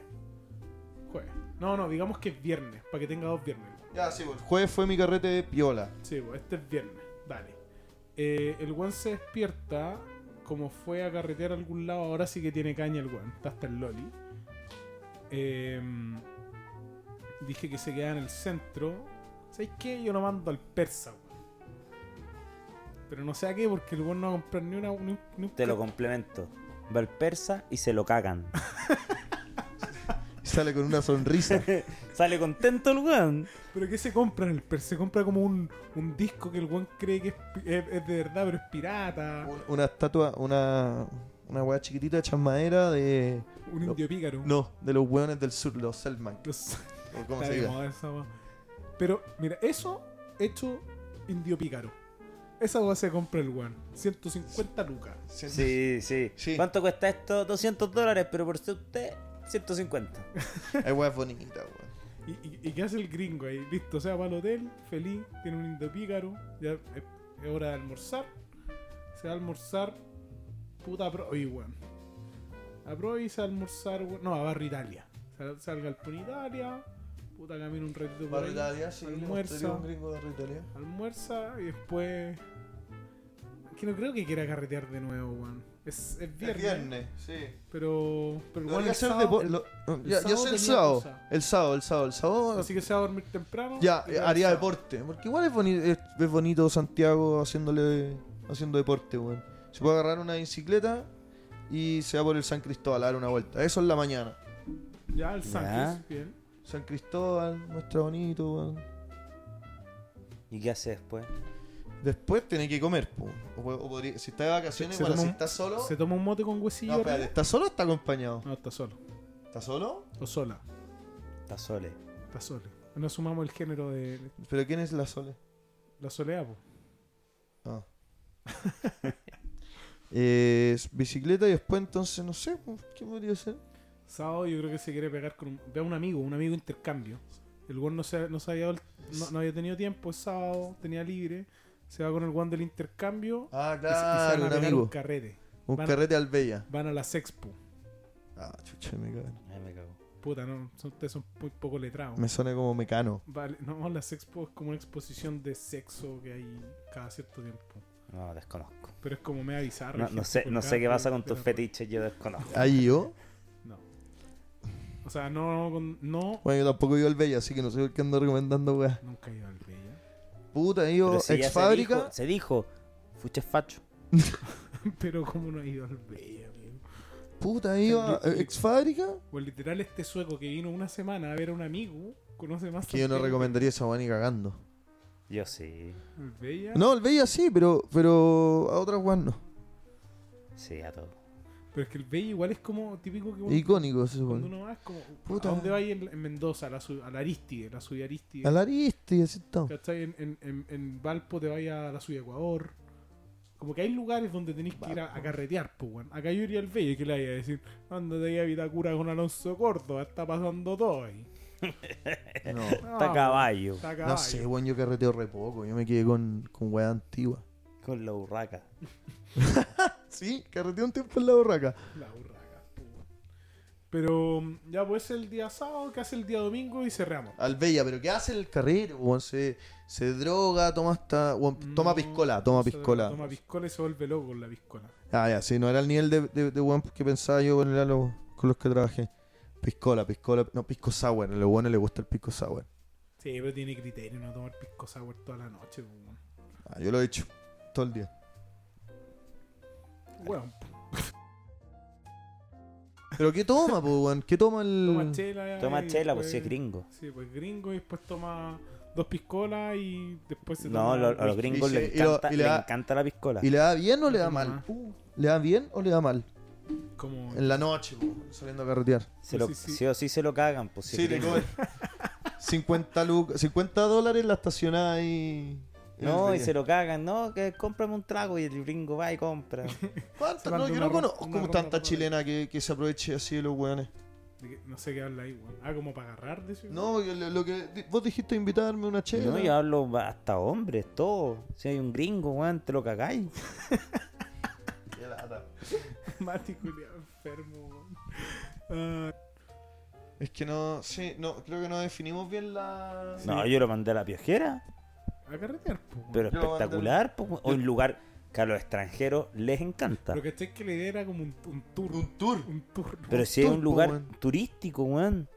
Speaker 1: Jueves. No, no, digamos que es viernes, para que tenga dos viernes.
Speaker 3: Ya, sí, pues. el Jueves fue mi carrete de piola.
Speaker 1: Sí, pues este es viernes. Dale. Eh, el weón se despierta, como fue a carretear a algún lado, ahora sí que tiene caña el weón. Está hasta el loli. Em, dije que se queda en el centro. ¿Sabes qué? Yo lo mando al persa, weón. Pero no sé a qué, porque el weón no va a comprar ni una... Ni, un- ni un
Speaker 2: Te lo
Speaker 1: ca-
Speaker 2: complemento. Va el persa y se lo cagan.
Speaker 3: Sale con una sonrisa.
Speaker 2: Sale contento el weón.
Speaker 1: ¿Pero qué se compra en el persa? Se compra como un, un disco que el weón cree que es, pi- es- es de verdad, pero es pirata.
Speaker 3: Un- una estatua, una, una weá chiquitita hecha en madera de.
Speaker 1: Un
Speaker 3: No.
Speaker 1: indio pícaro.
Speaker 3: No, de los hueones del sur, los Selman.
Speaker 1: Los-
Speaker 3: o ¿Cómo
Speaker 1: Está
Speaker 3: se
Speaker 1: de
Speaker 3: diga?
Speaker 1: moda esa weá. Pero, mira, eso hecho indio pícaro. Esa weá se compra el weón. 150 lucas.
Speaker 2: Sí, sí,
Speaker 3: Sí.
Speaker 2: ¿Cuánto cuesta esto? 200 dólares, pero por ser usted, 150.
Speaker 3: Hay weas bonitas, weón.
Speaker 1: ¿Y, y, y qué hace el gringo ahí? Listo, se va al hotel, feliz, tiene un indio pícaro. Ya es, es hora de almorzar. Se va a almorzar. Puta pro. Oye, weón. A pro y se va a almorzar, weón. No, a Barrio Italia. Sal- Salga al Pun Italia. Puta, camina un ratito por
Speaker 3: Barrio
Speaker 1: ahí.
Speaker 3: Italia, sí, le
Speaker 1: almuerzo.
Speaker 3: mostraría un gringo de Barrio Italia.
Speaker 1: almuerza y después. Que no creo que quiera carretear de nuevo, weón. Es, es
Speaker 3: El
Speaker 1: viernes,
Speaker 3: viernes, sí.
Speaker 1: Pero. Pero el weón
Speaker 3: Podría
Speaker 1: el
Speaker 3: ser
Speaker 1: sábado-
Speaker 3: depo- lo-
Speaker 1: el
Speaker 3: ya, ya
Speaker 1: sábado
Speaker 3: sé el
Speaker 1: tenía
Speaker 3: sábado.
Speaker 1: cosa.
Speaker 3: El sábado, el sábado, el sábado.
Speaker 1: Así que se va a dormir temprano.
Speaker 3: Ya,
Speaker 1: y
Speaker 3: eh,
Speaker 1: va
Speaker 3: haría
Speaker 1: al
Speaker 3: deporte. Porque igual es, boni- es, es bonito Santiago haciéndole haciendo deporte, weón. Se puede agarrar una bicicleta y se va por el San Cristóbal a dar una vuelta. Eso es la mañana.
Speaker 1: sábado. Ya, el Sánchez, bien.
Speaker 3: San Cristóbal, muestra bonito, weón.
Speaker 2: ¿Y qué hace después?
Speaker 3: Después tiene que comer, po. O, po- o podría- si está de vacaciones,
Speaker 1: Se- se
Speaker 3: bueno,
Speaker 1: toma
Speaker 3: si
Speaker 1: un-
Speaker 3: está solo.
Speaker 1: Se toma un mote con
Speaker 3: No,
Speaker 1: huesillo.
Speaker 3: espérate,
Speaker 1: arriba?
Speaker 3: ¿está solo o está acompañado?
Speaker 1: no, está solo.
Speaker 3: ¿Está solo?
Speaker 1: O sola.
Speaker 2: Está sole.
Speaker 1: Está solo. No sumamos el género de de
Speaker 3: ¿Pero quién es la sole?
Speaker 1: la soleá, po.
Speaker 3: Ah. Eh, es bicicleta y después entonces no sé, po, ¿qué podría ser?
Speaker 1: Sábado yo creo que se quiere pegar con un, ve a un amigo, un amigo intercambio. El weón no, se, no, se había, dado el- no, no había tenido tiempo, es sábado, tenía libre. Se va con el weón del intercambio
Speaker 3: Ah,
Speaker 1: y se- y se van
Speaker 3: claro,
Speaker 1: a
Speaker 3: un
Speaker 1: pegar un
Speaker 3: amigo.
Speaker 1: carrete.
Speaker 3: Un
Speaker 1: van-
Speaker 3: carrete al Bella.
Speaker 1: Van a las expo.
Speaker 3: Ah, chucha, me cago.
Speaker 2: Ay, me cago.
Speaker 1: Puta, no, son- ustedes son muy poco letrados.
Speaker 3: Me suena como mecano.
Speaker 1: Vale, no, las expo es como una exposición de sexo que hay cada cierto tiempo.
Speaker 2: No, desconozco.
Speaker 1: Pero es como media bizarra.
Speaker 2: No,
Speaker 1: hay
Speaker 2: no
Speaker 1: gente
Speaker 2: sé, no sé qué
Speaker 1: colgada pues.
Speaker 2: pasa
Speaker 1: de-
Speaker 2: con
Speaker 1: de
Speaker 2: tus
Speaker 1: la-
Speaker 2: fetiches, yo desconozco.
Speaker 3: Ahí yo.
Speaker 1: No. O sea, no, con- no,
Speaker 3: Bueno, yo tampoco iba al Bella, así que no sé por qué ando recomendando, weón.
Speaker 1: nunca he ido al Bella.
Speaker 3: Puta,
Speaker 2: Pero
Speaker 3: yo,
Speaker 2: si ya
Speaker 3: ex fábrica.
Speaker 2: Se dijo, se dijo, fuches facho.
Speaker 1: Pero como no he ido al Bella, amigo?
Speaker 3: Puta, iba,
Speaker 1: Yo- yo-
Speaker 3: ex fábrica.
Speaker 1: Pues literal este sueco que vino una semana a ver a un amigo, conoce más
Speaker 3: Que yo no
Speaker 1: Santiago
Speaker 3: recomendaría esa weón ni cagando.
Speaker 2: Yo sí.
Speaker 1: que el Bella.
Speaker 3: No, el Bella sí, pero, pero a otras weas no.
Speaker 2: Sí, a todo.
Speaker 1: Pero es que el Bella igual es como típico que uno-
Speaker 3: Icónico se
Speaker 1: cuando
Speaker 3: supone.
Speaker 1: uno va es como
Speaker 3: Puta.
Speaker 1: ¿A dónde va ahí en, en Mendoza? A la, su- a la Aristide, la suya Aristide.
Speaker 3: Al arista y así estamos.
Speaker 1: ¿Cachai? En, en, en, en Valpo te vaya a la suya Ecuador. Como que hay lugares donde tenéis que ir a, a carretear, pues, weón. Acá yo iría al Bella y que le vaya a decir, ándate ahí a Vitacura con Alonso Córdoba, está pasando todo ahí.
Speaker 3: No,
Speaker 2: Está
Speaker 1: Ah,
Speaker 2: caballo.
Speaker 1: Está
Speaker 3: no sé,
Speaker 1: caballo.
Speaker 3: weón, yo carreteo re poco. Yo me quedé con, con weas antiguas.
Speaker 2: Con la urraca.
Speaker 3: Sí, carreteo un tiempo en la borraca.
Speaker 1: La burraca, pues, weón. Pero mm, ya pues el día sábado, que hace el día domingo y cerramos.
Speaker 3: Al Bella, pero ¿qué hace el carril? weón? se, se droga, toma hasta. weón, toma
Speaker 1: No,
Speaker 3: piscola, toma
Speaker 1: Mm, se-
Speaker 3: piscola.
Speaker 1: Toma piscola y se vuelve loco con la piscola.
Speaker 3: Ah, ya, sí, no era el nivel de, de, de weón que pensaba yo con, el halo- con los que trabajé. Piscola, piscola, no, pisco sour. A los buenos les gusta el pisco sour.
Speaker 1: Sí, pero tiene criterio no tomar pisco sour toda la noche. weón.
Speaker 3: Ah, yo lo he hecho todo el día.
Speaker 1: Weón,
Speaker 3: ¿Pero qué toma, po, weón? ¿Qué toma el.
Speaker 1: toma chela.
Speaker 2: Toma
Speaker 1: y
Speaker 2: chela,
Speaker 1: después-
Speaker 2: pues si es gringo.
Speaker 1: Sí, pues gringo y después toma dos piscolas y después se
Speaker 2: No,
Speaker 1: toma...
Speaker 2: lo- a los gringos
Speaker 3: Y
Speaker 2: les
Speaker 3: se- y lo-
Speaker 2: encanta,
Speaker 3: y le
Speaker 2: le
Speaker 3: da-
Speaker 2: encanta la piscola.
Speaker 3: ¿Y le da bien o le da
Speaker 1: No,
Speaker 3: mal?
Speaker 1: no.
Speaker 3: Uh, ¿Le da bien o le da mal?
Speaker 1: Como...
Speaker 3: En la noche, po, saliendo a carretear.
Speaker 2: Se lo-
Speaker 1: Sí, sí.
Speaker 2: sí o sí se lo cagan, pues si es gringo.
Speaker 3: 50, lucas, 50 dólares la estacionada ahí.
Speaker 2: No, y se lo cagan, no, que cómprame un trago y el gringo va y compra.
Speaker 1: Se
Speaker 3: ¿Cuántas?
Speaker 1: manda
Speaker 3: No, yo
Speaker 1: una
Speaker 3: no
Speaker 1: ronda-
Speaker 3: conozco
Speaker 1: una ronda
Speaker 3: tanta
Speaker 1: por ahí.
Speaker 3: chilena que, que se aproveche así de los weones.
Speaker 1: de que- No sé qué habla ahí, weón. Ah, como para agarrar, de eso.
Speaker 3: No, porque lo, lo que di- vos dijiste invitarme una chela.
Speaker 2: No, yo hablo hasta hombres, todo. Si hay un gringo, weón, te lo cagáis.
Speaker 3: Qué lata.
Speaker 1: Mati, culiao, enfermo, weón.
Speaker 3: Es que no, sí, no, creo que no definimos bien la.
Speaker 2: No, yo lo mandé a la piojera,
Speaker 1: A carretear, pues, weón.
Speaker 2: pero
Speaker 3: Yo lo mandé-
Speaker 2: espectacular, pues, weón. o un lugar que a los extranjeros les encanta.
Speaker 1: Lo que sé es que la idea era como un, un tour.
Speaker 3: Un tour.
Speaker 1: Un tour.
Speaker 2: Pero si es un
Speaker 3: tour,
Speaker 2: lugar
Speaker 3: po, pues, weón.
Speaker 2: turístico, weón.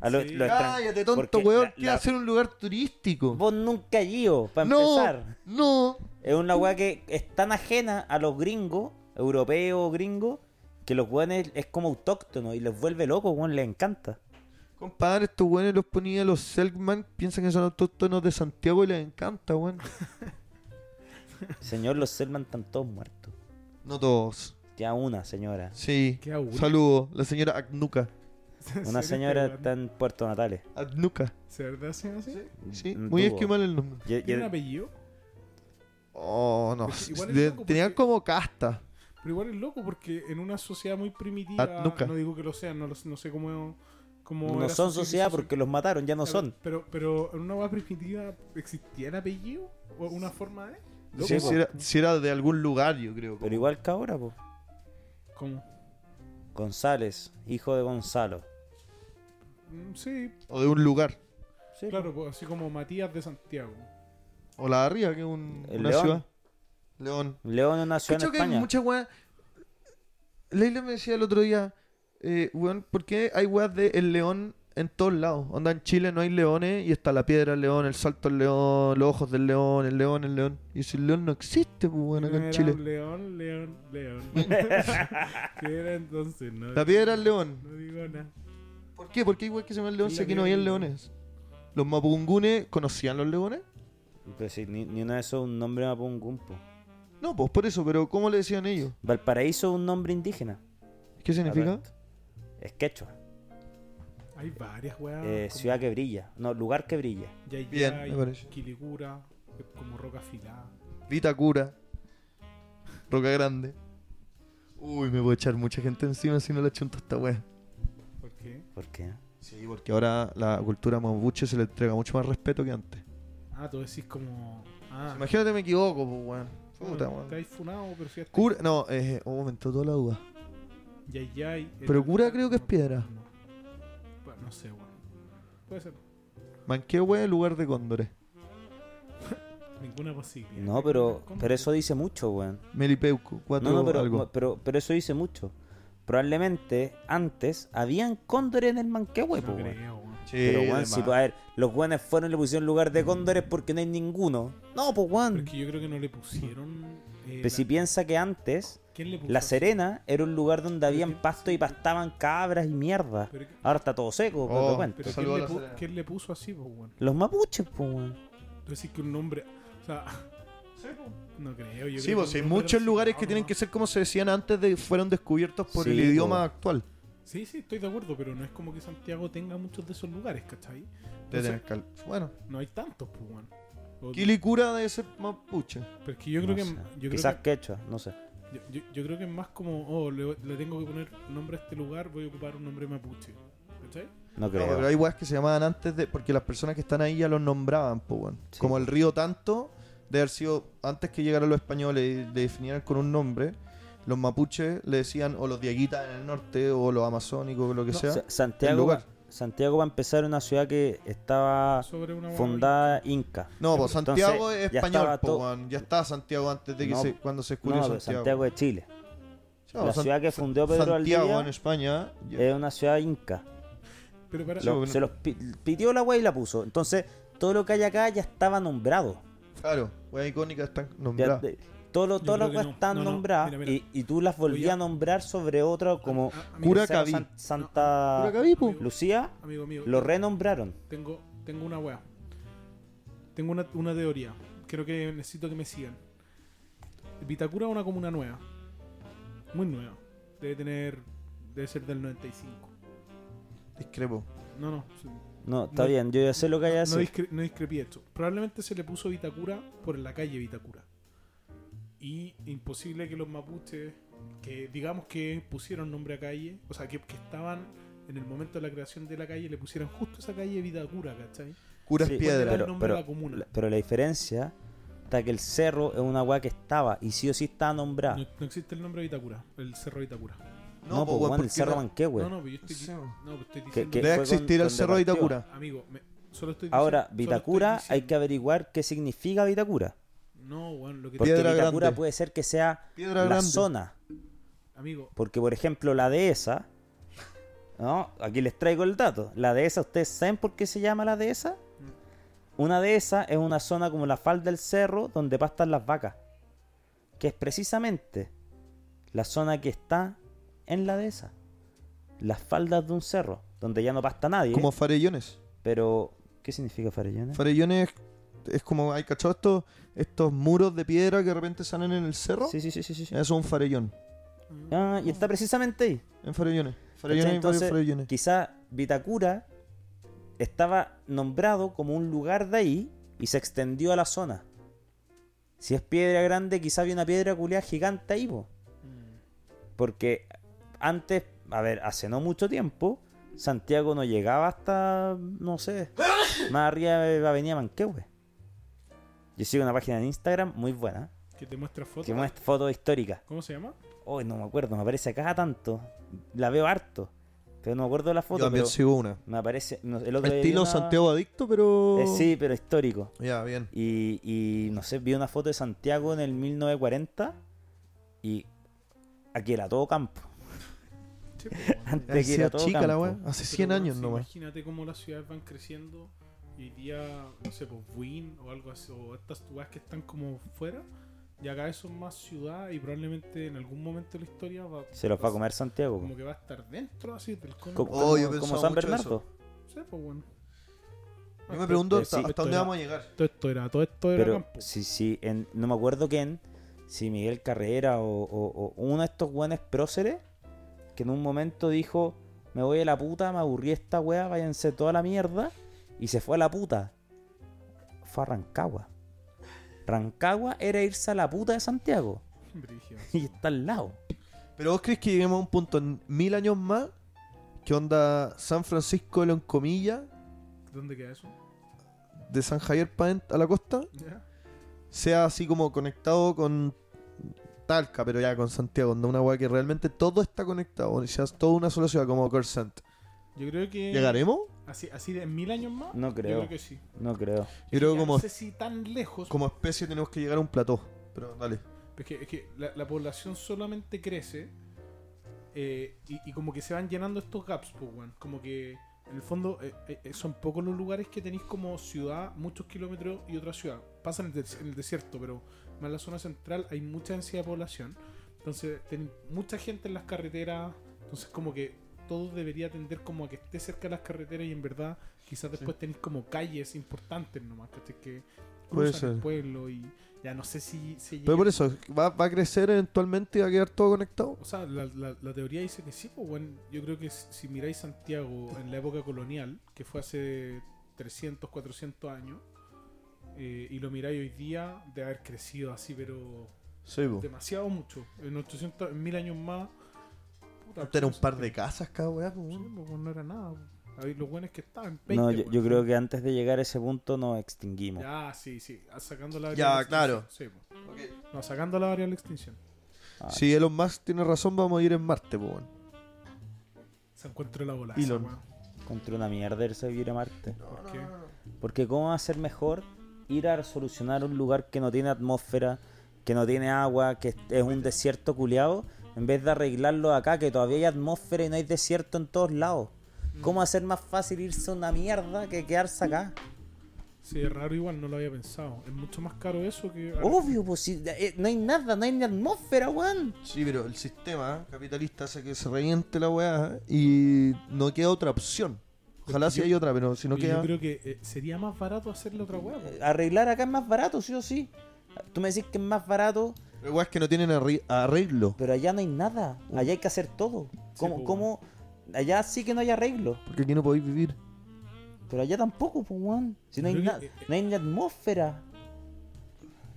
Speaker 2: A los,
Speaker 1: Sí.
Speaker 2: los extran-
Speaker 3: Cállate, tonto,
Speaker 2: porque
Speaker 3: weón.
Speaker 2: la-
Speaker 3: ¿Qué
Speaker 2: la-
Speaker 3: hacer un lugar turístico?
Speaker 2: Vos nunca has ido, para empezar.
Speaker 3: No,
Speaker 2: Es una weá que es tan ajena a los gringos, europeos, gringos, que los weones es como autóctono y les vuelve loco, weón, les encanta.
Speaker 3: Compadre, estos weones los ponía los Selkman, piensan que son autóctonos de Santiago y les encanta, weón.
Speaker 2: Señor, los Selman están todos muertos.
Speaker 3: No todos.
Speaker 2: Ya una señora.
Speaker 3: Sí.
Speaker 1: Qué aburrido.
Speaker 3: Saludo, la señora Agnuca.
Speaker 2: Una señora está en Puerto Natales.
Speaker 3: Agnuca.
Speaker 1: ¿Se verdad se llama así?
Speaker 3: Sí,
Speaker 2: Mm,
Speaker 3: muy
Speaker 2: tuvo.
Speaker 3: esquimal el nombre.
Speaker 2: Yo- yo-
Speaker 1: ¿Tiene un apellido?
Speaker 3: Oh, no.
Speaker 1: Pues igual es
Speaker 3: De-
Speaker 1: loco
Speaker 3: tenían
Speaker 1: porque-
Speaker 3: como casta.
Speaker 1: Pero igual es loco porque en una sociedad muy primitiva,
Speaker 3: Ah, nunca.
Speaker 1: no digo que lo sean, no, lo sé- no sé cómo, cómo
Speaker 2: no
Speaker 1: era
Speaker 2: son
Speaker 1: su
Speaker 2: sociedad
Speaker 1: civilización.
Speaker 2: porque los mataron, ya no
Speaker 1: Claro,
Speaker 2: son.
Speaker 1: Pero, pero en una hueá primitiva, ¿existía el apellido? ¿O una forma de? Loco,
Speaker 3: Sí, si, era, si era de algún lugar, yo creo.
Speaker 2: Pero igual que ahora, po.
Speaker 1: ¿Cómo?
Speaker 2: González, hijo de Gonzalo.
Speaker 1: Mm, Sí,
Speaker 3: O de un lugar.
Speaker 2: Sí,
Speaker 1: claro, pues, así como Matías de Santiago.
Speaker 3: O la de arriba, que es un,
Speaker 2: El
Speaker 3: una
Speaker 2: León.
Speaker 3: ciudad. León.
Speaker 2: po. León es una ciudad en
Speaker 3: Cacho que hay
Speaker 2: España.
Speaker 3: muchas weas. Leila me decía el otro día, eh, weón, ¿por qué hay weas de el león en todos lados? Onda, en Chile no hay leones y está la piedra del león, el salto del león, los ojos del león, el león, el león. Y si el león no existe, pues, weón, acá
Speaker 1: Era
Speaker 3: en Chile.
Speaker 1: un león, león, león. ¿Qué era entonces? No,
Speaker 3: La piedra del león.
Speaker 1: no digo nada.
Speaker 3: ¿Por qué? ¿Por qué hay weas que se llaman león
Speaker 1: Sí,
Speaker 3: si
Speaker 1: la
Speaker 3: aquí no
Speaker 1: piedra
Speaker 3: habían
Speaker 1: del león.
Speaker 3: leones? ¿Los mapungunes conocían los leones?
Speaker 2: Pero sí, ni, ni una de esos es un nombre mapungún, po.
Speaker 3: No, pues por eso, pero ¿cómo le decían ellos?
Speaker 2: Valparaíso es un nombre indígena.
Speaker 3: ¿Qué significa?
Speaker 2: Correcto. Es quechua.
Speaker 1: Hay varias
Speaker 3: Ah,
Speaker 1: weas.
Speaker 2: Eh,
Speaker 1: como
Speaker 2: ciudad que brilla. No, lugar que brilla.
Speaker 1: Yayay,
Speaker 3: Bien, me parece.
Speaker 1: Quilicura, eh, como roca afilada.
Speaker 3: Vitacura. Roca Grande. Uy, me voy a echar mucha gente encima si no la chunto a esta wea.
Speaker 1: ¿Por qué?
Speaker 2: ¿Por qué?
Speaker 3: Sí, porque ahora la cultura mapuche se le entrega mucho más respeto que antes.
Speaker 1: Ah, tú decís como. Ah,
Speaker 3: Imagínate me equivoco, pues, weón. Puta,
Speaker 1: bueno,
Speaker 3: weón.
Speaker 1: estáis funado, pero si hasta
Speaker 3: Cura, no, eh, oh, me entró toda la duda.
Speaker 1: Yayay. era-
Speaker 3: Pero cura creo que es piedra.
Speaker 1: No, Bueno, no sé, bueno. Puede ser.
Speaker 3: Manquehue es lugar de cóndores.
Speaker 1: Ninguna posibilidad.
Speaker 3: Eh,
Speaker 2: No, pero, pero eso dice mucho, weón.
Speaker 3: Melipeuco, cuatro
Speaker 2: No, no, pero,
Speaker 3: algo.
Speaker 2: no, pero, pero eso dice mucho. Probablemente antes habían cóndores en el Manquehue, po,
Speaker 1: No
Speaker 2: pues, weón.
Speaker 1: creo, weón.
Speaker 3: Sí,
Speaker 2: Pero, weón,
Speaker 3: de
Speaker 2: si,
Speaker 3: más.
Speaker 2: a ver, los weones fueron y le pusieron lugar de cóndores porque no hay ninguno. No, pues,
Speaker 1: Pero
Speaker 2: weón.
Speaker 1: es que yo creo que no le pusieron. eh,
Speaker 2: Pero si
Speaker 1: la-
Speaker 2: piensa que antes,
Speaker 1: ¿Quién le puso?
Speaker 2: La
Speaker 1: así?
Speaker 2: Serena era un lugar donde
Speaker 1: quién-
Speaker 2: habían pasto y pastaban cabras y mierda.
Speaker 1: Pero,
Speaker 2: Ahora está todo seco, pero
Speaker 3: Oh.
Speaker 2: te cuento.
Speaker 1: pero
Speaker 3: Saludo
Speaker 1: ¿quién,
Speaker 3: a
Speaker 1: le
Speaker 3: la
Speaker 1: pu-
Speaker 3: Serena.
Speaker 1: quién le puso así, pues, weón?
Speaker 2: Los mapuches, pues, weón.
Speaker 1: Tú decís que un nombre. O sea. No creo, yo
Speaker 3: Sí,
Speaker 1: creo
Speaker 3: pues
Speaker 1: que
Speaker 3: hay
Speaker 1: un nombre
Speaker 3: muchos lugares que
Speaker 1: reciclado
Speaker 3: tienen que
Speaker 1: nomás.
Speaker 3: ser como se decían antes de fueron descubiertos por
Speaker 2: Sí, pues.
Speaker 3: el
Speaker 2: po.
Speaker 3: idioma actual.
Speaker 1: Sí, sí, estoy de acuerdo, pero no es como que Santiago tenga muchos de esos lugares, ¿cachai?
Speaker 3: De
Speaker 1: Entonces,
Speaker 3: Tenercal. Bueno,
Speaker 1: no hay tantos, pues, weón. O-
Speaker 3: Quilicura debe ser mapuche.
Speaker 1: Pero es que yo creo
Speaker 2: No
Speaker 1: que.
Speaker 2: sé.
Speaker 1: Yo creo
Speaker 2: Quizás
Speaker 1: que-
Speaker 2: quechua, no sé.
Speaker 1: Yo, yo- yo creo que es más como, oh, le, le tengo que poner nombre a este lugar, voy a ocupar un nombre mapuche. ¿Cachai?
Speaker 2: No
Speaker 3: No,
Speaker 2: creo.
Speaker 3: pero hay weas que se llamaban antes de. Porque las personas que están ahí ya los nombraban, pues, weón.
Speaker 2: Sí.
Speaker 3: Como el río Tanto, de haber sido antes que llegaran los españoles y le definieran con un nombre. los mapuches le decían, o los dieguitas en el norte, o los amazónicos, o lo que
Speaker 1: No,
Speaker 3: sea.
Speaker 2: Sa- Santiago,
Speaker 3: el lugar.
Speaker 2: Santiago va a empezar una ciudad que estaba
Speaker 1: Sobre una hueá
Speaker 2: fundada inca.
Speaker 3: No, pues
Speaker 2: Entonces,
Speaker 3: Santiago es
Speaker 2: ya
Speaker 3: español,
Speaker 2: estaba
Speaker 3: po,
Speaker 2: todo-
Speaker 3: weón. Ya está Santiago antes de que
Speaker 2: No,
Speaker 3: se, cuando se
Speaker 2: No,
Speaker 3: descubrió
Speaker 2: pero
Speaker 3: Santiago.
Speaker 2: Santiago de Chile.
Speaker 3: Ya, pues,
Speaker 2: la
Speaker 3: San-
Speaker 2: ciudad que fundió Pedro eh,
Speaker 3: Santiago
Speaker 2: Valdivia.
Speaker 3: en España. ya.
Speaker 2: Es una ciudad inca.
Speaker 1: Pero para,
Speaker 3: Sí,
Speaker 2: Lo-
Speaker 3: bueno.
Speaker 2: Se los pi- pidió la wea y la puso. Entonces, todo lo que hay acá ya estaba nombrado.
Speaker 3: Claro, weas icónicas están
Speaker 2: Ya
Speaker 3: nombradas.
Speaker 2: te- todo lo,
Speaker 1: Yo
Speaker 2: todas las
Speaker 1: creo que
Speaker 2: weas
Speaker 1: no.
Speaker 2: están
Speaker 1: No, no.
Speaker 2: nombradas
Speaker 1: Mira, mira.
Speaker 2: Y, y tú las volvías
Speaker 1: Oye.
Speaker 2: a nombrar sobre otra como
Speaker 1: Ah, amigo,
Speaker 3: Curacaví.
Speaker 2: San- Santa
Speaker 3: Curacaví, po.
Speaker 2: Lucía.
Speaker 1: amigo mío,
Speaker 2: Lo renombraron.
Speaker 1: tengo, tengo una weá. Tengo una, una teoría. Creo que necesito que me sigan. Vitacura es una comuna nueva. Muy nueva. Debe tener. Debe ser del 95.
Speaker 3: Discrepo.
Speaker 1: No, no. sí.
Speaker 2: No, está
Speaker 1: No-
Speaker 2: bien, yo ya sé lo que hay que
Speaker 1: No,
Speaker 2: hacer.
Speaker 1: discre- no discrepí esto. Probablemente se le puso Vitacura por la calle Vitacura. Y imposible que los mapuches, que digamos que pusieron nombre a calle, o sea, que, que estaban en el momento de la creación de la calle, le pusieran justo esa calle Vitacura, ¿cachai?
Speaker 3: Curas
Speaker 2: Sí,
Speaker 3: piedra.
Speaker 1: Pero-
Speaker 2: Pero,
Speaker 1: el nombre
Speaker 2: pero-
Speaker 1: de la comuna.
Speaker 2: la- pero la diferencia está que el cerro es una weá que estaba y sí o sí está nombrada.
Speaker 1: No, no existe el nombre Vitacura, el cerro Vitacura.
Speaker 2: No, pues
Speaker 3: weón,
Speaker 2: weón, el
Speaker 3: porque
Speaker 2: cerro
Speaker 3: era-
Speaker 2: Manquehue.
Speaker 1: No, no, pero yo estoy,
Speaker 3: Sí.
Speaker 1: di- no, pero estoy
Speaker 2: que-
Speaker 1: diciendo.
Speaker 2: que
Speaker 3: Debe
Speaker 2: fue con-
Speaker 3: existir el
Speaker 2: donde
Speaker 3: cerro de
Speaker 2: partió.
Speaker 3: Itacura.
Speaker 1: Amigo, me- solo estoy diciendo.
Speaker 2: Ahora,
Speaker 1: solo estoy
Speaker 2: Vitacura, hay que
Speaker 1: diciendo-
Speaker 2: averiguar qué significa Vitacura.
Speaker 1: No, weón, lo que
Speaker 2: Porque
Speaker 3: Piedra
Speaker 2: Vitacura
Speaker 3: grande.
Speaker 2: puede ser que sea
Speaker 3: Piedra
Speaker 2: la
Speaker 3: grande.
Speaker 2: zona.
Speaker 1: Amigo,
Speaker 2: Porque, por ejemplo, la dehesa. ¿no? Aquí les traigo el dato. La dehesa, ¿ustedes saben por qué se llama la dehesa? Una dehesa es una zona como la falda del cerro donde pastan las vacas. Que es precisamente la zona que está en la dehesa. Las faldas de un cerro, donde ya no pasta nadie.
Speaker 3: Como farellones.
Speaker 2: Pero, ¿qué significa farellones?
Speaker 3: Farellones es como, hay cachado estos, estos muros de piedra que de repente salen en el cerro.
Speaker 2: Sí, sí, sí, sí, sí, sí.
Speaker 3: Eso es un farellón.
Speaker 2: Ah, y está precisamente ahí.
Speaker 3: En farellones. Farellones hay varios
Speaker 2: Entonces,
Speaker 3: farellones.
Speaker 2: quizá Vitacura estaba nombrado como un lugar de ahí y se extendió a la zona. Si es piedra grande, quizá había una piedra culeada gigante ahí, po. Porque antes, a ver, hace no mucho tiempo, Santiago no llegaba hasta, no sé, más arriba de Avenida Manquehue. Yo sigo una página en Instagram muy buena,
Speaker 1: que te muestra fotos.
Speaker 2: que muestra fotos históricas.
Speaker 1: ¿Cómo se llama?
Speaker 2: Hoy no me acuerdo, me aparece acá tanto. La veo harto, pero no me acuerdo de la
Speaker 3: Yo
Speaker 2: foto.
Speaker 3: también
Speaker 2: pero-
Speaker 3: sigo una.
Speaker 2: me aparece. no, el otro día vi
Speaker 3: Estilo
Speaker 2: una-
Speaker 3: Santiago Adicto, pero...
Speaker 2: Eh, sí, pero histórico.
Speaker 3: Ya, bien.
Speaker 2: Y, y, no sé, vi una foto de Santiago en el 1940 y aquí era todo campo.
Speaker 1: Sí, pues, weón.
Speaker 3: Ha
Speaker 2: Antes que
Speaker 3: sido
Speaker 2: era todo
Speaker 3: chica la
Speaker 2: campo.
Speaker 3: weá. Hace
Speaker 1: Pero,
Speaker 3: 100
Speaker 1: weón,
Speaker 3: años
Speaker 1: sí,
Speaker 3: nomás.
Speaker 1: Imagínate cómo las ciudades van creciendo y hoy día, no sé, pues Buin o algo así, o estas ciudades que están como fuera, y acá eso es más ciudad y probablemente en algún momento de la historia va,
Speaker 2: Se los va a comer Santiago. po.
Speaker 1: Como que va a estar dentro así del cono.
Speaker 2: Como,
Speaker 3: Oh,
Speaker 2: como-
Speaker 3: yo
Speaker 2: como
Speaker 3: pensaba
Speaker 2: San
Speaker 3: mucho
Speaker 2: Bernardo.
Speaker 1: No sé, pues, weón.
Speaker 3: Yo me pregunto
Speaker 2: eh,
Speaker 3: hasta,
Speaker 2: sí,
Speaker 3: hasta
Speaker 1: esto
Speaker 3: dónde
Speaker 1: era-
Speaker 3: vamos a llegar.
Speaker 1: Todo esto era, todo esto era
Speaker 2: Pero
Speaker 1: campo.
Speaker 2: sí, sí, en- no me acuerdo quién, si Miguel Carrera o, o- o uno de estos buenos próceres, que en un momento dijo, me voy a la puta, me aburrí esta weá, váyanse toda la mierda, y se fue a la puta. Fue a Rancagua. Rancagua era irse a la puta de Santiago,
Speaker 1: Brígido.
Speaker 2: y está al lado.
Speaker 3: Pero vos crees que lleguemos a un punto en mil años más que onda San Francisco de Loncomilla,
Speaker 1: ¿Dónde queda eso?
Speaker 3: de San Javier pa' en- a la costa,
Speaker 1: ¿Ya?
Speaker 3: sea así como conectado con Talca, pero ya con Santiago, onda una weá que realmente todo está conectado, o sea, es toda una sola ciudad como Corsant.
Speaker 1: Yo creo que.
Speaker 3: ¿Llegaremos?
Speaker 1: Así, así de mil años más.
Speaker 2: No
Speaker 1: Yo
Speaker 2: creo.
Speaker 1: creo que sí.
Speaker 2: No creo.
Speaker 3: Yo creo
Speaker 1: Ya
Speaker 3: como,
Speaker 1: No sé si tan lejos.
Speaker 3: como especie tenemos que llegar a un plató, pero dale.
Speaker 1: Es que, es que la, la población solamente crece eh, y, y como que se van llenando estos gaps, pues, weón. Como que en el fondo eh, eh, eh, son pocos los lugares que tenéis como ciudad, muchos kilómetros y otra ciudad. Pasa en el, des- en el desierto, pero más en la zona central hay mucha densidad de población. Entonces tenéis mucha gente en las carreteras. Entonces como que todo debería tender como a que esté cerca de las carreteras y en verdad quizás después tenéis como calles importantes nomás, ¿cachai? Que
Speaker 3: Puede
Speaker 1: cruzan el
Speaker 3: ser.
Speaker 1: pueblo y ya no sé si se
Speaker 3: Pero
Speaker 1: llega-
Speaker 3: por eso, va, va a crecer eventualmente y va a quedar todo conectado.
Speaker 1: o sea, la, la- la teoría dice que sí, pues, bueno, yo creo que si si miráis Santiago en la época colonial, que fue hace 300, 400 años, eh, y lo miráis hoy día, de haber crecido así, pero
Speaker 3: Sí, po.
Speaker 1: demasiado mucho. En 800, en 1000 años más. puta,
Speaker 3: Antes era un par de casas cada weá, po,
Speaker 1: sí,
Speaker 3: weón.
Speaker 1: pues, bueno, no era nada. pues. Ahí los buenos que estaban.
Speaker 2: no,
Speaker 1: 20,
Speaker 2: yo,
Speaker 1: pues.
Speaker 2: yo creo que antes de llegar a ese punto nos extinguimos.
Speaker 1: Ya, sí, sí. Sacando la
Speaker 3: Ya,
Speaker 1: variable
Speaker 3: claro.
Speaker 1: extinción, sí, pues. No, sacando la variable extinción.
Speaker 3: Si Elon Musk tiene razón, vamos a ir en Marte, po, weón.
Speaker 1: Se encontró la bola.
Speaker 3: Elon.
Speaker 1: esa, weón.
Speaker 2: Contra una mierda irse a vivir a Marte.
Speaker 1: ¿Por qué?
Speaker 2: Porque ¿cómo va a ser mejor ir a solucionar un lugar que no tiene atmósfera, que no tiene agua, que es un desierto culeado, en vez de arreglarlo acá, que todavía hay atmósfera y no hay desierto en todos lados? ¿Cómo hacer más fácil irse a una mierda que quedarse acá?
Speaker 1: Sí, es raro igual, no lo había pensado. Es mucho más caro eso que...
Speaker 2: Obvio, pues si, eh, no hay nada, no hay ni atmósfera, weón.
Speaker 3: Sí, pero el sistema capitalista hace que se reviente la weá ¿eh? y no queda otra opción. Ojalá si
Speaker 1: Yo-
Speaker 3: hay otra, pero si no
Speaker 1: Y
Speaker 3: queda.
Speaker 1: Yo creo que eh, sería más barato hacerle otra hueá. po.
Speaker 2: Eh, Arreglar acá es más barato, sí o sí. Tú me decís que es más barato,
Speaker 3: Hay weas que no tienen arri- arreglo.
Speaker 2: pero allá no hay nada. Allá hay que hacer todo. ¿Cómo,
Speaker 1: pues,
Speaker 2: cómo- Allá sí que no hay arreglo.
Speaker 3: Porque aquí no podéis vivir.
Speaker 2: Pero allá tampoco, pues, weón. Si no hay,
Speaker 1: Pero
Speaker 2: na-
Speaker 1: que- eh,
Speaker 2: no hay ni atmósfera.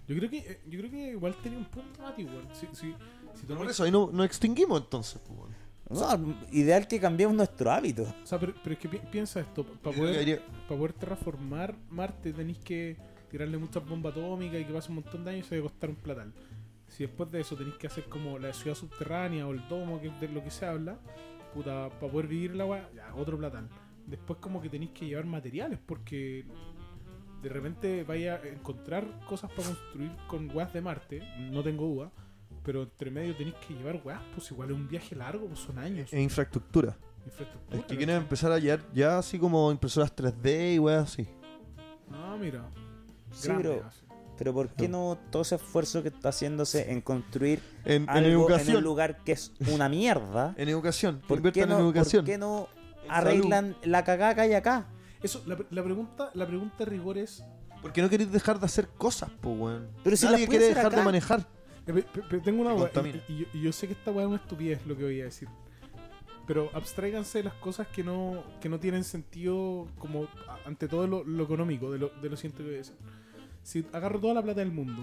Speaker 1: Yo creo que eh, yo creo que igual tenía un punto, Mati, weón. Si, si, si tomas-
Speaker 3: Por eso ahí no, no extinguimos entonces, po, weón.
Speaker 2: No, ideal que cambiemos nuestro hábito.
Speaker 1: O sea, pero, pero es que pi- piensa esto. Para
Speaker 3: Yo creo que
Speaker 1: poder,
Speaker 3: haría-
Speaker 1: pa poder terraformar Marte tenéis que tirarle muchas bombas atómicas y que pase un montón de años y se debe costar un platal. Si después de eso tenéis que hacer como la ciudad subterránea o el domo, que es de lo que se habla, puta, para poder vivir la agua, ya, otro platal. Después como que tenéis que llevar materiales porque de repente vaya a encontrar cosas para construir con weas de Marte, no tengo duda, pero entre medio tenéis que llevar weas, pues igual es un viaje largo, pues son años.
Speaker 3: e infraestructura.
Speaker 1: infraestructura,
Speaker 3: Es que
Speaker 1: ¿cachai?
Speaker 3: quieren empezar a llegar ya así como impresoras 3D y weas así.
Speaker 1: Ah, mira.
Speaker 2: Sí,
Speaker 1: Grande,
Speaker 2: pero,
Speaker 1: así.
Speaker 2: pero ¿por qué no todo ese esfuerzo que está haciéndose en construir
Speaker 3: En, en
Speaker 2: algo en un
Speaker 3: educación.
Speaker 2: lugar que es una mierda?
Speaker 3: En educación. que
Speaker 2: ¿Por qué
Speaker 3: Inviertan en
Speaker 2: no, por
Speaker 3: educación.
Speaker 2: qué no
Speaker 3: En
Speaker 2: arreglan la cagada que hay acá?
Speaker 1: Eso, la, la pregunta, la pregunta de rigor es.
Speaker 3: Porque no queréis dejar de hacer cosas, po, weón.
Speaker 2: Pero si
Speaker 3: Nadie
Speaker 2: las puede
Speaker 3: quiere
Speaker 2: hacer
Speaker 3: dejar de
Speaker 2: acá.
Speaker 3: manejar.
Speaker 1: Eh, pe- pe- pe- tengo una
Speaker 3: Que
Speaker 1: hueá,
Speaker 3: contamina.
Speaker 1: Y, y yo, y yo sé que esta weá es una estupidez lo que voy a decir. Pero abstráiganse de las cosas que no, que no tienen sentido, como a- ante todo lo, lo económico, de lo, de lo siguiente que voy a decir. Si agarro toda la plata del mundo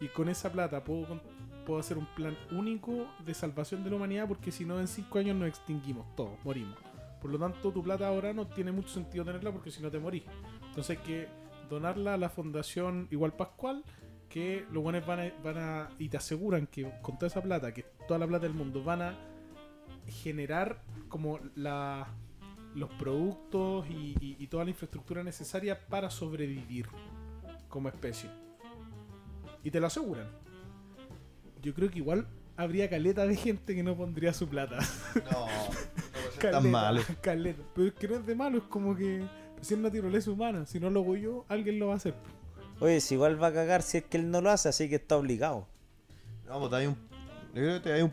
Speaker 1: y con esa plata puedo, con- puedo hacer un plan único de salvación de la humanidad, porque si no, en cinco años nos extinguimos todos, morimos. Por lo tanto, tu plata ahora no tiene mucho sentido tenerla porque si no te morís. Entonces hay que donarla a la Fundación Igual Pascual, que los guanes van a, van a- y te aseguran que con toda esa plata, que toda la plata del mundo, van a generar como la, los productos y, y- y toda la infraestructura necesaria para sobrevivir como especie. Y te lo aseguran. Yo creo que igual habría caleta de gente que no pondría su plata.
Speaker 3: No.
Speaker 1: Caleta,
Speaker 3: malo.
Speaker 1: caleta. Pero es que no es de malo, es como que si es naturaleza humana, si no lo hago yo, alguien lo va a hacer.
Speaker 2: Oye, si igual va a cagar si es que él no lo hace, así que está obligado.
Speaker 3: No, pues te hay un. Yo creo que te hay un.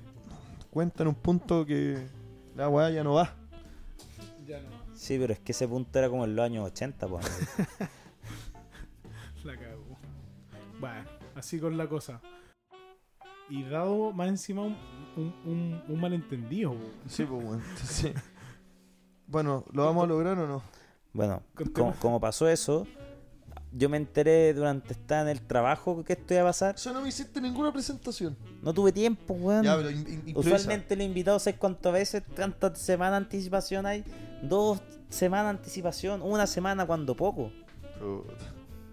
Speaker 3: Cuenta en un punto que la weá ya no va.
Speaker 1: Ya no,
Speaker 2: Sí, pero es que ese punto era como en los años 80, pues. amigo.
Speaker 1: la cago. Bueno, así con la cosa. Y dado más encima un, un, un- un malentendido, weón.
Speaker 3: Sí, pues weón. Sí. Bueno, ¿lo vamos a lograr o no?
Speaker 2: Bueno,
Speaker 1: Contemos.
Speaker 2: como, como pasó eso, yo me enteré durante estar en el trabajo que esto iba a pasar.
Speaker 3: Eso no me hiciste ninguna presentación.
Speaker 2: No tuve tiempo, weón.
Speaker 3: Ya, pero in- in- improvisa.
Speaker 2: Usualmente los invitados, ¿sabes cuántas veces? ¿Cuántas semanas de anticipación hay? Dos semanas de anticipación, una semana cuando poco.
Speaker 3: Puta.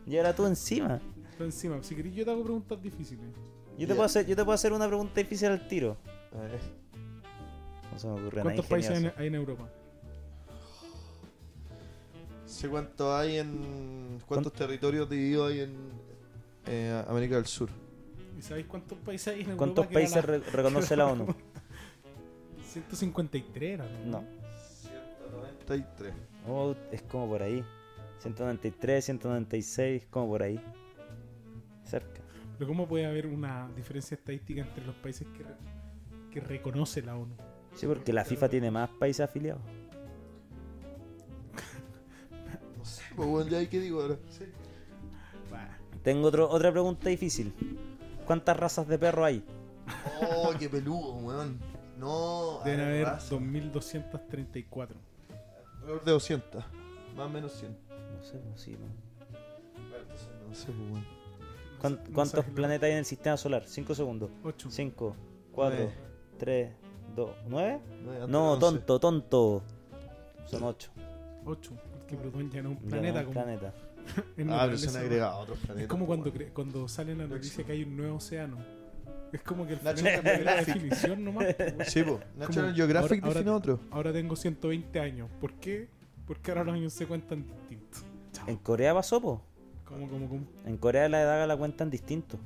Speaker 2: Y ahora tú encima.
Speaker 1: Pero encima, si querés yo te hago preguntas difíciles.
Speaker 2: Yo te,
Speaker 3: Ya.
Speaker 2: puedo hacer, yo te puedo hacer una pregunta difícil al tiro.
Speaker 3: A ver.
Speaker 2: No se me ocurre nada
Speaker 1: ¿Cuántos países hay en,
Speaker 2: ingenioso.
Speaker 1: hay en Europa?
Speaker 3: sé cuánto hay en. ¿Cuántos territorios divididos hay en eh, América del Sur?
Speaker 1: ¿Y sabéis cuántos países hay en Europa?
Speaker 2: ¿Cuántos
Speaker 1: que era
Speaker 2: países
Speaker 1: la-
Speaker 2: re- reconoce la ONU?
Speaker 1: 153 era,
Speaker 2: No.
Speaker 3: 193.
Speaker 2: Oh, es como por ahí. 193, 196, como por ahí. Cerca.
Speaker 1: Pero ¿cómo puede haber una diferencia estadística entre los países que, re- que reconoce la ONU?
Speaker 2: Sí, porque la FIFA tiene más países afiliados.
Speaker 3: No sé, pues bueno, ya hay que digo ahora. Sí.
Speaker 1: Bah,
Speaker 2: Tengo otro, otra pregunta difícil. ¿Cuántas razas de perro hay?
Speaker 3: Oh, qué peludo, weón. No,
Speaker 1: deben
Speaker 3: a ver,
Speaker 1: haber
Speaker 3: raza.
Speaker 1: 2.234.
Speaker 3: Alrededor de 200. Más o menos 100.
Speaker 2: No sé, no sé, no.
Speaker 3: No sé, pues, weón.
Speaker 2: ¿Cuán-
Speaker 1: No
Speaker 2: ¿Cuántos
Speaker 1: sabes lo-
Speaker 2: planetas hay en el sistema solar? 5 segundos.
Speaker 1: 8.
Speaker 2: 5, 4,
Speaker 3: Nueve.
Speaker 2: 3, 2, 9.
Speaker 3: Nueve,
Speaker 2: No,
Speaker 3: antes de once.
Speaker 2: tonto, tonto. Son 8.
Speaker 1: 8. Porque Plutón ya no es un planeta. como, en
Speaker 2: planeta.
Speaker 3: Ah, pero
Speaker 1: naturaleza.
Speaker 3: se han agregado otros planetas.
Speaker 1: Es como
Speaker 3: pues,
Speaker 1: cuando,
Speaker 3: weón.
Speaker 1: cre- cuando sale la noticia que hay un nuevo océano. Es como que el
Speaker 3: National
Speaker 1: Fernet cambió la
Speaker 3: Geographic.
Speaker 1: definición nomás. po, weón.
Speaker 3: Sí, po.
Speaker 1: Como-
Speaker 3: National Geographic
Speaker 1: ahora-
Speaker 3: define otro.
Speaker 1: Ahora tengo 120 años. ¿Por qué? Porque ahora los años se cuentan distintos. Chao.
Speaker 2: En Corea pasó, po.
Speaker 1: ¿Cómo, cómo, cómo?
Speaker 2: En Corea la edad la cuentan distinto.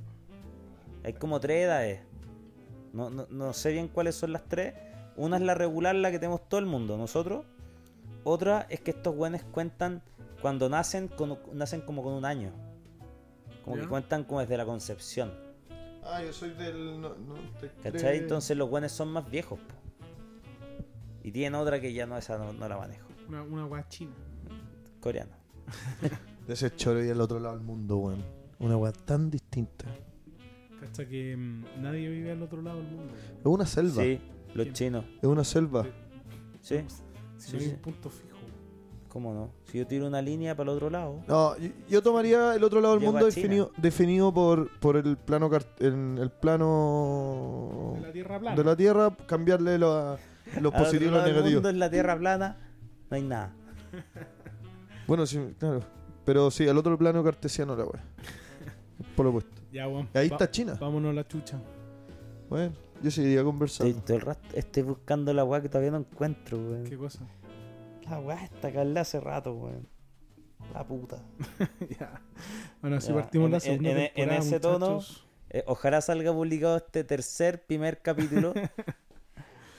Speaker 2: Hay como tres edades. No, no, no sé bien cuáles son las tres. Una es la regular, la que tenemos todo el mundo, nosotros. Otra es que estos güenes cuentan cuando nacen, con- nacen como con un año. Como
Speaker 1: Ya.
Speaker 2: que cuentan como desde la concepción.
Speaker 3: Ah, yo soy del.
Speaker 2: ¿Cachai? Entonces los güenes son más viejos. po. Y tienen otra que ya no, esa no, no la manejo.
Speaker 1: Una, una weá china.
Speaker 2: Coreana.
Speaker 3: De ese choro y al otro lado del mundo, weón. Una weá tan distinta.
Speaker 1: Cacha que mm, nadie vive al otro lado del mundo.
Speaker 3: Es
Speaker 1: weón.
Speaker 3: una selva.
Speaker 2: Sí, los
Speaker 1: Sí.
Speaker 2: chinos.
Speaker 3: Es una selva.
Speaker 1: Si
Speaker 2: Sí,
Speaker 1: no
Speaker 2: Sí,
Speaker 1: hay
Speaker 2: sí.
Speaker 1: un punto fijo.
Speaker 2: cómo no. Si yo tiro una línea para el otro lado.
Speaker 3: No, yo- yo tomaría el otro lado del
Speaker 2: Llegó
Speaker 3: mundo
Speaker 2: a China.
Speaker 3: definido, definido por, por el plano cart- el, el plano
Speaker 2: Oh.
Speaker 1: De la tierra plana.
Speaker 3: de la Tierra, cambiarle lo- los
Speaker 2: Al otro
Speaker 3: positivos
Speaker 2: lado
Speaker 3: y
Speaker 2: del
Speaker 3: los
Speaker 2: mundo
Speaker 3: negativos.
Speaker 2: es la tierra plana, no hay nada.
Speaker 3: Bueno, sí, claro. Pero sí, al otro plano cartesiano la weá. Por lo opuesto.
Speaker 1: Ya, weón.
Speaker 3: Ahí
Speaker 1: Va-
Speaker 3: está China.
Speaker 1: Vámonos a la chucha.
Speaker 3: Bueno, yo seguiría
Speaker 2: Estoy,
Speaker 3: conversando.
Speaker 2: todo el rato estoy buscando la weá que todavía no encuentro, weón.
Speaker 1: ¿Qué cosa?
Speaker 2: La weá está que hablé hace rato, weón. La puta.
Speaker 1: ya. Bueno, así
Speaker 2: Ya,
Speaker 1: partimos
Speaker 2: en-
Speaker 1: la
Speaker 2: en-
Speaker 1: segunda
Speaker 2: en- en
Speaker 1: temporada,
Speaker 2: ese tono-
Speaker 1: muchachos.
Speaker 2: Eh, ojalá salga publicado este tercer, primer capítulo.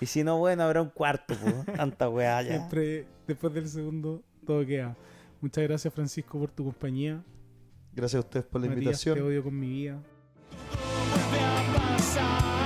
Speaker 2: y si no, bueno, habrá un cuarto, po. Tanta weá ya.
Speaker 1: Siempre, después del segundo, todo queda. Muchas gracias, Francisco, por tu compañía.
Speaker 3: Gracias a ustedes por la
Speaker 1: Matías,
Speaker 3: invitación.
Speaker 1: te odio con mi vida.
Speaker 4: Vuelve a pasar.